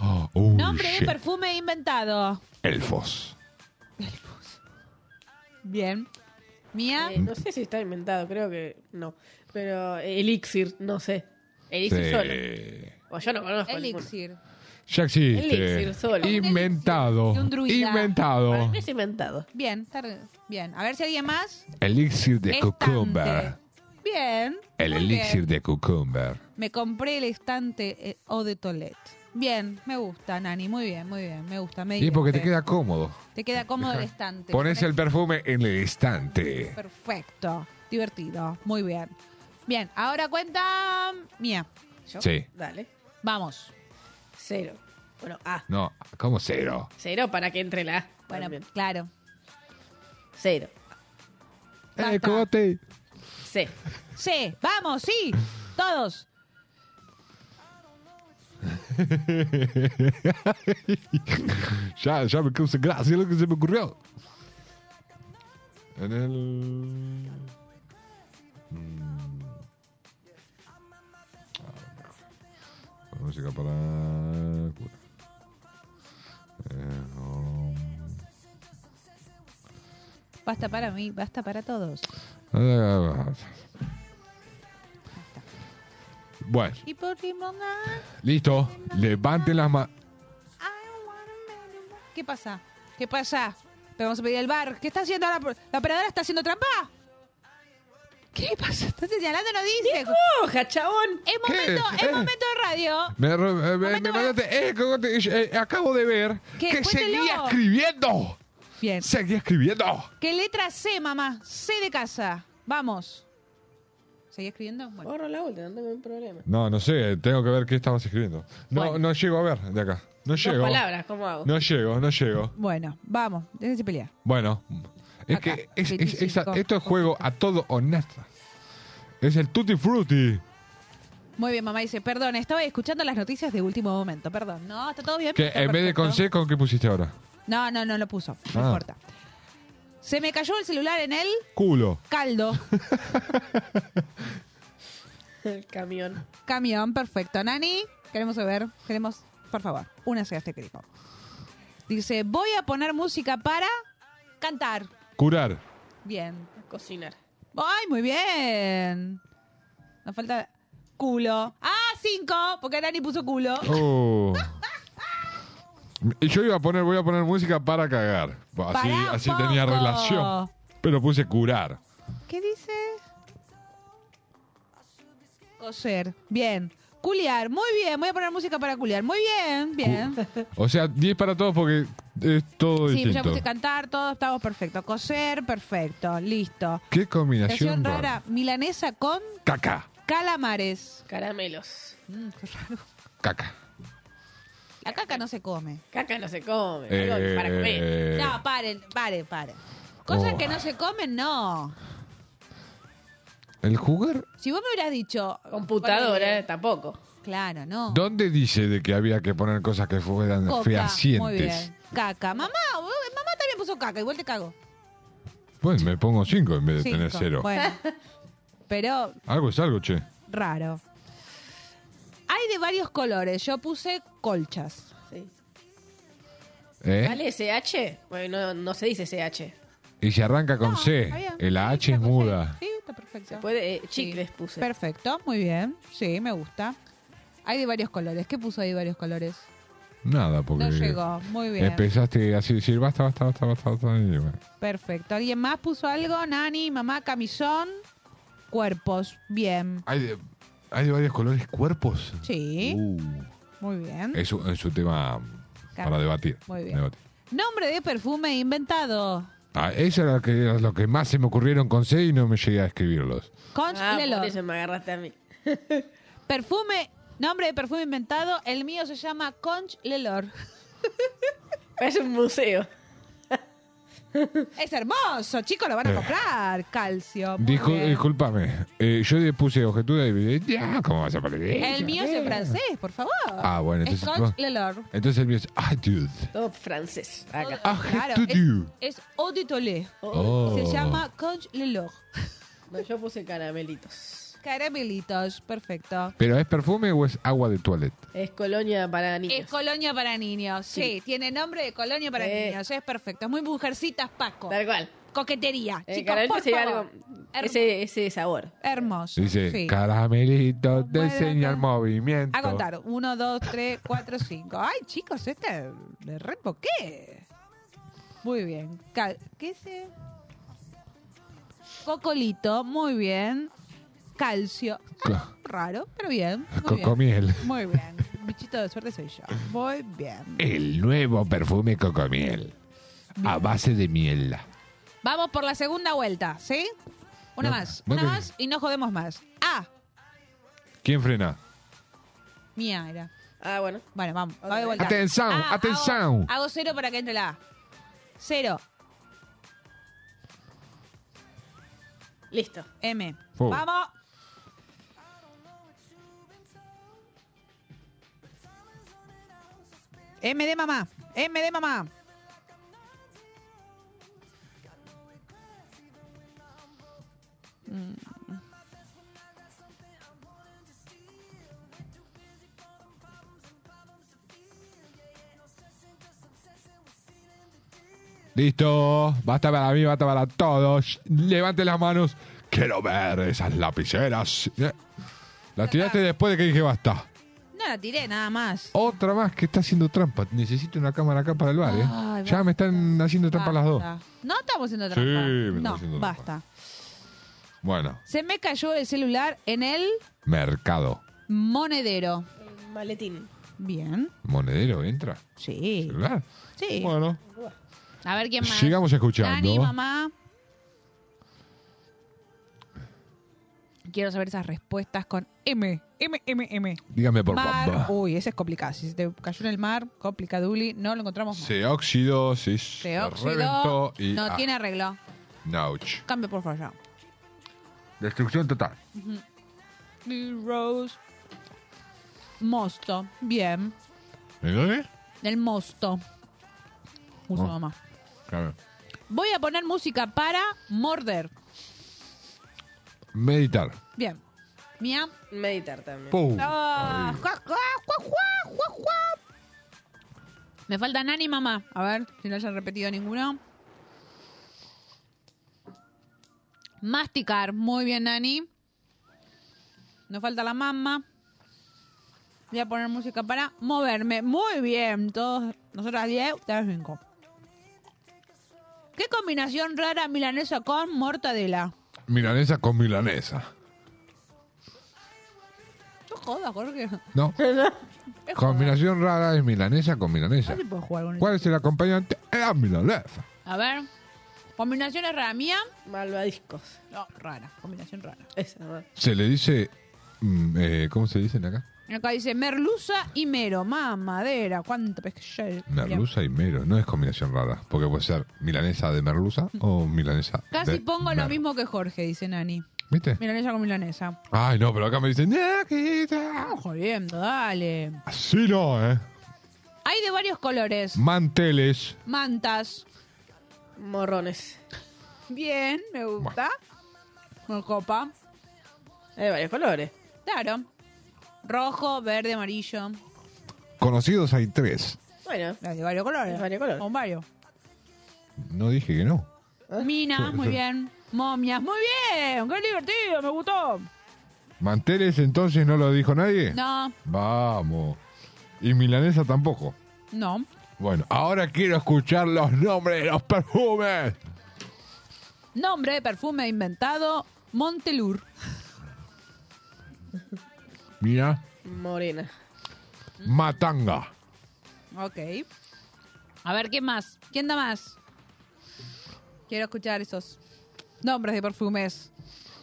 Speaker 5: Oh, ¿Eh? uy,
Speaker 4: Nombre de
Speaker 5: shit.
Speaker 4: perfume inventado.
Speaker 5: Elfos.
Speaker 4: Bien. Mía.
Speaker 8: Eh, no sé si está inventado, creo que no. Pero eh, elixir, no sé. Elixir
Speaker 5: Sí.
Speaker 8: solo. O yo no conozco
Speaker 4: Elixir.
Speaker 5: Ya existe.
Speaker 8: Elixir solo.
Speaker 5: Inventado.
Speaker 4: De un druida.
Speaker 5: Inventado.
Speaker 8: Es inventado.
Speaker 4: Bien, tar- bien. A ver si alguien más.
Speaker 5: Elixir de
Speaker 4: Estante.
Speaker 5: cucumber.
Speaker 4: Bien.
Speaker 5: El
Speaker 4: muy
Speaker 5: elixir
Speaker 4: bien.
Speaker 5: de cucumber.
Speaker 4: Me compré el estante eh, o de Toilette. Bien, me gusta, Nani. Muy bien, muy bien. Me gusta. Me
Speaker 5: Y porque te
Speaker 4: divierte.
Speaker 5: queda cómodo.
Speaker 4: Te queda cómodo el estante.
Speaker 5: Pones el perfume en el estante.
Speaker 4: Perfecto. Divertido. Muy bien. Bien, ahora cuenta mía.
Speaker 8: Yo.
Speaker 5: Sí.
Speaker 8: Dale.
Speaker 4: Vamos.
Speaker 8: Cero. Bueno, A.
Speaker 5: No, ¿cómo cero?
Speaker 8: Cero para que entre la A.
Speaker 4: Bueno, claro.
Speaker 8: Cero.
Speaker 5: ¡Eh, cogote!
Speaker 8: C.
Speaker 4: Sí, vamos, sí. Todos.
Speaker 5: ya, ya me causa gracia lo que se me ocurrió. En el. Mm. Ah, Música para. cura. Eh, um,
Speaker 4: Basta para mí, basta para todos.
Speaker 5: ah, Bueno,
Speaker 4: Y por limonada.
Speaker 5: listo. Levanten las manos.
Speaker 4: ¿Qué pasa? ¿Qué pasa? Te vamos a pedir el bar. ¿Qué está haciendo ahora? por- ¿La operadora está haciendo trampa? ¿Qué pasa? Está señalando, no dice.
Speaker 8: ¡Coja, chabón!
Speaker 4: Es momento,
Speaker 5: ¿Qué? ¿Eh?
Speaker 4: es momento de radio.
Speaker 5: Me, re- eh, me- me mandaste. eh, cogote, eh, eh, acabo de ver
Speaker 4: ¿Qué?
Speaker 5: que
Speaker 4: Cuéntelo.
Speaker 5: seguía escribiendo.
Speaker 4: Bien.
Speaker 5: Seguí escribiendo.
Speaker 4: ¿Qué letra C, mamá? C de casa. Vamos. ¿Seguí escribiendo? Bueno.
Speaker 8: Borro la última, no tengo ningún problema.
Speaker 5: No, no sé, tengo que ver qué estabas escribiendo. No,
Speaker 4: Bueno.
Speaker 5: no llego a ver de acá. No
Speaker 8: Dos
Speaker 5: llego.
Speaker 8: palabras, ¿cómo hago?
Speaker 5: No llego, no llego.
Speaker 4: Bueno, vamos. Déjense pelear.
Speaker 5: Bueno, es
Speaker 4: Acá,
Speaker 5: que es- es-
Speaker 4: 25.
Speaker 5: esa- esto es juego a todo o nada. Es el tutti frutti.
Speaker 4: Muy bien, mamá dice, perdón, estaba escuchando las noticias de último momento, perdón. No, está todo bien.
Speaker 5: Que
Speaker 4: está
Speaker 5: en vez de
Speaker 4: perfecto.
Speaker 5: con C, ¿con qué pusiste ahora?
Speaker 4: No, no, no lo puso. No
Speaker 5: Ah.
Speaker 4: importa. Se me cayó el celular en el
Speaker 5: Culo.
Speaker 4: caldo.
Speaker 8: El camión.
Speaker 4: Camión, perfecto. Nani, queremos saber, queremos, por favor, únase a este equipo. Dice, voy a poner música para cantar.
Speaker 5: Curar.
Speaker 4: Bien.
Speaker 8: Cocinar.
Speaker 4: Ay, muy bien. Nos falta culo. Ah, cinco, porque Nani puso culo.
Speaker 5: Oh. Y yo iba a poner, voy a poner música para cagar. Así,
Speaker 4: Pará un
Speaker 5: así tenía
Speaker 4: poco.
Speaker 5: relación. Pero puse curar.
Speaker 4: ¿Qué dice? Coser. Bien. Culiar. Muy bien. Voy a poner música para culiar. Muy bien. Bien.
Speaker 5: O sea, 10 para todos porque es todo
Speaker 4: Sí, ya
Speaker 5: distinto.
Speaker 4: puse cantar. Todos estamos perfectos. Coser. Perfecto. Listo.
Speaker 5: ¿Qué combinación
Speaker 4: Estación rara. Milanesa con
Speaker 5: Caca,
Speaker 4: calamares.
Speaker 8: Caramelos.
Speaker 4: Mm, qué raro.
Speaker 5: caca.
Speaker 4: La caca no se come.
Speaker 8: Caca no se come. algo
Speaker 5: Eh,
Speaker 8: para comer.
Speaker 4: No, paren. Paren, paren. Cosas
Speaker 5: Oh.
Speaker 4: que no se comen, no.
Speaker 5: ¿El jugar?
Speaker 4: Si vos me hubieras dicho...
Speaker 8: Computadora, eh, tampoco.
Speaker 4: Claro, no.
Speaker 5: ¿Dónde dice de que había que poner cosas que fueran
Speaker 4: Coca, Muy
Speaker 5: fehacientes?
Speaker 4: bien. Caca. Mamá, eh, mamá también puso caca, igual te cago.
Speaker 5: Pues me pongo 5 en vez de tener
Speaker 4: Cinco.
Speaker 5: 0.
Speaker 4: Bueno. Pero
Speaker 5: Algo es algo, che.
Speaker 4: raro. Hay de varios colores. Yo puse colchas.
Speaker 8: Sí.
Speaker 5: ¿Eh?
Speaker 8: ¿Vale CH? Bueno, no, no se dice CH.
Speaker 5: Y se arranca con
Speaker 4: No, está
Speaker 5: C.
Speaker 4: bien.
Speaker 5: El H es muda.
Speaker 4: Sí, está perfecto.
Speaker 8: Se puede. eh, chicles puse.
Speaker 4: Perfecto, muy bien. Sí, me gusta. Hay de varios colores. ¿Qué puso ahí de varios colores?
Speaker 5: Nada, porque
Speaker 4: No llegó. Muy bien.
Speaker 5: empezaste así a decir basta, basta, basta, basta. basta y bueno.
Speaker 4: Perfecto. ¿Alguien más puso algo? Nani, mamá, camisón, cuerpos. Bien.
Speaker 5: Hay de, hay de varios colores cuerpos.
Speaker 4: Sí,
Speaker 5: Uh,
Speaker 4: muy bien.
Speaker 5: es, un, es un tema
Speaker 4: Claro.
Speaker 5: para debatir.
Speaker 4: Muy bien.
Speaker 5: Debatir.
Speaker 4: Nombre de perfume inventado.
Speaker 5: Ah, eso era lo que, era lo que más se me ocurrieron con C y no me llegué a escribirlos.
Speaker 4: Conch
Speaker 8: Ah,
Speaker 4: Lelor.
Speaker 8: por eso me agarraste a mí.
Speaker 4: Perfume, nombre de perfume inventado. El mío se llama Conch Lelor.
Speaker 8: Parece un museo.
Speaker 4: Es hermoso, chicos, lo van a comprar. Calcio. Oh, Muy
Speaker 5: Eh. Dijo,
Speaker 4: bien.
Speaker 5: disculpame, eh, yo le puse objetura y me dije, ya, ¿cómo vas a poner eso?
Speaker 4: El mío es en francés, por favor.
Speaker 5: Ah, bueno,
Speaker 4: Es
Speaker 5: entonces-
Speaker 4: Conch Lelor.
Speaker 5: Entonces el mío es, ah, dude.
Speaker 8: Todo francés. Acá.
Speaker 5: Ah,
Speaker 4: Claro,
Speaker 5: je te dieu.
Speaker 4: es, es Eau de Toilette.
Speaker 5: Oh.
Speaker 4: Se llama Conch Lelor.
Speaker 8: No, yo puse caramelitos.
Speaker 4: Caramelitos, perfecto.
Speaker 5: ¿Pero es perfume o es agua de toilet?
Speaker 8: Es colonia para niños.
Speaker 4: Es colonia para niños, sí,
Speaker 8: Sí.
Speaker 4: tiene nombre de colonia para
Speaker 8: Eh.
Speaker 4: niños, es perfecto. Es muy mujercitas, Paco.
Speaker 8: Tal cual.
Speaker 4: Coquetería.
Speaker 8: Eh,
Speaker 4: Chicos,
Speaker 8: caramelito
Speaker 4: por
Speaker 8: sería
Speaker 4: favor.
Speaker 8: algo.
Speaker 4: Hermoso.
Speaker 8: Ese, ese sabor.
Speaker 4: Hermoso.
Speaker 5: Dice,
Speaker 4: sí.
Speaker 5: caramelito, te
Speaker 4: Bueno,
Speaker 5: enseña el
Speaker 4: acá-
Speaker 5: movimiento.
Speaker 4: A contar. Uno, dos, tres, cuatro, cinco. Ay, chicos, este le repoqué. Muy bien. Ca- ¿Qué es? eh? Cocolito, muy bien. Calcio. Ah, raro, pero bien. Muy bien.
Speaker 5: Cocomiel.
Speaker 4: Muy bien. Bichito de suerte soy yo. Muy bien.
Speaker 5: El nuevo perfume Cocomiel. A base de miel.
Speaker 4: Vamos por la segunda vuelta, ¿sí? Una
Speaker 5: No,
Speaker 4: más,
Speaker 5: no
Speaker 4: una
Speaker 5: te-
Speaker 4: más y no jodemos más. Ah,
Speaker 5: ¿Quién frena?
Speaker 4: mía era.
Speaker 8: Ah, bueno.
Speaker 4: Bueno, vamos, va de vuelta.
Speaker 5: Atención,
Speaker 4: Ah,
Speaker 5: atención.
Speaker 4: Hago, hago cero para que entre la A. Cero,
Speaker 8: Listo.
Speaker 4: M.
Speaker 5: Fu.
Speaker 4: Vamos. M de mamá, M de mamá.
Speaker 8: Eh.
Speaker 5: Listo. Basta para mí, basta para todos. Levante las manos. Quiero ver esas lapiceras. Eh, Las tiraste después de que dije basta.
Speaker 4: No la tiré nada más.
Speaker 5: Otra más que está haciendo trampa. Necesito una cámara acá para el bar, ¿eh?
Speaker 4: Ay,
Speaker 5: ya me están haciendo trampa las dos.
Speaker 4: Basta. No estamos haciendo
Speaker 5: Sí,
Speaker 4: trampa.
Speaker 5: me están
Speaker 4: no,
Speaker 5: haciendo trampa.
Speaker 4: basta.
Speaker 5: Bueno,
Speaker 4: Se me cayó el celular en el
Speaker 5: mercado.
Speaker 4: monedero.
Speaker 8: El maletín.
Speaker 4: Bien.
Speaker 5: ¿Monedero entra?
Speaker 4: Sí.
Speaker 5: ¿Celular?
Speaker 4: Sí.
Speaker 5: Bueno.
Speaker 4: A ver quién más.
Speaker 5: Sigamos escuchando.
Speaker 4: Dani, mamá. Quiero saber esas respuestas con M, M, M, M.
Speaker 5: Dígame, por
Speaker 4: Mar.
Speaker 5: favor.
Speaker 4: Uy, ese es complicado. Si se te cayó en el mar, complicaduli, no lo encontramos más.
Speaker 5: Se oxidó, sí,
Speaker 4: Se
Speaker 5: se
Speaker 4: oxidó.
Speaker 5: reventó y...
Speaker 4: no
Speaker 5: ah,
Speaker 4: tiene arreglo.
Speaker 5: Nauch.
Speaker 4: Cambio, por favor.
Speaker 5: Destrucción total.
Speaker 4: Ujú. Little Rose. Mosto. Bien.
Speaker 5: ¿De dónde?
Speaker 4: El mosto. Puso
Speaker 5: Oh.
Speaker 4: mamá.
Speaker 5: Claro.
Speaker 4: Voy a poner música para morder.
Speaker 5: Meditar.
Speaker 4: Bien. Mía.
Speaker 9: Meditar también.
Speaker 5: Pum.
Speaker 4: Ah, cuá, cuá, cuá, cuá, cuá, cuá. Me falta Nani mamá. A ver si no hayan repetido ninguno. Masticar. Muy bien, Nani. Nos falta la mamá. Voy a poner música para moverme. Muy bien. Todos, nosotras 10, ustedes 5. ¿Qué combinación rara milanesa con mortadela?
Speaker 5: Milanesa con milanesa.
Speaker 4: No jodas, Jorge.
Speaker 5: No.
Speaker 4: Es
Speaker 5: Combinación rara es milanesa con milanesa.
Speaker 4: joda. Nadie puede jugar con
Speaker 5: ¿Cuál es el acompañante? La milanesa.
Speaker 4: A ver. Combinación es rara mía.
Speaker 9: Malvadiscos.
Speaker 4: No, rara. Combinación rara.
Speaker 9: Esa, va.
Speaker 5: Se le dice... mm, eh, ¿Cómo se dicen acá?
Speaker 4: Acá dice merluza y mero. Mamadera. ¿Cuánto pesca eh, hay?
Speaker 5: Merluza y mero. No es combinación rara. Porque puede ser milanesa de merluza o milanesa
Speaker 4: Casi
Speaker 5: de
Speaker 4: pongo
Speaker 5: mer-
Speaker 4: lo mismo que Jorge, dice Nani.
Speaker 5: ¿Viste?
Speaker 4: Milanesa con milanesa.
Speaker 5: Ay, no, pero acá me dicen... "Ñaquita".
Speaker 4: Estamos jodiendo, dale.
Speaker 5: Así no, ¿eh?
Speaker 4: Hay de varios colores.
Speaker 5: Manteles.
Speaker 4: Mantas.
Speaker 9: Morrones.
Speaker 4: Bien, me gusta. Me copa.
Speaker 9: Hay de varios colores.
Speaker 4: Claro. Rojo, verde, amarillo.
Speaker 5: Conocidos hay tres.
Speaker 9: Bueno.
Speaker 4: Hay de varios colores.
Speaker 9: De varios colores.
Speaker 4: Con varios.
Speaker 5: No dije que no.
Speaker 4: Mina, muy bien. Momias, muy bien. Qué divertido, me gustó.
Speaker 5: Manteles entonces no lo dijo nadie.
Speaker 4: No,
Speaker 5: Vamos. Y milanesa tampoco.
Speaker 4: no.
Speaker 5: Bueno, ahora quiero escuchar los nombres de los perfumes.
Speaker 4: Nombre de perfume inventado, Montelur.
Speaker 5: Mira,
Speaker 9: Morena.
Speaker 5: matanga.
Speaker 4: Ok. A ver, ¿qué más? ¿Quién da más? Quiero escuchar esos nombres de perfumes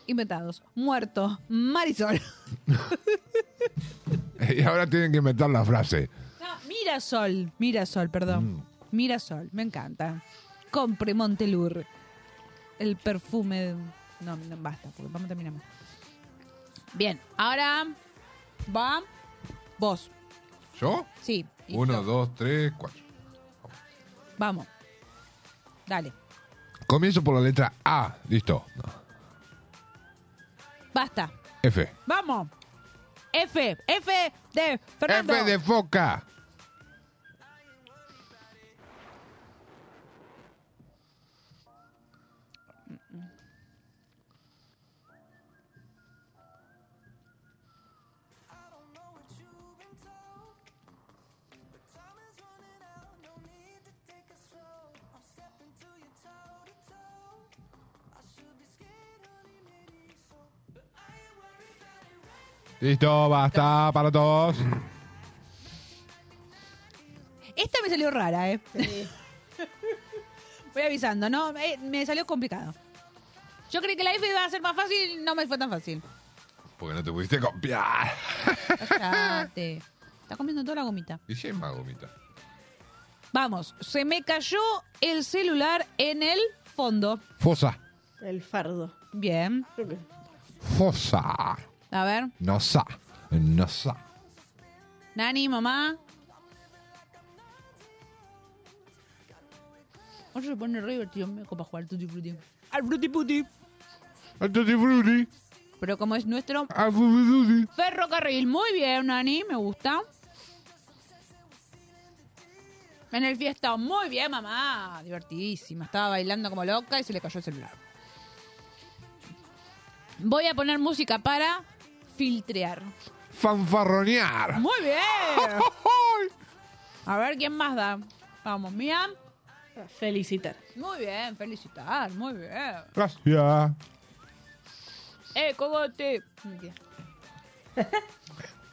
Speaker 4: inventados. Muerto, Marisol.
Speaker 5: Y ahora tienen que inventar la frase.
Speaker 4: No, Ah, Mirasol, Mirasol,
Speaker 5: Mm.
Speaker 4: perdón. Mirasol, me encanta. Compre Montelur. El perfume. de- No, no, basta, porque vamos a terminar mal. Bien, ahora va vos.
Speaker 5: ¿Yo?
Speaker 4: Sí. y
Speaker 5: Uno,
Speaker 4: yo.
Speaker 5: dos, tres, cuatro.
Speaker 4: Vamos. Dale.
Speaker 5: Comienzo por la letra A. Listo.
Speaker 4: Basta.
Speaker 5: F.
Speaker 4: Vamos. F, F de Fernando.
Speaker 5: F de foca. Listo, basta para todos.
Speaker 4: Esta me salió rara, ¿eh? Voy avisando, ¿no? Eh, me salió complicado. Yo creí que la F iba a ser más fácil, no me fue tan fácil.
Speaker 5: Porque no te pudiste copiar.
Speaker 4: Cállate. Está comiendo toda la gomita.
Speaker 5: ¿Y si hay más gomita?
Speaker 4: Vamos, se me cayó el celular en el fondo.
Speaker 5: Fosa.
Speaker 9: El fardo.
Speaker 4: Bien.
Speaker 9: Creo que-
Speaker 5: Fosa.
Speaker 4: A ver,
Speaker 5: No sa. No sa.
Speaker 4: Nani, mamá. Oye, se pone re divertido, me copa jugar al Tutti Frutti. Al Frutti Putti.
Speaker 5: Tutti frutti.
Speaker 4: Pero como es nuestro
Speaker 5: Al frutti frutti.
Speaker 4: ferrocarril. Muy bien, Nani, me gusta. En el fiesta, muy bien, mamá. Divertidísima. Estaba bailando como loca y se le cayó el celular. Voy a poner música para filtrear.
Speaker 5: Fanfarronear.
Speaker 4: Muy bien. A ver quién más da. Vamos, Mía.
Speaker 9: Felicitar.
Speaker 4: Muy bien, felicitar, muy bien.
Speaker 5: Gracias.
Speaker 4: ¡Eh, cogote! Mentira.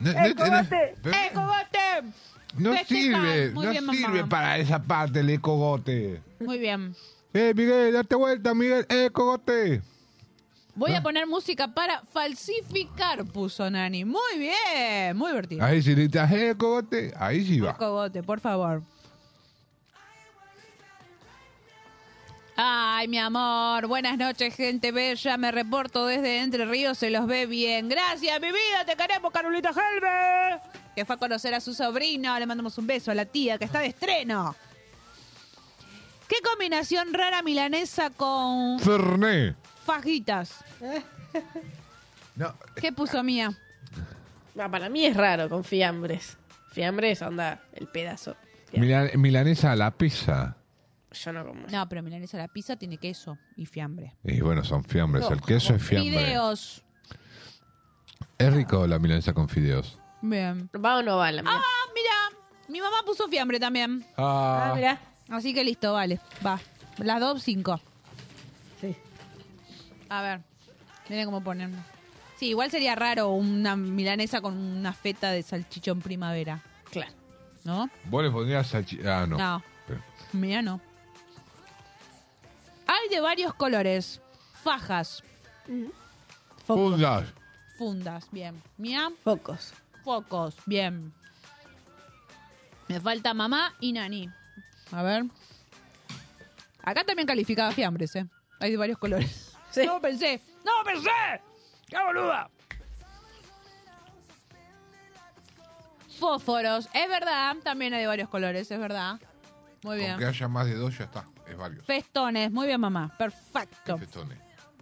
Speaker 5: No- no
Speaker 4: ¡Eh,
Speaker 5: tenés-
Speaker 4: cogote!
Speaker 5: pero-
Speaker 4: ¡Eh, cogote!
Speaker 5: No
Speaker 4: Festejan.
Speaker 5: sirve,
Speaker 4: Muy
Speaker 5: no
Speaker 4: bien, mamá.
Speaker 5: sirve para esa parte el ecogote.
Speaker 4: Muy bien.
Speaker 5: Eh, Miguel, date vuelta, Miguel, eh, cogote.
Speaker 4: Voy
Speaker 5: Ah.
Speaker 4: a poner música para falsificar, puso Nani. Muy bien, muy divertido.
Speaker 5: Ahí sí, le dices, eh, cogote, ahí sí va.
Speaker 4: Cogote, por favor. Ay, mi amor, buenas noches, gente bella. Me reporto desde Entre Ríos, se los ve bien. Gracias, mi vida, te queremos, Carolita Helve. Que fue a conocer a su sobrino. Le mandamos un beso a la tía que está de estreno. ¿Qué combinación rara milanesa con
Speaker 5: Ferné.
Speaker 4: fajitas?
Speaker 5: No.
Speaker 4: ¿Qué puso mía?
Speaker 2: Ah, para mí es raro con fiambres. Fiambres, onda, el pedazo.
Speaker 5: Mila- milanesa a la pizza.
Speaker 2: Yo no como.
Speaker 4: No, pero milanesa a la pizza tiene queso y fiambre.
Speaker 5: Y bueno, son fiambres, el queso es fiambre.
Speaker 4: Fideos.
Speaker 5: Es rico la milanesa con fideos.
Speaker 4: Bien.
Speaker 2: ¿Va o no va la
Speaker 4: Ah, mira. Mi mamá puso fiambre también.
Speaker 5: Ah,
Speaker 4: Así que listo, vale. Va. Las dos, cinco.
Speaker 2: Sí.
Speaker 4: A ver. Miren cómo ponerme. Sí, igual sería raro una milanesa con una feta de salchichón primavera.
Speaker 2: Claro.
Speaker 4: ¿No?
Speaker 5: Vos le pondrías salchi- Ah, no.
Speaker 4: No.
Speaker 5: Pero-
Speaker 4: Mira, no. Hay de varios colores. Fajas.
Speaker 5: Fundas.
Speaker 4: Fundas, bien. Mira.
Speaker 2: Focos.
Speaker 4: Focos, bien. Me falta mamá y nani. A ver. Acá también calificaba fiambres, ¿eh? Hay de varios colores. No pensé. No pensé. ¡Qué boluda! Fósforos, es verdad. También hay de varios colores, es verdad. Muy
Speaker 5: Con que
Speaker 4: bien.
Speaker 5: haya más de dos ya está. Es varios.
Speaker 4: Festones, muy bien, mamá. Perfecto.
Speaker 5: Festones.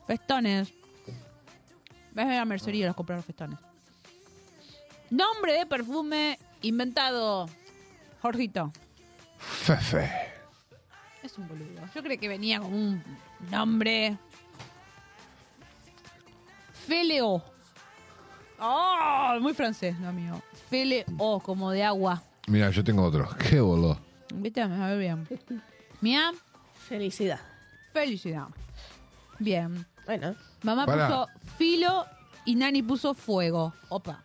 Speaker 4: Festones. Ves a la mercería y los compraron festones. Nombre de perfume inventado. Jorgito.
Speaker 5: Fefe.
Speaker 4: Es un boludo. Yo creo que venía con un nombre. Feleo. Oh, muy francés, no amigo. Feleo, como de agua.
Speaker 5: Mira, yo tengo otro. Qué boludo.
Speaker 4: Viste, a ver bien. Mía,
Speaker 2: Felicidad.
Speaker 4: felicidad. Bien.
Speaker 2: Bueno.
Speaker 4: Mamá
Speaker 5: Pará.
Speaker 4: puso filo y Nani puso fuego. Opa.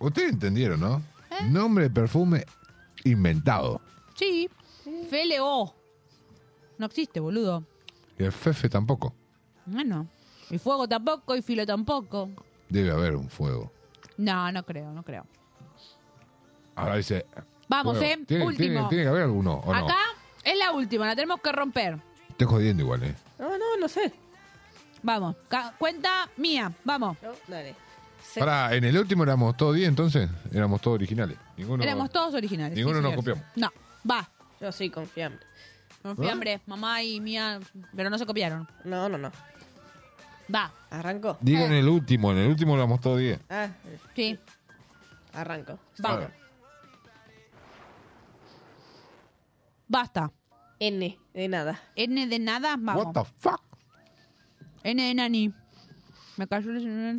Speaker 5: Ustedes entendieron, ¿no?
Speaker 4: ¿Eh?
Speaker 5: Nombre de perfume inventado.
Speaker 4: Sí. FLO. No existe, boludo.
Speaker 5: Y el Fefe tampoco.
Speaker 4: Bueno. Y fuego tampoco, y filo tampoco.
Speaker 5: Debe haber un fuego.
Speaker 4: No, no creo, no creo.
Speaker 5: Ahora dice.
Speaker 4: Vamos,
Speaker 5: fuego.
Speaker 4: ¿eh?
Speaker 5: Tiene,
Speaker 4: Último.
Speaker 5: Tiene, tiene que haber alguno, ¿o no?
Speaker 4: Acá es la última, la tenemos que romper.
Speaker 5: Estoy jodiendo igual, ¿eh?
Speaker 2: No, Ah, no, no sé.
Speaker 4: Vamos. Ca- cuenta mía, vamos.
Speaker 2: No, dale. Se-
Speaker 5: Pará, eh, en el último éramos todos 10, entonces. Éramos todos originales. Ninguno.
Speaker 4: Éramos todos originales.
Speaker 5: Ninguno
Speaker 4: sí,
Speaker 5: nos
Speaker 4: señor.
Speaker 5: copiamos. ¿Ah?
Speaker 4: No, va.
Speaker 2: Yo sí, con fiambre.
Speaker 4: Con fiambre, mamá y mía, pero no se copiaron.
Speaker 2: No, no, no.
Speaker 4: Va,
Speaker 2: Arrancó.
Speaker 5: Digo
Speaker 4: Eh.
Speaker 5: en el último, en el último éramos todos 10.
Speaker 2: Ah,
Speaker 4: sí,
Speaker 2: arranco.
Speaker 4: va. Basta.
Speaker 2: N, de nada.
Speaker 4: N de nada, vamos.
Speaker 5: What the fuck?
Speaker 4: N de Nani. Me cayó el señor.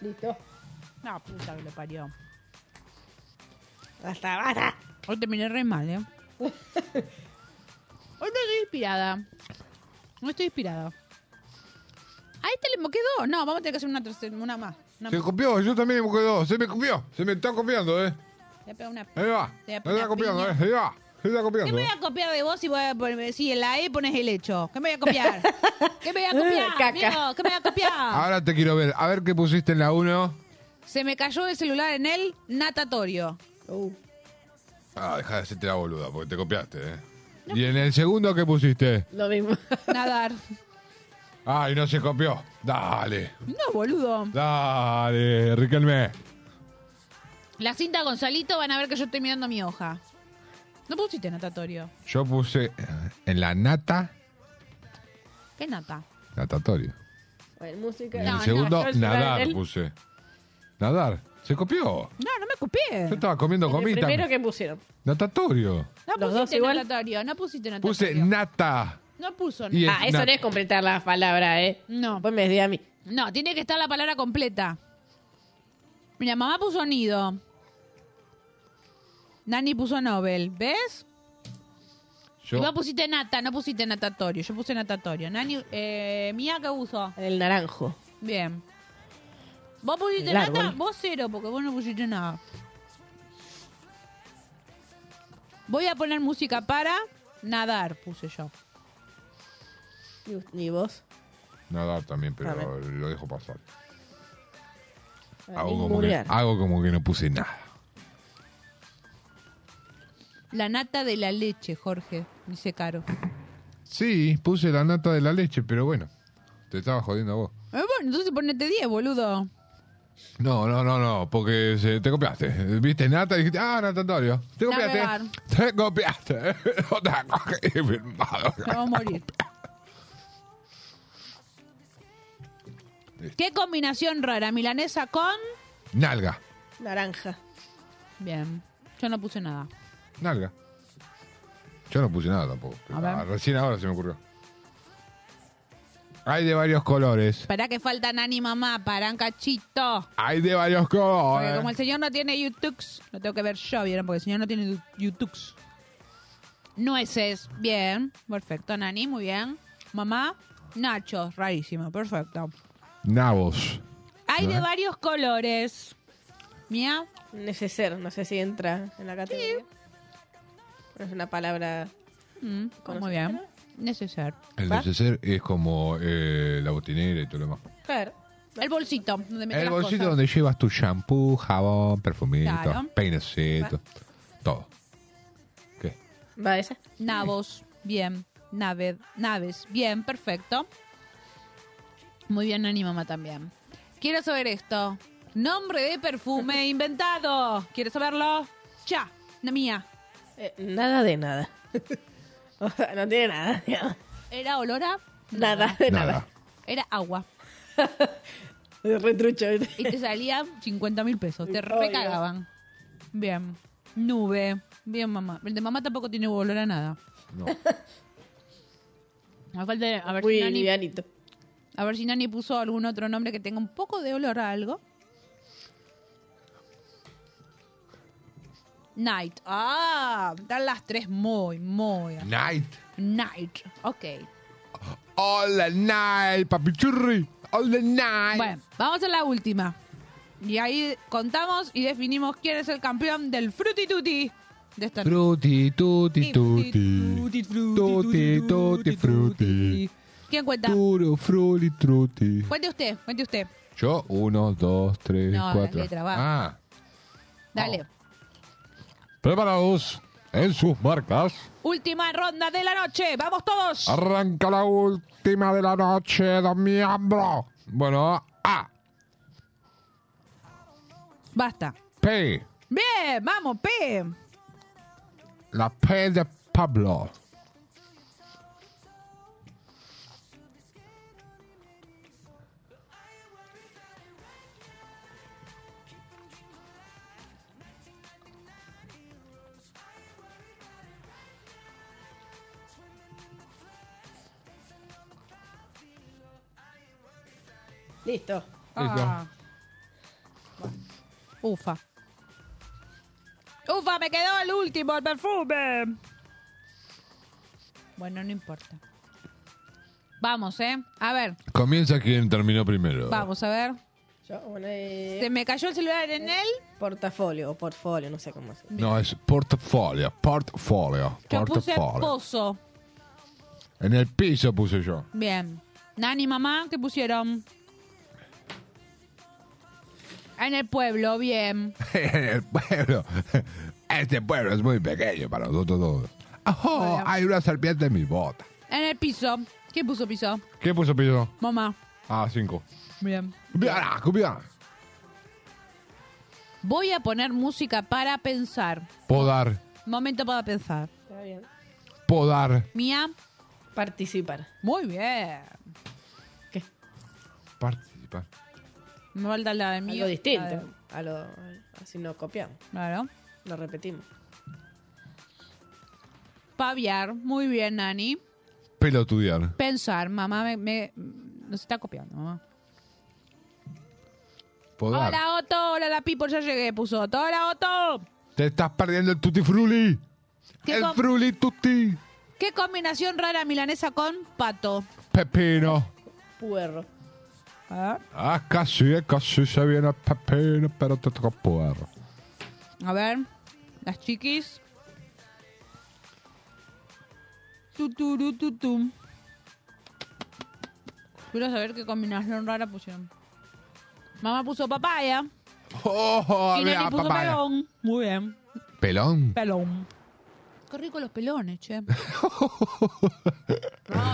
Speaker 2: Listo.
Speaker 4: No, Ah, puta que lo parió.
Speaker 2: Basta, basta.
Speaker 4: Hoy terminé re mal, ¿eh? Hoy no estoy inspirada. No estoy inspirada. Ahí te le quedó. No, vamos a tener que hacer una, tercera, una más. Una
Speaker 5: Se
Speaker 4: más.
Speaker 5: copió, yo también me quedo. Se me copió. Se me está copiando, ¿eh?
Speaker 4: Le pego una...
Speaker 5: Ahí va.
Speaker 4: Te voy a
Speaker 5: Se está
Speaker 4: poner
Speaker 5: copiando,
Speaker 4: piña.
Speaker 5: ¿eh? Ahí va. Se está
Speaker 4: ¿Qué
Speaker 5: copiando.
Speaker 4: me
Speaker 5: ¿eh?
Speaker 4: voy a copiar de vos si, voy a poner- si en la E pones el hecho? ¿Qué me voy a copiar? ¿Qué me voy a copiar,
Speaker 2: Caca.
Speaker 4: amigo? ¿Qué me voy a copiar?
Speaker 5: Ahora te quiero ver. A ver qué pusiste en la 1.
Speaker 4: Se me cayó el celular en el natatorio.
Speaker 2: Uh,
Speaker 5: Ah, deja de hacerte la boluda, porque te copiaste, ¿eh? Y en el segundo, ¿qué pusiste?
Speaker 2: lo mismo.
Speaker 4: Nadar.
Speaker 5: Ay, no se copió. Dale.
Speaker 4: No, boludo.
Speaker 5: Dale, Riquelme.
Speaker 4: La cinta Gonzalito van a ver que yo estoy mirando mi hoja. No pusiste natatorio.
Speaker 5: Yo puse eh, en la nata
Speaker 4: ¿Qué nata?
Speaker 5: natatorio.
Speaker 2: A ver, música.
Speaker 5: Y en el
Speaker 4: No,
Speaker 5: segundo,
Speaker 2: no, yo-
Speaker 5: nadar
Speaker 2: el-
Speaker 5: puse. Nadar. Se copió.
Speaker 4: No, no me copié.
Speaker 5: Yo estaba comiendo gomita.
Speaker 2: Primero que pusieron.
Speaker 5: Natatorio.
Speaker 4: No
Speaker 2: Los dos
Speaker 4: pusiste
Speaker 2: igual.
Speaker 4: natatorio, no pusiste natatorio.
Speaker 5: Puse nata.
Speaker 4: No puso
Speaker 5: Y el-
Speaker 2: Ah, eso
Speaker 5: na-
Speaker 2: no es completar las palabras, ¿eh?
Speaker 4: No.
Speaker 2: Pues me decía a mí.
Speaker 4: No, tiene que estar la palabra completa. Mira, mamá puso nido. Nani puso Nobel, ¿ves?
Speaker 5: Yo,
Speaker 4: Y vos pusiste nata, no pusiste natatorio. Yo puse natatorio. Nani, eh, mía, ¿qué puso?
Speaker 2: El naranjo.
Speaker 4: Bien. ¿Vos pusiste
Speaker 2: El
Speaker 5: ¿eh?
Speaker 4: nata?
Speaker 2: árbol.
Speaker 4: Vos cero, porque vos no pusiste nada. Voy a poner música para nadar, puse yo.
Speaker 2: ¿Y, y vos?
Speaker 5: nadar también,
Speaker 2: A
Speaker 5: pero
Speaker 2: ver.
Speaker 5: lo dejo pasar.
Speaker 2: A
Speaker 5: Hago Ah, como, que,
Speaker 2: ningunear.
Speaker 5: hago como que no puse nada.
Speaker 4: La nata de la leche, Jorge, dice Caro. Eh,
Speaker 5: Sí, puse la nata de la leche, pero bueno. Te estaba jodiendo a vos.
Speaker 4: Eh, bueno, entonces ponete 10, boludo.
Speaker 5: No, no, no, no, porque se- te copiaste. Viste nata y dijiste, ah, natatorio. Te copiaste.
Speaker 4: Navegar.
Speaker 5: Te copiaste. Otra cosa que he firmado.
Speaker 4: Me voy a morir. ¿Qué combinación rara? Milanesa con.
Speaker 5: Nalga,
Speaker 2: Naranja.
Speaker 4: Bien. Yo no puse nada.
Speaker 5: nalga. Yo no puse nada tampoco.
Speaker 4: A ver.
Speaker 5: Ah, recién ahora se me ocurrió. Hay de varios colores.
Speaker 4: Esperá que falta Nani Mamá, paran cachito.
Speaker 5: Hay de varios
Speaker 4: Porque
Speaker 5: colores.
Speaker 4: como el señor no tiene YouTube, lo tengo que ver yo, ¿vieron? Porque el señor no tiene YouTube. Nueces, bien. Perfecto, Nani, muy bien. Mamá, Nacho, rarísimo, perfecto.
Speaker 5: Nabos. ¿Eh?
Speaker 4: Hay de varios colores. Mía,
Speaker 2: Neceser, no sé si entra en la categoría. Pero es una palabra.
Speaker 4: mm, muy bien. Necesario.
Speaker 5: El
Speaker 2: ¿Va?
Speaker 5: neceser es como eh, la botinera y todo lo demás.
Speaker 2: Claro.
Speaker 4: El bolsito. Donde metes
Speaker 5: El
Speaker 4: las
Speaker 5: bolsito
Speaker 4: cosas.
Speaker 5: donde llevas tu shampoo, jabón, perfumito,
Speaker 4: Claro.
Speaker 5: peinecito, todo. ¿Qué?
Speaker 2: ¿Va esa?
Speaker 4: Nabos. Bien. Nave, naves. Bien, perfecto. Muy bien, Nani Mamá también. Quiero saber esto. Nombre de perfume inventado. ¿Quieres saberlo? Ya. La mía.
Speaker 2: Eh, nada de nada. o sea, no tiene nada. digamos.
Speaker 4: ¿Era olor a?
Speaker 2: Nada de nada.
Speaker 5: Nada.
Speaker 4: Era agua.
Speaker 2: Es Retrucho. ¿viste?
Speaker 4: Y te salía 50 mil pesos. Te
Speaker 2: Obvio.
Speaker 4: recagaban. Bien. Nube. Bien, mamá. El de mamá tampoco tiene olor a nada.
Speaker 5: No.
Speaker 4: Me falta a ver
Speaker 2: Muy
Speaker 4: si Nani
Speaker 2: livianito.
Speaker 4: A ver si Nani puso algún otro nombre que tenga un poco de olor a algo. Night. Ah, están las tres muy, muy.
Speaker 5: Night.
Speaker 4: Night. Ok.
Speaker 5: All the night, papichurri. All the night.
Speaker 4: Bueno, vamos a la última. Y ahí contamos y definimos quién es el campeón del Fruity Tutti de esta
Speaker 5: Frutti, tutti,
Speaker 4: Tutti,
Speaker 5: tutti.
Speaker 4: tutti, frutti,
Speaker 5: Tutti, tutti, frutti.
Speaker 4: ¿Quién cuenta?
Speaker 5: Turo, fruli, truti.
Speaker 4: Cuente usted, cuente usted.
Speaker 5: Yo, uno, dos, tres,
Speaker 4: No, las
Speaker 5: cuatro.
Speaker 4: letras, va.
Speaker 5: ah,
Speaker 4: Dale.
Speaker 5: preparados en sus marcas.
Speaker 4: Última ronda de la noche. Vamos todos.
Speaker 5: Arranca la última de la noche de mi hombro. Bueno, A,
Speaker 4: Basta.
Speaker 5: P,
Speaker 4: Bien, vamos, P.
Speaker 5: la P de Pablo.
Speaker 2: Listo.
Speaker 4: Ah. Ufa. Ufa, me quedó el último, el perfume. Bueno, no importa. Vamos, ¿eh? A ver,
Speaker 5: Comienza quien terminó primero.
Speaker 4: vamos, a ver.
Speaker 2: Yo, bueno, eh,
Speaker 4: Se me cayó el celular en él.
Speaker 2: portafolio o portfolio, no sé cómo se
Speaker 5: No, es portafolio, portafolio,
Speaker 4: Yo puse
Speaker 5: portafolio.
Speaker 4: pozo.
Speaker 5: En el piso puse yo.
Speaker 4: Bien. Nani, mamá, ¿qué pusieron? En el pueblo, bien.
Speaker 5: en el pueblo. Este pueblo es muy pequeño para nosotros todos. ¡Ajo! Hay una serpiente en mi bota.
Speaker 4: En el piso. ¿Quién puso piso?
Speaker 5: ¿Qué puso piso?
Speaker 4: Mamá.
Speaker 5: Ah, cinco.
Speaker 4: Bien.
Speaker 5: Cupiana, cupiana.
Speaker 4: Voy a poner música para pensar.
Speaker 5: Podar,
Speaker 4: Momento para pensar.
Speaker 2: Está bien.
Speaker 5: podar,
Speaker 4: Mía,
Speaker 2: Participar.
Speaker 4: muy bien.
Speaker 2: ¿Qué?
Speaker 5: participar.
Speaker 4: Me falta la del mío.
Speaker 2: Algo distinto.
Speaker 4: La de-
Speaker 2: A lo, así no copiamos.
Speaker 4: Claro.
Speaker 2: Lo repetimos.
Speaker 4: Paviar, muy bien, Nani.
Speaker 5: Pelotudear.
Speaker 4: Pensar, mamá me, me- nos está copiando, mamá.
Speaker 5: Podar.
Speaker 4: Hola, Otto, hola, la people, ya llegué, puso Otto. Hola, Otto.
Speaker 5: Te estás perdiendo el tutti frulli.
Speaker 4: ¿Qué
Speaker 5: El
Speaker 4: com-
Speaker 5: frulli tutti.
Speaker 4: ¿Qué combinación rara milanesa con pato?
Speaker 5: Pepino.
Speaker 2: Puerro.
Speaker 5: Ah, casi, eh, casi se viene el pepino, pero te toca poder.
Speaker 4: A ver, las chiquis. Tuturututum. Quiero saber qué combinación rara pusieron. Mamá puso papaya.
Speaker 5: Oh,
Speaker 4: y
Speaker 5: había
Speaker 4: Nani puso
Speaker 5: papaya.
Speaker 4: pelón. Muy bien.
Speaker 5: Pelón.
Speaker 4: Pelón. Qué rico los pelones, che. no,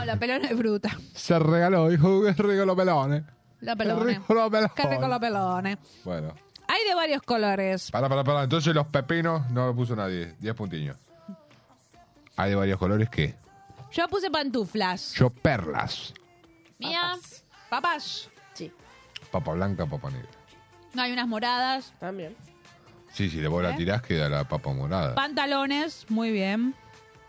Speaker 4: la pelona de fruta.
Speaker 5: Se regaló, dijo que rico los pelones.
Speaker 4: La
Speaker 5: Qué
Speaker 4: pelona.
Speaker 5: rico los pelones.
Speaker 4: Qué rico los pelones.
Speaker 5: Bueno.
Speaker 4: Hay de varios colores.
Speaker 5: Para, para, para. Entonces los pepinos no lo puso nadie. 10 puntiños. Hay de varios colores que.
Speaker 4: Yo puse pantuflas.
Speaker 5: Yo perlas.
Speaker 4: Mía. Papas. Sí.
Speaker 5: Papa blanca, papa negra.
Speaker 4: No, hay unas moradas.
Speaker 2: También.
Speaker 5: Sí, si de vos la
Speaker 4: ¿Eh?
Speaker 5: tirás queda la papa morada.
Speaker 4: Pantalones, muy bien.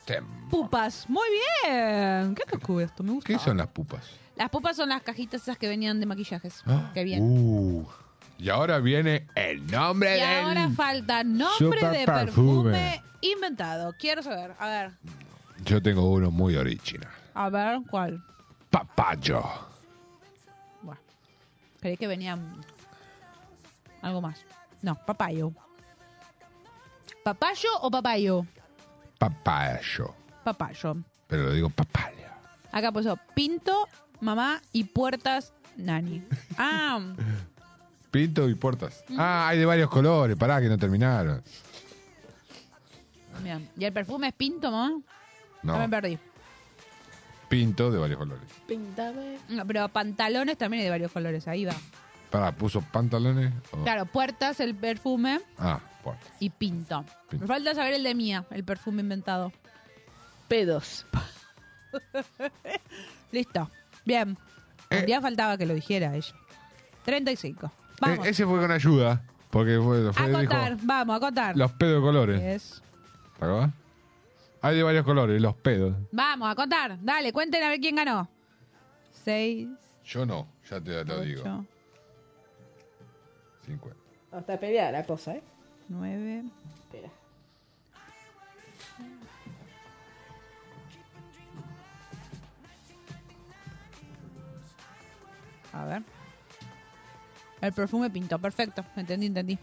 Speaker 5: Tem.
Speaker 4: Pupas, muy bien. Qué cacu esto, me gusta.
Speaker 5: ¿Qué son las pupas?
Speaker 4: Las pupas son las cajitas esas que venían de maquillajes.
Speaker 5: Ah,
Speaker 4: Qué bien.
Speaker 5: Uh, y ahora viene el nombre
Speaker 4: y
Speaker 5: del...
Speaker 4: ahora falta nombre
Speaker 5: Super
Speaker 4: de
Speaker 5: perfume.
Speaker 4: perfume inventado. Quiero saber. A ver,
Speaker 5: Yo tengo uno muy original.
Speaker 4: a ver cuál.
Speaker 5: Papayo.
Speaker 4: Creí que venían algo más. No, papayo. ¿Papayo o papayo?
Speaker 5: Papayo.
Speaker 4: Papayo.
Speaker 5: Pero lo digo papaya.
Speaker 4: Acá puso pinto, mamá y puertas, nani. Ah,
Speaker 5: Pinto y puertas. Ah, hay de varios colores. Pará, que no terminaron.
Speaker 4: bien. ¿Y el perfume es pinto, mamá?
Speaker 5: No.
Speaker 4: Ya me perdí.
Speaker 5: Pinto de varios colores.
Speaker 2: Pintame.
Speaker 4: No, pero pantalones también hay de varios colores, ahí va.
Speaker 5: Pará, puso pantalones. o-
Speaker 4: Claro, puertas, el perfume
Speaker 5: Ah, puertas.
Speaker 4: y pinto.
Speaker 5: Pinto.
Speaker 4: Me falta saber el de mía, el perfume inventado.
Speaker 2: Pedos.
Speaker 4: Listo. Bien.
Speaker 5: Eh.
Speaker 4: Ya faltaba que lo dijera ella. 35. Vamos.
Speaker 5: E- ese fue con ayuda. Porque fue, fue eh, dijo,
Speaker 4: acotar, vamos, acotar.
Speaker 5: los pedos de colores.
Speaker 4: Yes.
Speaker 5: ¿Te acordás? Hay de varios colores, los pedos.
Speaker 4: Vamos, acotar. Dale, cuenten a ver quién ganó. 6,
Speaker 5: Yo no, ya te lo digo. 50.
Speaker 2: Hasta pelear la cosa, ¿eh?
Speaker 4: 9.
Speaker 2: Espera.
Speaker 4: A ver. El perfume pintó, perfecto. Entendí, entendí.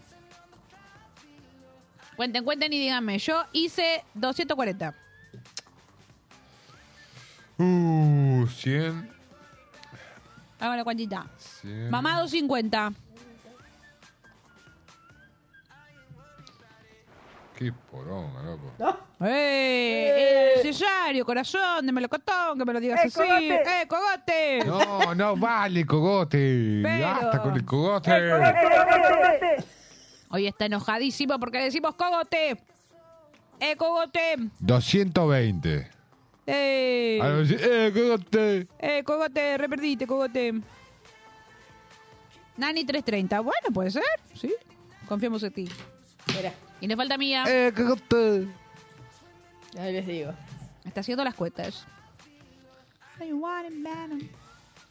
Speaker 4: Cuenten, cuenten y díganme. Yo hice 240.
Speaker 5: Uh, 100,
Speaker 4: Hago la cuantita.
Speaker 5: 100.
Speaker 4: Mamá 250.
Speaker 5: Qué poronga, loco.
Speaker 4: ¡Eh! El cesario, corazón, de melocotón, que me lo digas
Speaker 10: ¡Eh,
Speaker 4: así.
Speaker 10: cogote!
Speaker 4: ¡Eh, cogote!
Speaker 5: No, no vale, cogote.
Speaker 4: Pero- Eh,
Speaker 5: Basta con el cogote.
Speaker 10: ¡Eh,
Speaker 4: Hoy está enojadísimo porque le decimos cogote. ¡Eh, cogote!
Speaker 5: 220.
Speaker 4: ¡Eh!
Speaker 5: Ahora me dice, eh, cogote.
Speaker 4: ¡Eh, cogote! Reperdiste, cogote. Nani 330. Bueno, puede ser, sí. Confiamos en ti.
Speaker 2: Mira,
Speaker 4: Y nos falta mía.
Speaker 5: Eh, cogote.
Speaker 2: ahí les digo.
Speaker 4: Está haciendo las cuentas.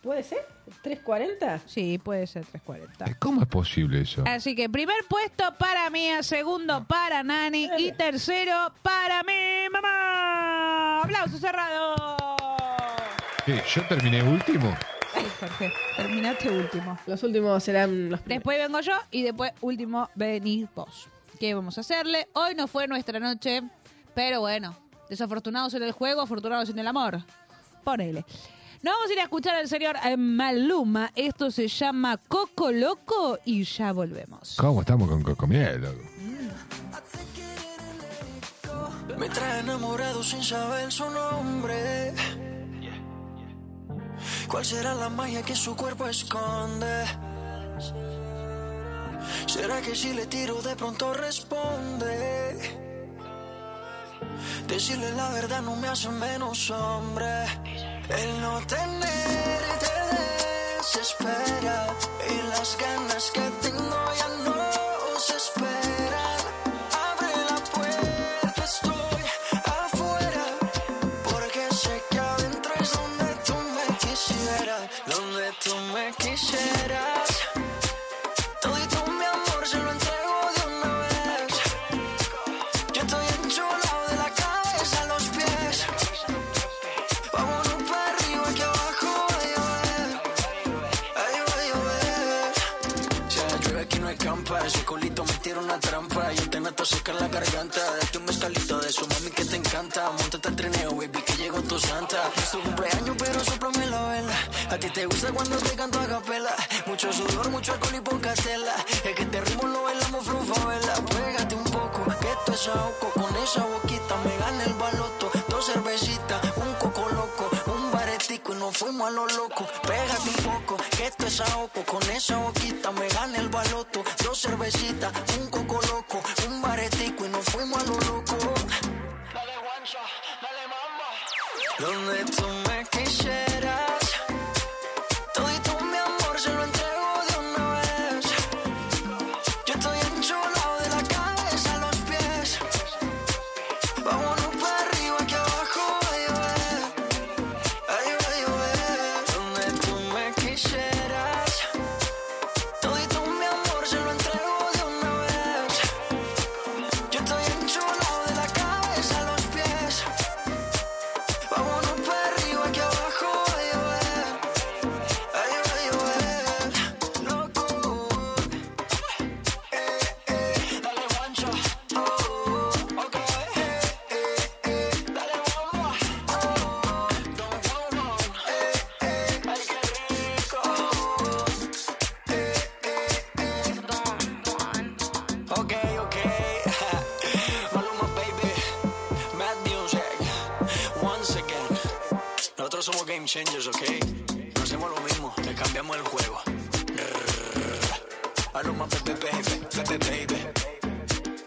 Speaker 2: ¿Puede ser? ¿340?
Speaker 4: Sí, puede ser 340.
Speaker 5: ¿Cómo es posible eso?
Speaker 4: Así que primer puesto para Mía, segundo para Nani y tercero para mi mamá. ¡Aplauso cerrado!
Speaker 5: ¿Qué? ¿Yo terminé último?
Speaker 4: Sí, Jorge, terminaste último.
Speaker 2: Los últimos serán los primeros.
Speaker 4: Después vengo yo y después último venís vos. ¿Qué vamos a hacerle? Hoy no fue nuestra noche, pero bueno, desafortunados en el juego, afortunados en el amor. Ponele. Nos vamos a ir a escuchar al señor eh, Maluma. Esto se llama Coco Loco y ya volvemos.
Speaker 5: ¿Cómo estamos con Cocomiel, loco?
Speaker 11: Me trae enamorado sin saber su nombre. ¿Cuál será la magia que su cuerpo esconde? ¿Será que si le tiro de pronto responde? Decirle la verdad no me hace menos hombre. El no tenerte se espera y las ganas que tengo ya no se esperan. Abre la puerta, estoy afuera porque sé que adentro es donde tú me quisieras, donde tú me quisieras. Todito mi amor se lo entrego de una vez. Yo estoy enchulado de la cabeza a los pies. Vámonos para arriba que abajo va a llover. Ay, va a llover. Si la llueve aquí no hay campa. Ese culito me tira una trampa. Yo te nato a secar la garganta. Date un mezcalito de su mami que te encanta. Montate al trineo, baby, que llegó tu santa. Es tu cumpleaños, pero soplame la vela. A ti te gusta cuando te canto a capela. Mucho sudor, mucho alcohol y poca tela. Es que este ritmo lo bailamos from favela. Pégate un poco, que esto es ahogo. Con esa boquita me gana el baloto. Dos cervecitas, un coco loco, un baretico y nos fuimos a lo loco. Pégate un poco, que esto es ahogo. Con esa boquita me gana el baloto. Dos cervecitas, un coco loco, un baretico y nos fuimos a lo loco. Donde tú me quisieras, todito mi amor se lo entrego de una vez. Yo estoy enchulado de la cabeza a los pies. Vámonos para arriba que abajo va a llover. Ay, va a llover. Donde tú me quisieras, todito mi amor se lo entrego de una vez. Yo estoy enchulado de la cabeza a los pies. Vámonos para arriba que abajo va a llover. Ay, va a llover. Loco. Eh, eh. Dale guancho. Oh, ok. Eh, eh, eh. Dale guancho. Oh, don't go wrong. Eh, eh. Ay, qué rico. Eh, eh, eh. Ok, ok. Maluma, baby. Mad music. Once again. Nosotros somos game changers, ¿ok? No hacemos lo mismo, le cambiamos el juego. Rrrr. Maluma, baby, baby, baby, baby.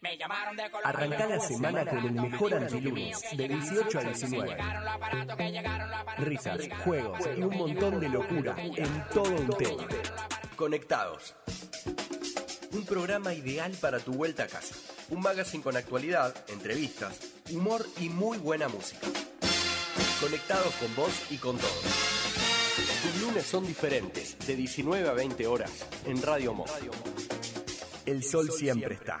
Speaker 12: me llamaron de Colombia.
Speaker 13: Arranca la semana con el mejor antilunes, de 18 a 19. Risas, juegos y un montón de locura en todo un tema. Conectados. Un programa ideal para tu vuelta a casa. Un magazine con actualidad, entrevistas, humor y muy buena música. Conectados con vos y con todos. Tus lunes son diferentes, de 19 a 20 horas, en Radio Mo. El sol siempre está.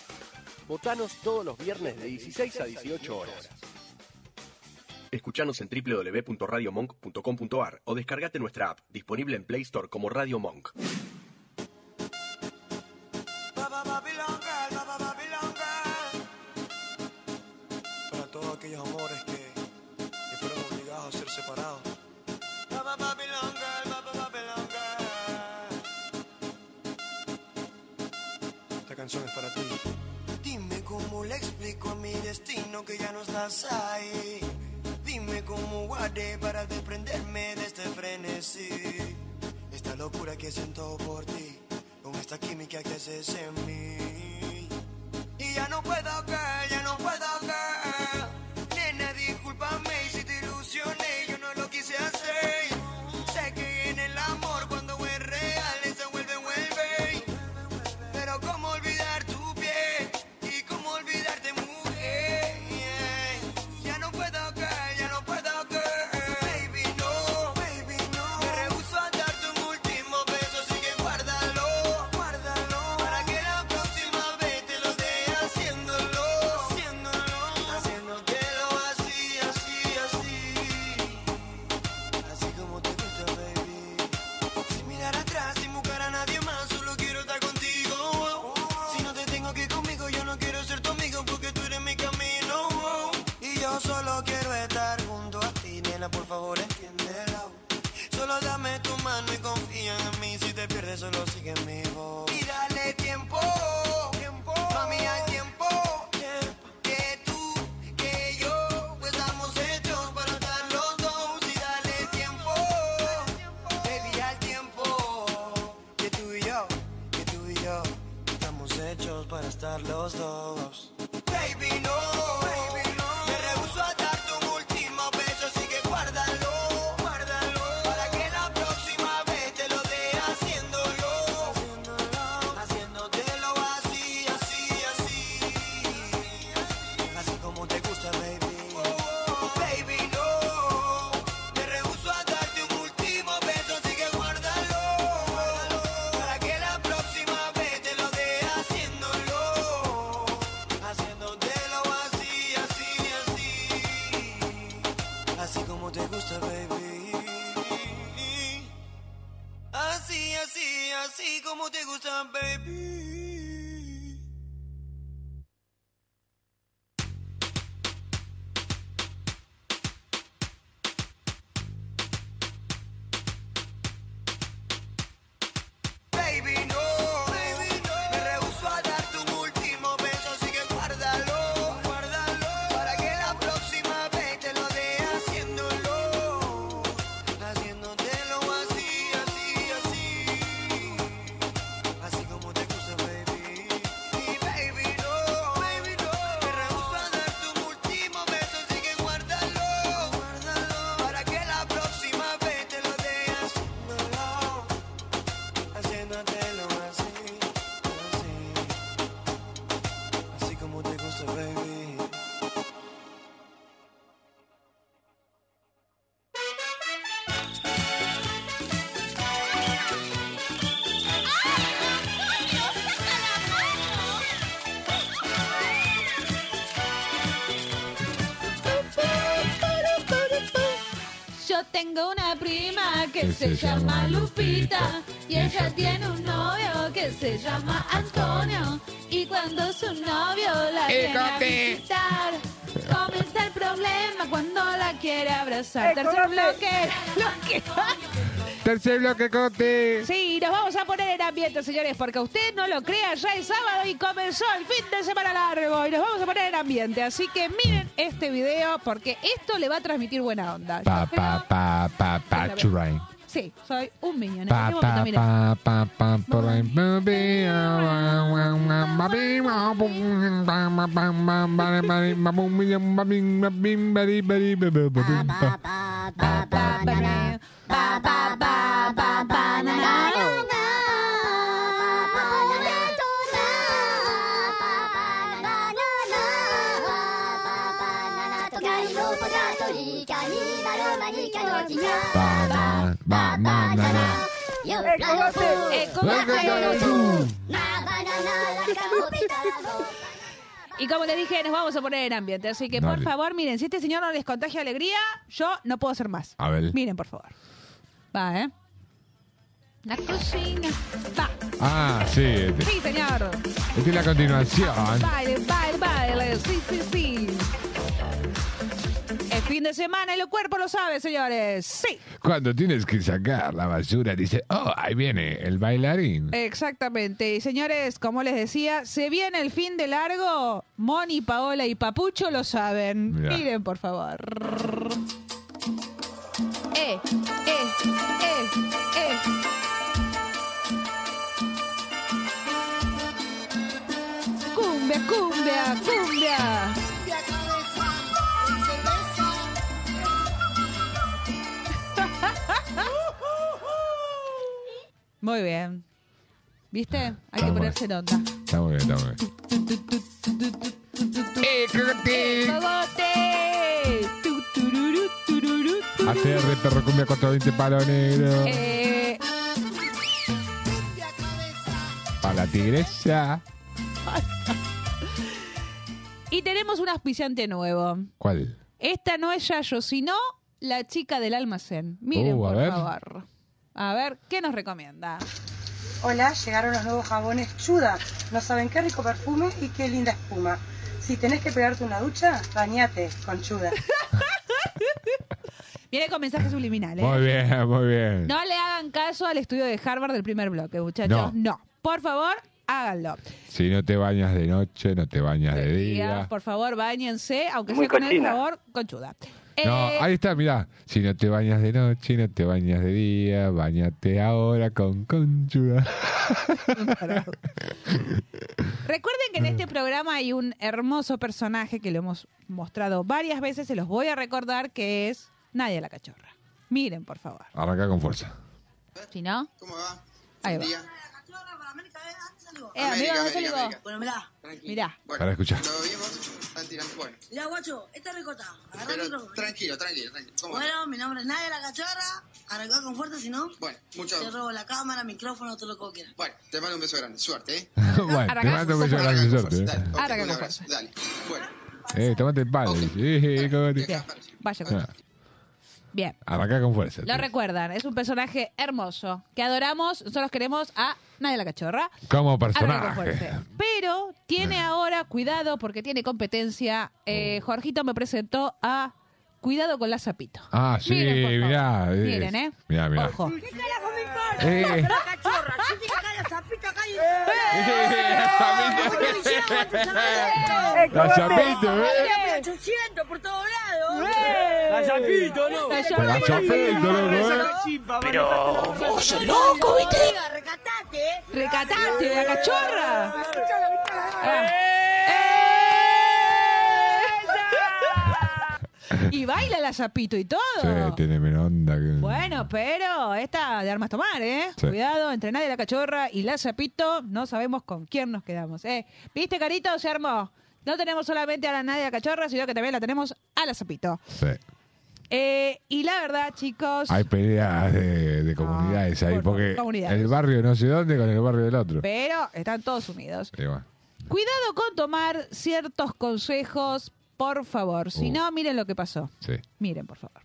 Speaker 13: Votanos todos los viernes de 16 a 18 horas. Escuchanos en www.radiomonk.com.ar o descargate nuestra app, disponible en Play Store como Radio Monk.
Speaker 14: Para todos aquellos amores que, que fueron obligados a ser separados. Papa, papi, longa, papa, papi, longa. Esta canción es para ti.
Speaker 11: Dime cómo le explico a mi destino que ya no estás ahí. Dime cómo guardé para desprenderme de este frenesí.
Speaker 14: Esta locura que siento por ti. Con esta química que haces en mí.
Speaker 11: Y ya no puedo girl, ya no puedo girl. Nena, discúlpame si te ilusioné, yo no lo quise hacer. Sé que en el amor cuando es real se vuelve, vuelve. Pero cómo olvidar tu piel y cómo olvidarte mujer. Ya no puedo girl, ya no puedo girl. Baby no, baby no. Me rehuso a darte un último beso, así que guarda
Speaker 14: pena, por favor, entiéndela. Solo dame tu mano y confía en mí. Si te pierdes, solo sigue mi voz. Y dale tiempo, tiempo. Mami, al tiempo. Que tú, que yo, pues estamos hechos para estar los dos. Y dale tiempo, baby, al tiempo. Que tú y yo, que tú y yo, estamos hechos para estar los dos. Baby, no. Me rehuso a dar tu último beso, así que guárdalo. Guárdalo. Para que la próxima vez te lo dé haciéndolo. Haciéndotelo así, así, así. Así como te gusta, baby. Oh, Baby, no. Me rehuso a darte un último beso, así que guárdalo. Para que la próxima vez te lo dé haciéndolo. Haciéndotelo así, así, así. Así como te gusta, baby. Así, así, así como te gusta, baby. Baby, no. Me rehuso a darte un último beso, así que guárdalo. Guárdalo. Para que la próxima vez te lo dé haciéndolo. Haciéndotelo así, así, así. Así como te gusta, baby. Y baby, no. Baby, no. Me rehuso a darte un último beso, así que guárdalo. Guárdalo. Para que la próxima vez te lo dé haciéndolo. Haciéndotelo así, así, así como te gusta, baby.
Speaker 15: Yo tengo una prima que se llama Lupita y ella tiene un novio que se llama Antonio y cuando su novio la
Speaker 14: ¡Eh,
Speaker 15: viene a
Speaker 14: Cote!
Speaker 15: visitar comienza el problema cuando la quiere abrazar.
Speaker 4: ¡Eh,
Speaker 15: Tercer
Speaker 4: Cote!
Speaker 15: bloque.
Speaker 5: Tercer bloque, Cote.
Speaker 4: Sí, nos vamos a poner en ambiente, señores, porque usted no lo crea, ya es sábado y comenzó el fin de semana largo y nos vamos a poner en ambiente. Así que miren este video porque esto le va a transmitir buena onda.
Speaker 5: Pa, pa, pa, pa, pa, churain.
Speaker 4: Sí, soy un este millón.
Speaker 5: Pa, pa, pa, pa, pa, churain. Baby, ah, ah, ah, baby, ah, bum, ba, ba, ba, ba, ba, ba, ba, bum, bum, ba, bim, ba, bim, ba, di, ba, di, ba, ba, ba, bim, ba. Ba, ba, ba, ba, na, na.
Speaker 4: Y como les dije, nos vamos a poner en ambiente. Así que, por
Speaker 5: Dale.
Speaker 4: favor, miren, si este señor no les contagia alegría, yo no puedo hacer más.
Speaker 5: A ver.
Speaker 4: Miren, por favor. Va, ¿eh? La cocina. Va.
Speaker 5: Ah, sí, este.
Speaker 4: Sí, señor.
Speaker 5: Esta es la continuación.
Speaker 4: Baile, baile, baile. Sí, sí, sí. Es fin de semana y el cuerpo lo sabe, señores. Sí,
Speaker 5: Cuando tienes que sacar la basura, dice, oh, ahí viene el bailarín.
Speaker 4: exactamente. Y señores, como les decía, se viene el fin de largo. Moni, Paola y Papucho lo saben.
Speaker 5: Mirá.
Speaker 4: Miren, por favor. Eh, eh, eh, eh. Cumbia, cumbia, cumbia. Muy bien. ¿Viste? Hay que
Speaker 5: Vamos.
Speaker 4: ponerse en onda.
Speaker 5: Está muy bien, está muy bien. ¡Eh, cogote!
Speaker 4: ¡Cogote! Tu, tururú, tururú, tururú.
Speaker 5: ATR, perro cumbia 420 palo negro.
Speaker 4: Eh,
Speaker 5: Para la tigresa.
Speaker 4: y tenemos un auspiciante nuevo.
Speaker 5: ¿Cuál?
Speaker 4: Esta no es Yayo, sino la chica del almacén. Miren,
Speaker 5: Uh, a
Speaker 4: por
Speaker 5: ver.
Speaker 4: favor. A ver, ¿qué nos recomienda?
Speaker 2: Hola, llegaron los nuevos jabones Chuda. No saben qué rico perfume y qué linda espuma. Si tenés que pegarte una ducha, bañate con Chuda.
Speaker 4: Viene con mensajes subliminales.
Speaker 5: Muy bien, muy bien.
Speaker 4: No le hagan caso al estudio de Harvard del primer bloque, muchachos. No.
Speaker 5: No.
Speaker 4: Por favor, háganlo.
Speaker 5: Si no te bañas de noche, no te bañas de
Speaker 4: Diga,
Speaker 5: día.
Speaker 4: Por favor, bañense, aunque
Speaker 5: Muy
Speaker 4: sea con el
Speaker 5: cochina.
Speaker 4: favor, conchuda.
Speaker 5: No,
Speaker 4: Eh.
Speaker 5: ahí está, mirá. Si no te bañas de noche, no te bañas de día, bañate ahora con conchuda.
Speaker 4: Recuerden que en este programa hay un hermoso personaje que lo hemos mostrado varias veces, se los voy a recordar, que es Nadia la Cachorra. Miren, por favor.
Speaker 5: Arranca con fuerza.
Speaker 4: Si no...
Speaker 16: ¿Cómo va?
Speaker 4: Ahí va.
Speaker 16: Buen día.
Speaker 4: Eh,
Speaker 16: América,
Speaker 4: amigo, ¿dónde
Speaker 16: América,
Speaker 4: salgo?
Speaker 16: América.
Speaker 4: Bueno, mirá.
Speaker 16: Tranqui.
Speaker 4: Mirá.
Speaker 16: Bueno,
Speaker 5: Para escuchar.
Speaker 16: Lo vimos, están tirando. Bueno,
Speaker 17: Mira, guacho, esta ricota. Agarrá el
Speaker 16: pero
Speaker 17: micrófono.
Speaker 16: tranquilo, tranquilo, tranquilo. ¿Cómo va?
Speaker 17: Bueno, mi nombre es Nadia la Cachorra. Arrancá con fuerza, si no.
Speaker 16: Bueno, mucho
Speaker 17: Te
Speaker 16: gusto.
Speaker 17: robo la cámara, micrófono, todo lo que vos quieras.
Speaker 16: Bueno, te mando un beso grande. Suerte, ¿eh?
Speaker 5: bueno, te mando un beso
Speaker 16: Arranca
Speaker 5: grande,
Speaker 16: con
Speaker 5: suerte,
Speaker 16: fuerza, dale.
Speaker 5: eh.
Speaker 16: Ok,
Speaker 4: Arranca
Speaker 16: un
Speaker 4: con
Speaker 16: abrazo, Dale. Bueno,
Speaker 5: Eh, tomate el palo. dice. Eh, cómo te-
Speaker 4: Bien, vaya con
Speaker 5: Ah,
Speaker 4: Bien.
Speaker 5: Arranca con fuerza.
Speaker 4: Lo recuerdan, es un personaje hermoso que adoramos, nosotros queremos a Nadia la Cachorra.
Speaker 5: Como
Speaker 4: Arranca con
Speaker 5: personaje.
Speaker 4: fuerte. Pero tiene ahora, cuidado, porque tiene competencia. Eh,
Speaker 5: Oh.
Speaker 4: Jorgito me presentó a Cuidado con la Zapito.
Speaker 5: Ah, sí,
Speaker 4: Miren, por favor.
Speaker 5: mirá. eh,
Speaker 4: Miren, ¿eh?
Speaker 5: Mirá, mirá.
Speaker 4: Ojo.
Speaker 5: Eh.
Speaker 11: Yo soy la
Speaker 17: cachorra, si te cae la zapita, cae.
Speaker 4: Eh.
Speaker 11: La
Speaker 5: chapita, ¿eh?
Speaker 17: por todos lados.
Speaker 11: La chapita, ¿no?
Speaker 17: La
Speaker 11: La chapita,
Speaker 17: loco.
Speaker 11: Pero vos sos
Speaker 17: loco,
Speaker 11: ¿viste?
Speaker 17: Recatate. eh.
Speaker 4: Recatate, la cachorra. Ah. Eh. Y baila la Zapito y todo.
Speaker 5: Sí, tiene menos onda que...
Speaker 4: Bueno, pero esta de armas tomar, ¿eh?
Speaker 5: Sí.
Speaker 4: Cuidado, entre Nadia la cachorra y la Zapito, no sabemos con quién nos quedamos, ¿eh? ¿Viste, Carito? Se armó. No tenemos solamente a la Nadia la cachorra, sino que también la tenemos a la Zapito.
Speaker 5: Sí.
Speaker 4: Eh, y la verdad, chicos,
Speaker 5: Hay peleas de, de comunidades ahí, porque
Speaker 4: Ah, comunidades.
Speaker 5: el barrio no sé dónde con el barrio del otro.
Speaker 4: pero están todos unidos.
Speaker 5: Sí, bueno.
Speaker 4: Cuidado con tomar ciertos consejos, por favor. Si
Speaker 18: Uh.
Speaker 4: no, miren lo que pasó.
Speaker 5: Sí.
Speaker 4: Miren, por favor.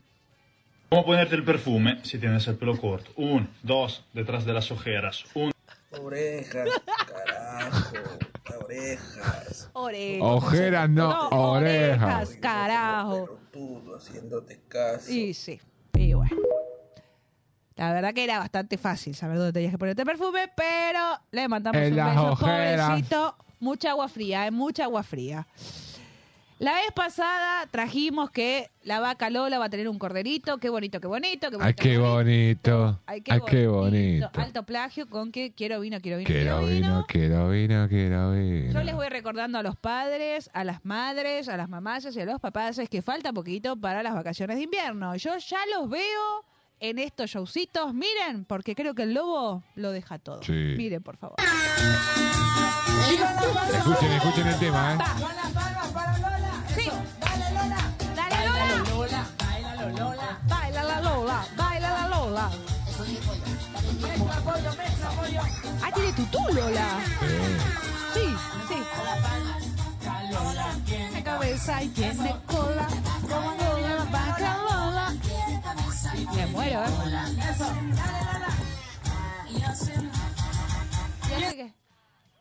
Speaker 18: ¿Cómo ponerte el perfume si tienes el pelo corto? Un, dos, detrás de las ojeras. Un.
Speaker 19: Orejas, carajo. Orejas.
Speaker 4: Orejas.
Speaker 5: Ojeras, no, orejas.
Speaker 4: Orejas, carajo.
Speaker 19: Todo haciéndote caso.
Speaker 4: Y sí. Y bueno. La verdad que era bastante fácil saber dónde tenías que ponerte perfume, pero le mandamos
Speaker 5: En
Speaker 4: un
Speaker 5: las
Speaker 4: beso,
Speaker 5: ojeras.
Speaker 4: pobrecito. Mucha agua fría, eh, mucha agua fría. La vez pasada trajimos que la vaca Lola va a tener un corderito. Qué bonito, qué bonito, qué bonito.
Speaker 5: Ay, Ah, qué bonito.
Speaker 4: Ay, qué
Speaker 5: Ay, qué
Speaker 4: bonito.
Speaker 5: bonito.
Speaker 4: Alto plagio con que quiero vino, quiero vino.
Speaker 5: Quiero vino, quiero vino, quiero
Speaker 4: Yo
Speaker 5: vino.
Speaker 4: les voy recordando a los padres, a las madres, a las mamás y a los papás es que falta poquito para las vacaciones de invierno. Yo ya los veo en estos showcitos. Miren, porque creo que el lobo lo deja todo.
Speaker 5: Sí.
Speaker 4: Miren, por favor.
Speaker 5: Escuchen, escuchen el tema, ¿eh?
Speaker 4: Sí. Dale Lola, dale Lola. Baila la Lola, baila la Lola, baila la Lola. Mezcla pollo, mezcla pollo. Ah, tiene tutú, Lola. Sí, sí. Tiene cabeza y tiene cola. Como Lola, vaca Lola. Me muero, ¿eh? ¿Y hace qué?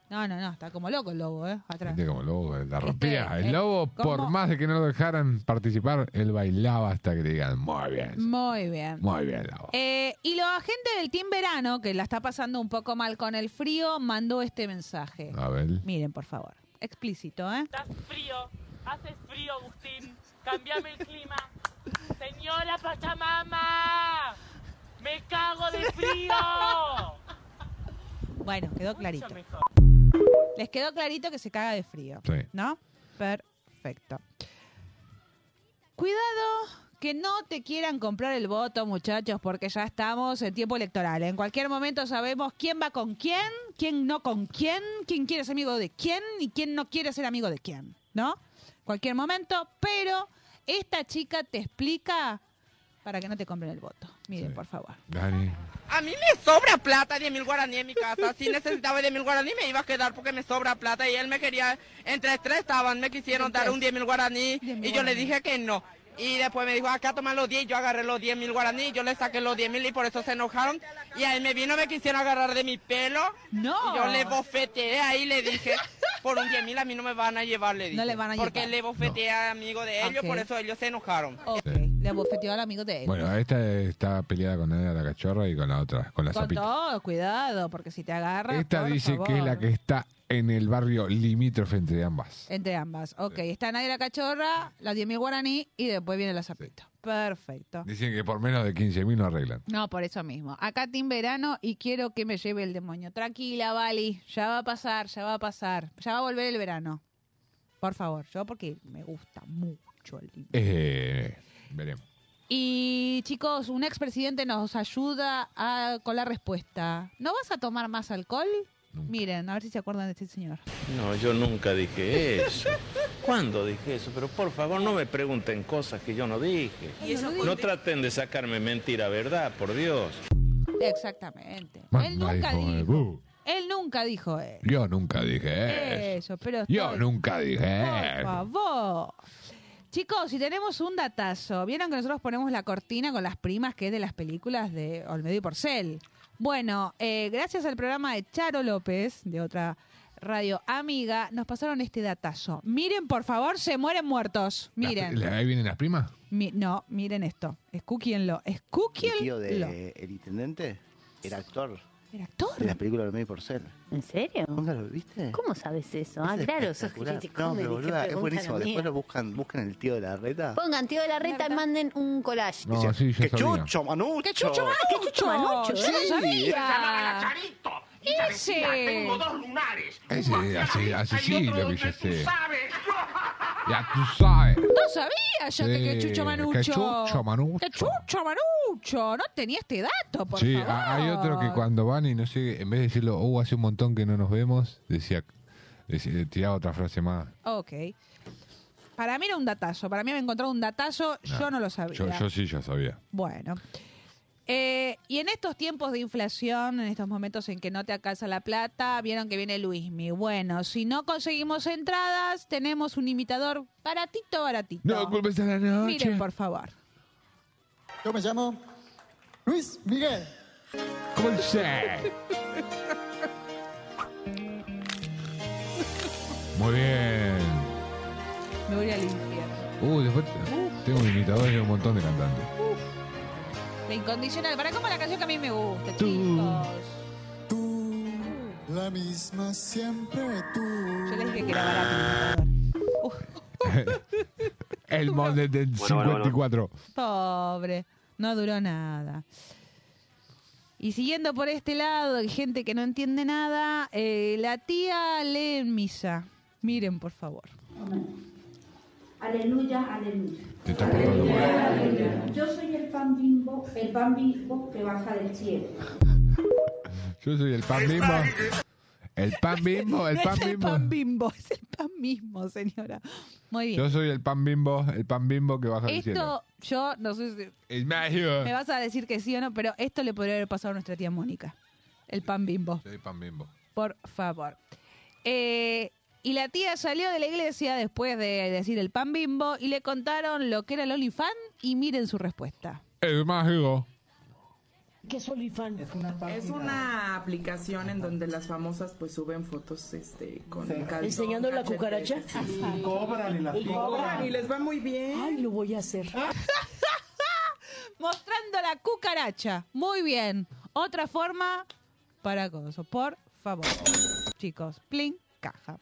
Speaker 4: No, no, no, está como loco el lobo, ¿eh? Atrás.
Speaker 5: Viste como el lobo, la rompía.
Speaker 4: eh,
Speaker 5: El lobo, por
Speaker 4: ¿cómo?
Speaker 5: más de que no lo dejaran participar, él bailaba hasta que le digan, muy bien,
Speaker 4: Muy bien.
Speaker 5: muy bien, lobo.
Speaker 4: Eh, y la gente del Team Verano, que la está pasando un poco mal con el frío, mandó este mensaje.
Speaker 5: A ver.
Speaker 4: Miren, por favor. Explícito, ¿eh?
Speaker 20: frío, haces frío, Agustín. Cambiame el clima. Señora Pachamama, me cago de frío.
Speaker 4: Bueno, quedó clarito. Les quedó clarito que se caga de frío.
Speaker 5: Sí.
Speaker 4: ¿No? Perfecto. Cuidado que no te quieran comprar el voto, muchachos, porque ya estamos en tiempo electoral. En cualquier momento sabemos quién va con quién, quién no con quién, quién quiere ser amigo de quién y quién no quiere ser amigo de quién, ¿no? Cualquier momento, pero esta chica te explica para que no te compren el voto. Miren, por favor.
Speaker 5: Dani.
Speaker 21: A mí me sobra plata, 10 mil guaraníes en mi casa. Si necesitaba 10 mil guaraníes me iba a quedar porque me sobra plata. Y él me quería, entre tres estaban, me quisieron dar un 10 mil guaraní. Y yo le
Speaker 22: guaraní.
Speaker 21: dije que no. Y después me dijo, acá toman los 10. y Yo agarré los 10 mil guaraní, yo le saqué los 10 mil y por eso se enojaron. Y ahí me vino, me quisieron agarrar de mi pelo.
Speaker 4: No.
Speaker 21: Y yo le bofeteé ahí, le dije, por un 10 mil a mí no me van a llevar, le dije.
Speaker 4: le van a
Speaker 21: Porque
Speaker 4: llevar.
Speaker 21: le bofeteé a amigo de ellos,
Speaker 4: Ok.
Speaker 21: por eso ellos se enojaron.
Speaker 4: Ok. Le abofeteó al amigo de él.
Speaker 5: Bueno, esta está peleada con la de la cachorra y con la otra, con la
Speaker 4: Con
Speaker 5: zapita.
Speaker 4: todo, cuidado, porque si te agarra.
Speaker 5: Esta
Speaker 4: por
Speaker 5: dice
Speaker 4: favor.
Speaker 5: que es la que está en el barrio limítrofe entre ambas.
Speaker 4: Entre ambas. Ok, está Nadia la Cachorra, la 10.000 guaraní y después viene la zapita. Perfecto.
Speaker 5: Dicen que por menos de 15.000 no arreglan.
Speaker 4: No, por eso mismo. Acá Team Verano y quiero que me lleve el demonio. Tranquila, Vali. Ya va a pasar, ya va a pasar. Ya va a volver el verano. Por favor, yo porque me gusta mucho el limón.
Speaker 5: Eh, veremos.
Speaker 4: Y chicos, un expresidente nos ayuda a, con la respuesta. ¿No vas a tomar más alcohol? Miren, a ver si se acuerdan de este señor.
Speaker 23: No, yo nunca dije eso. ¿Cuándo dije eso? Pero por favor no me pregunten cosas que yo no dije.
Speaker 4: ¿Y eso
Speaker 23: no
Speaker 4: conté?
Speaker 23: traten de sacarme mentira, ¿verdad? Por Dios.
Speaker 4: Exactamente. él
Speaker 5: Manda
Speaker 4: nunca
Speaker 5: hijo de
Speaker 4: dijo.
Speaker 5: bu.
Speaker 4: Él nunca dijo eso.
Speaker 5: uh, Yo nunca dije eso.
Speaker 4: Eso, pero
Speaker 5: Yo
Speaker 4: Eh, estoy-
Speaker 5: nunca dije
Speaker 4: Por
Speaker 5: eso.
Speaker 4: favor. Chicos, si tenemos un datazo, vieron que nosotros ponemos la cortina con las primas que es de las películas de Olmedo y Porcel. Bueno, eh, gracias al programa de Charo López, de otra radio amiga, nos pasaron este datazo. Miren, por favor, se mueren muertos. Miren.
Speaker 5: ¿Le- ¿Ahí vienen las primas?
Speaker 4: Mi- no, miren esto. Escúquienlo.
Speaker 22: El tío
Speaker 4: Escúquienlo.
Speaker 22: de el intendente era actor
Speaker 4: ¿Era actor?
Speaker 22: de las películas de Medio Porcel.
Speaker 24: ¿En serio?
Speaker 22: ¿Nunca lo viste?
Speaker 24: ¿Cómo sabes eso? Ah,
Speaker 22: Es
Speaker 24: claro, sos
Speaker 22: espectacular.
Speaker 24: gente
Speaker 22: No,
Speaker 24: come,
Speaker 22: pero
Speaker 24: ¿qué
Speaker 22: boluda, es
Speaker 24: pregunta
Speaker 22: buenísimo.
Speaker 24: la mía?
Speaker 22: Después lo buscan, buscan el tío de la reta.
Speaker 4: Pues,
Speaker 24: Pongan tío de la reta y manden un collage.
Speaker 5: No, sí, yo
Speaker 22: ¡Qué
Speaker 5: sabía.
Speaker 22: chucho, Manucho!
Speaker 24: ¡Qué chucho, Manucho! ¡Qué chucho, Manucho!
Speaker 22: Sí.
Speaker 24: ¡Yo no sabía!
Speaker 4: Ese.
Speaker 24: lunares.
Speaker 5: Ese, así, así sí, lo que yo sé.
Speaker 24: sabes.
Speaker 5: Ya tú sabes.
Speaker 4: No sabía yo que, que
Speaker 5: Sí,
Speaker 4: Chucho Manucho.
Speaker 5: que Chucho Manucho.
Speaker 4: Que Chucho Manucho. No tenía este dato, por
Speaker 5: Sí,
Speaker 4: favor.
Speaker 5: a- hay otro que cuando van y no sé, en vez de decirlo, oh, hace un montón que no nos vemos, decía, decía- tiraba otra frase más.
Speaker 4: Ok. Para mí era un datazo. Para mí había encontrado un datazo. yo no lo sabía.
Speaker 5: Yo, yo sí ya sabía.
Speaker 4: Bueno. Eh, y en estos tiempos de inflación, en estos momentos en que no te alcanza la plata, vieron que viene Luismi. Bueno, si no conseguimos entradas, tenemos un imitador baratito, baratito.
Speaker 5: No culpes a la noche.
Speaker 4: Miren, por favor.
Speaker 25: Yo me llamo Luis Miguel.
Speaker 5: Dulce. Muy bien.
Speaker 4: Me voy al infierno.
Speaker 5: Uh, después tengo un imitador y un montón de cantantes.
Speaker 4: La incondicional. ¿Para cómo la canción que a mí me gusta,
Speaker 25: Tú.
Speaker 4: chicos?
Speaker 25: La misma siempre tú.
Speaker 4: Yo les dije que era barato.
Speaker 5: El molde del
Speaker 25: Bueno, bueno, bueno.
Speaker 5: 54.
Speaker 4: Pobre, no duró nada. Y siguiendo por este lado, hay gente que no entiende nada, eh, la tía lee en misa. Miren, por favor.
Speaker 26: Aleluya, aleluya. Yo soy el pan bimbo, el pan bimbo que baja del cielo.
Speaker 5: Yo soy el pan bimbo. El pan bimbo, el
Speaker 4: No
Speaker 5: pan
Speaker 4: es el
Speaker 5: bimbo.
Speaker 4: pan bimbo, es el pan mismo, señora. Muy bien.
Speaker 5: Yo soy el pan bimbo, el pan bimbo que baja del
Speaker 4: Esto,
Speaker 5: cielo.
Speaker 4: yo no sé si
Speaker 5: El
Speaker 4: me
Speaker 5: magia.
Speaker 4: vas a decir que sí o no, pero esto le podría haber pasado a nuestra tía Mónica. El pan bimbo.
Speaker 5: Soy pan bimbo.
Speaker 4: Por favor. Eh, y la tía salió de la iglesia después de decir el pan bimbo y le contaron lo que era el OnlyFans y miren su respuesta.
Speaker 5: El mágico.
Speaker 27: ¿Qué es OnlyFans? Es una,
Speaker 28: Es una aplicación en donde las famosas pues suben fotos este con
Speaker 27: Sí.
Speaker 28: calzón,
Speaker 27: ¿Enseñando la
Speaker 28: cachetes,
Speaker 27: cucaracha?
Speaker 28: sí.
Speaker 27: Y cobran y las
Speaker 28: Y cobran
Speaker 27: cobran.
Speaker 28: y les va muy bien. Ay,
Speaker 27: lo voy a hacer.
Speaker 4: Mostrando la cucaracha. Muy bien. Otra forma para gozo. Por favor. Chicos, plin, caja.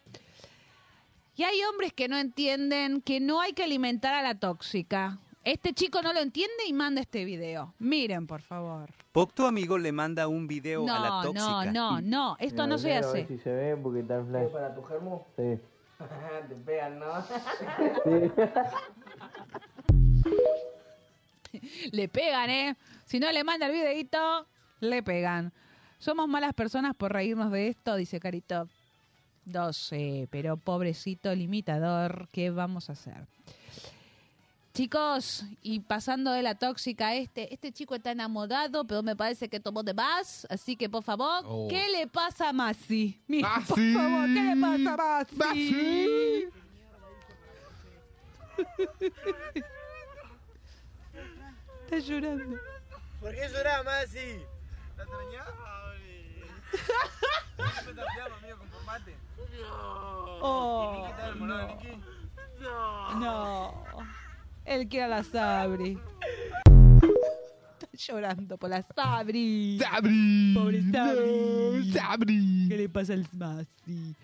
Speaker 4: Y hay hombres que no entienden que no hay que alimentar a la tóxica. Este chico no lo entiende y manda este video. Miren, por favor.
Speaker 29: Poc tu amigo le manda un video a la
Speaker 4: No, no,
Speaker 29: tóxica.
Speaker 4: no, no. Esto no se hace.
Speaker 29: si se ve porque está en flash.
Speaker 30: ¿Para tu germo?
Speaker 29: Sí.
Speaker 30: Te pegan, ¿no?
Speaker 4: Le pegan, ¿eh? Si no le manda el videito, le pegan. Somos malas personas por reírnos de esto, dice Carito. 12, pero pobrecito el imitador, ¿qué vamos a hacer? Chicos, y pasando de la tóxica a este, este chico está enamorado, pero me parece que tomó de más, así que por favor,
Speaker 11: Oh.
Speaker 4: ¿qué le pasa a Masi? Mira,
Speaker 30: Ah,
Speaker 4: por
Speaker 11: Masi.
Speaker 4: favor, ¿qué le pasa a Masi? está llorando.
Speaker 30: ¿Por qué llorás, Masi? ¿La extrañaba, ¿Me tapeaba, amigo, con combate? No.
Speaker 4: Oh,
Speaker 30: ¿Y Niki está enamorado de Niki?
Speaker 4: No. Él quiere a la Sabri. Está llorando por la Sabri.
Speaker 5: Sabri.
Speaker 4: Pobre Sabri.
Speaker 5: Sabri.
Speaker 4: ¿Qué le pasa al Sabri?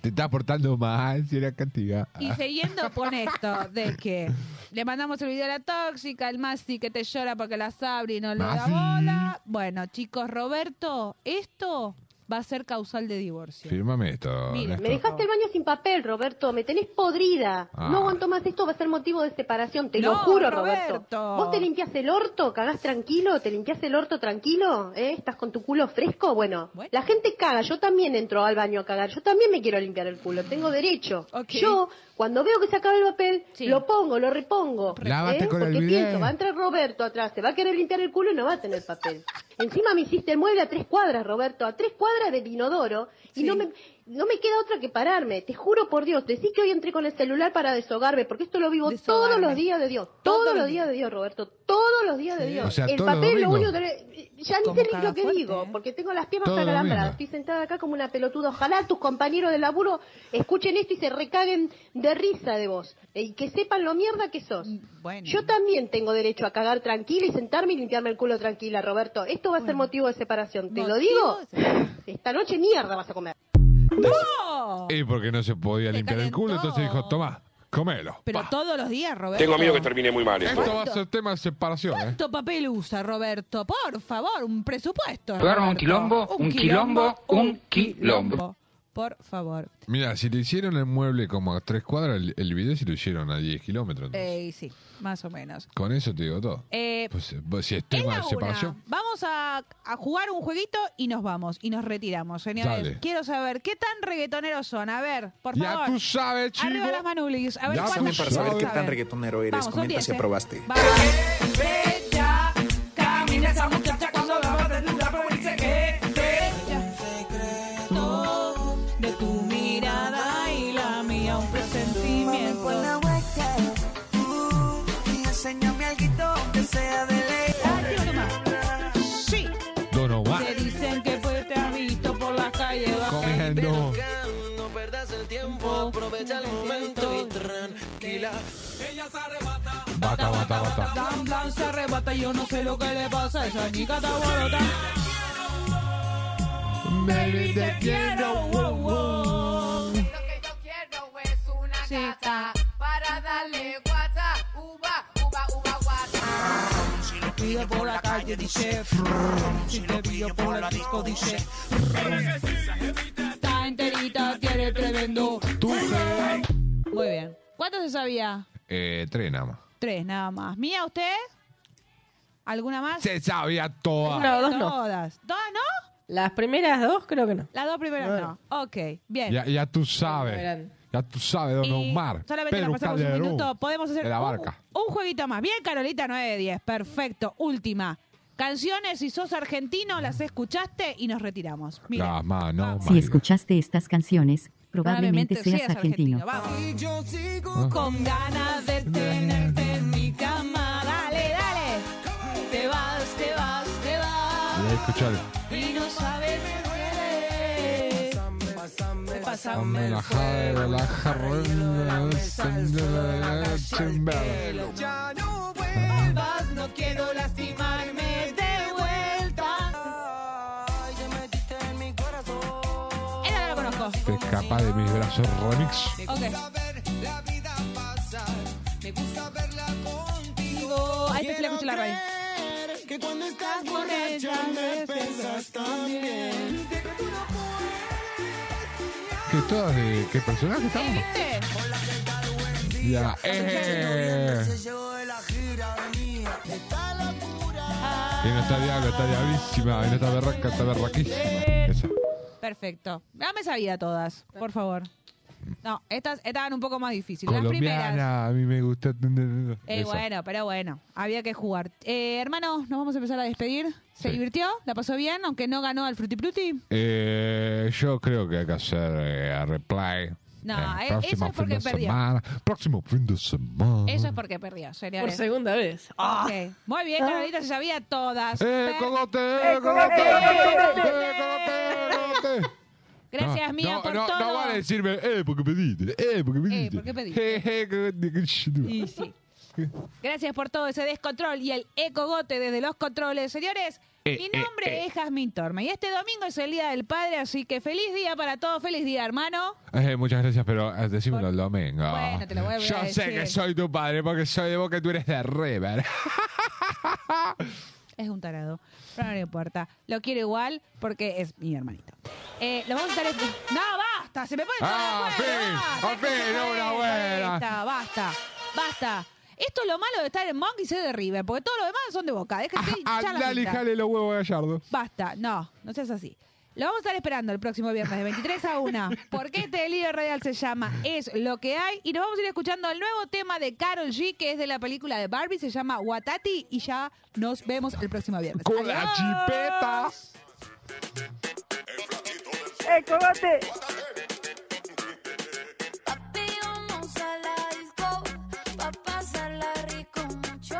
Speaker 5: Te estás portando mal, si era cantidad.
Speaker 4: Y siguiendo con esto de que le mandamos el video a la tóxica, el Masi que te llora porque la Sabri no le da
Speaker 5: Masi.
Speaker 4: bola. Bueno, chicos, Roberto, esto va a ser causal de divorcio.
Speaker 5: Fírmame esto.
Speaker 4: Mira,
Speaker 5: Néstor.
Speaker 24: Me dejaste el baño sin papel, Roberto. Me tenés podrida.
Speaker 5: Ah.
Speaker 24: No aguanto más esto. Va a ser motivo de separación. Te lo
Speaker 4: No,
Speaker 24: juro, Roberto.
Speaker 4: Roberto.
Speaker 24: ¿Vos te limpias el orto? ¿Cagás tranquilo? ¿Te limpias el orto tranquilo? ¿Eh? ¿Estás con tu culo fresco? Bueno, la gente caga. Yo también entro al baño a cagar. Yo también me quiero limpiar el culo. Tengo derecho. Yo, cuando veo que se acaba el papel, lo pongo, lo repongo. ¿Eh?
Speaker 5: Lávate con el
Speaker 24: Porque
Speaker 5: bidet.
Speaker 24: pienso, va a entrar Roberto atrás. Se va a querer limpiar el culo y no va a tener papel. Encima me hiciste el mueble a tres cuadras, Roberto. A tres cuadras del inodoro. Y no me... No me queda otra que pararme, te juro por Dios. Decí que hoy entré con el celular para deshogarme, porque esto lo vivo todos los días de Dios. Todos los días de Dios, Roberto. Todos los días de Dios.
Speaker 5: O sea,
Speaker 24: el
Speaker 5: todos los
Speaker 24: papel, lo
Speaker 5: domingos.
Speaker 24: único que. Ya ni
Speaker 5: Como
Speaker 24: sé ni
Speaker 5: caga
Speaker 24: lo que
Speaker 5: fuerte,
Speaker 24: digo, porque tengo las piernas
Speaker 5: Todos los
Speaker 24: acalambradas.
Speaker 5: domingos.
Speaker 24: Estoy sentada acá como una pelotuda. Ojalá tus compañeros de laburo escuchen esto y se recaguen de risa de vos. eh, Y que sepan lo mierda que sos. Yo también tengo derecho a cagar tranquila y sentarme y limpiarme el culo tranquila, Roberto. Esto va a ser motivo de separación. Te lo digo. Esta noche mierda vas a comer.
Speaker 5: Y porque no se podía limpiar el culo, entonces dijo, tomá, comelo.
Speaker 4: Pero todos los días, Roberto.
Speaker 5: Tengo miedo que
Speaker 31: termine muy mal
Speaker 5: Esto va a ser tema de separación, ¿eh?
Speaker 4: ¿Cuánto papel usa, Roberto? Por favor, un presupuesto.
Speaker 5: Claro,
Speaker 4: Roberto.
Speaker 5: un quilombo, un quilombo,
Speaker 4: un quilombo. Por favor.
Speaker 5: Mira, si le hicieron el mueble como a tres cuadras, el, el video si lo hicieron a 10 kilómetros.
Speaker 4: Eh, sí, más o menos.
Speaker 5: Con eso te digo todo.
Speaker 4: Eh,
Speaker 5: Pues, eh, pues, si es tema de
Speaker 4: Laura,
Speaker 5: separación.
Speaker 4: Vamos a, a jugar un jueguito y nos vamos. Y nos retiramos, señores.
Speaker 5: Dale.
Speaker 4: Quiero saber qué tan reggaetoneros son. A ver, por
Speaker 5: Ya
Speaker 4: favor.
Speaker 5: tú sabes, chico.
Speaker 4: Arriba las manulis. A ver
Speaker 32: Ya
Speaker 4: cuántas
Speaker 32: también para saber qué tan
Speaker 4: saben.
Speaker 32: reggaetonero eres,
Speaker 4: Vamos, son
Speaker 32: comenta
Speaker 4: 10,
Speaker 32: si
Speaker 4: ¿eh?
Speaker 32: aprobaste.
Speaker 2: Bella, camina esa muchacha cuando la va desnuda, pero dice que bella. Secreto de tu mirada y la mía, un presentimiento. Por la huella, y enséñame algo que sea de ley.
Speaker 4: Sí.
Speaker 5: Dono va.
Speaker 2: Te dicen que pues te has visto por las calles
Speaker 5: Comiendo.
Speaker 2: Oh, Aprovecha el momento y tranquila. Ella se arrebata.
Speaker 5: Bata, bata, bata.
Speaker 2: Dan, dan, se arrebata. Yo no sé lo que le pasa a esa chica está borota.
Speaker 5: Baby, te quiero. wow, wow.
Speaker 2: para darle guata, uva, uva, uva, guata. Si lo pillo por la calle dice, "Frrr". si lo pillo por la disco dice, "Frrr".
Speaker 4: Está enterita, tiene tremendo.
Speaker 5: Tú.
Speaker 4: Muy bien. ¿Cuántos se sabía?
Speaker 5: Eh, tres nada más.
Speaker 4: Tres, nada más. ¿Mía, usted? ¿Alguna más?
Speaker 5: Se sabía toda.
Speaker 4: No,
Speaker 33: dos no.
Speaker 4: Todas. ¿Todas no?
Speaker 33: Las primeras dos creo que no.
Speaker 4: Las dos primeras no.
Speaker 33: Bueno.
Speaker 4: Ok, bien.
Speaker 5: Ya, ya tú sabes.
Speaker 4: Verán.
Speaker 5: Ya tú sabes, Don
Speaker 4: Y
Speaker 5: Omar.
Speaker 4: Solamente nos pasamos un
Speaker 5: Calderón.
Speaker 4: minuto. Podemos hacer
Speaker 5: De la
Speaker 4: un-
Speaker 5: barca.
Speaker 4: Un, jueguito más. Bien, Carolita, 9 de 10. Perfecto. Última. Canciones, si sos argentino, las escuchaste y nos retiramos. Mira.
Speaker 5: Las manos.
Speaker 23: Si escuchaste estas canciones, probablemente seas argentino.
Speaker 2: Y yo sigo con ganas de tenerte en mi cama. Dale, dale. Te vas, te vas, te vas.
Speaker 5: Y escuchar.
Speaker 2: Y no sabes qué eres.
Speaker 4: Ah,
Speaker 2: Pásame
Speaker 5: Dame la jade, la jarrera, encendela, chimbala.
Speaker 2: Ya no vuelvas, no quiero lastimarme de vuelta.
Speaker 4: Esa no la conozco.
Speaker 5: Te escapa de mis brazos remix.
Speaker 2: Me gusta verla contigo.
Speaker 4: Ay, este sí la escuché en la radio. Ah,
Speaker 2: Que cuando estás borracha me pensas también.
Speaker 5: ¿Qué todas de qué personaje estamos? Ya. Eh. Y no está diablo, está diablísima. Y no está berraca, está berraquísima. Esa.
Speaker 4: Perfecto. No me sabía todas, por favor. No, estas estaban un poco más difíciles. Las primeras.
Speaker 5: Colombiana, a mí me gusta.
Speaker 4: Eh,
Speaker 5: Esa.
Speaker 4: bueno, pero bueno, había que jugar. Eh, hermanos, nos vamos a empezar a despedir. ¿Se divirtió? ¿La pasó bien? Aunque no ganó al Frutipluti.
Speaker 5: Eh, yo creo que hay que hacer eh, a replay.
Speaker 4: No, e-
Speaker 5: Eh,
Speaker 4: eso
Speaker 5: próximo
Speaker 4: es porque
Speaker 5: fin de
Speaker 4: perdió.
Speaker 5: semana. Próximo fin de semana.
Speaker 4: Eso es porque perdió, señores.
Speaker 33: Por segunda vez. Ah.
Speaker 4: Ok. Muy bien, Carolita se sabía todas.
Speaker 5: ¡Eh,
Speaker 4: Per-
Speaker 5: cogote!
Speaker 4: ¡Eh,
Speaker 5: ¡Eh, cogote!
Speaker 4: cogote!
Speaker 5: ¡Eh, cogote! cogote!
Speaker 4: Gracias,
Speaker 5: no,
Speaker 4: mía,
Speaker 5: no,
Speaker 4: por
Speaker 5: no,
Speaker 4: todo.
Speaker 5: No vale decirme, eh, porque pediste, eh, porque pediste.
Speaker 4: Eh, ¿por qué pediste?
Speaker 5: Eh, eh, que- que- que-
Speaker 4: Y sí. Gracias por todo ese descontrol y el ecogote desde los controles. Señores,
Speaker 34: Eh,
Speaker 4: mi
Speaker 34: eh,
Speaker 4: nombre
Speaker 34: eh.
Speaker 4: es Jasmine Torma y este domingo es el Día del Padre, así que feliz día para todos, feliz día, hermano.
Speaker 5: Eh, muchas gracias, pero eh, decímelo el domingo.
Speaker 4: Bueno, te lo voy a
Speaker 5: Yo
Speaker 4: decir.
Speaker 5: sé que soy tu padre porque soy de Boca y tú eres de River.
Speaker 4: Es un tarado, pero no le importa. Lo quiero igual porque es mi hermanito. Eh, lo vamos a estar... escu- ¡No, basta! ¡Se me pone todo de
Speaker 5: ¡Ah,
Speaker 4: acuerdo,
Speaker 5: fin!
Speaker 4: basta,
Speaker 5: ¡Al fin! ¡Una buena!
Speaker 4: Basta, basta, basta. Esto es lo malo de estar en Monk y ser de River, porque todos los demás son de Boca. Déjate hinchar la
Speaker 5: Ah, Dale y
Speaker 4: mitad.
Speaker 5: jale los huevos a Gallardo.
Speaker 4: Basta, no, no seas así. Lo vamos a estar esperando el próximo viernes de 23 a 1. Porque este delirio radial se llama Es lo que hay. Y nos vamos a ir escuchando el nuevo tema de Carol G, que es de la película de Barbie, se llama Watati. Y ya nos vemos el próximo viernes.
Speaker 5: Con la
Speaker 4: Adiós.
Speaker 5: chipeta.
Speaker 35: ¡Eh, cogote!
Speaker 2: Papi, vamos a la disco, pa' pasarla rico, mucho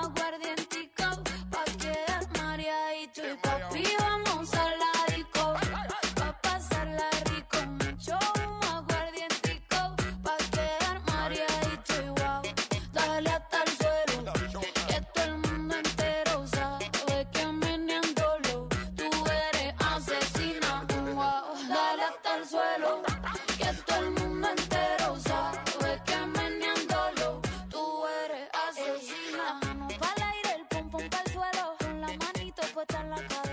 Speaker 2: aguardientico, pa' quedar mareadito. Y papi, vamos a la disco, pa' pasarla rico, mucho aguardientico, pa' quedar mareadito. Y guau, dale hasta el suelo, que todo el mundo entero sabe que meneándolo, tú eres asesina. Guau, dale hasta el suelo. Que todo el mundo entero sabe que meneándolo tú eres asesina. La mano pa'l aire, el pum pum pa'l suelo. Con la manito puesta en la cadera. pues.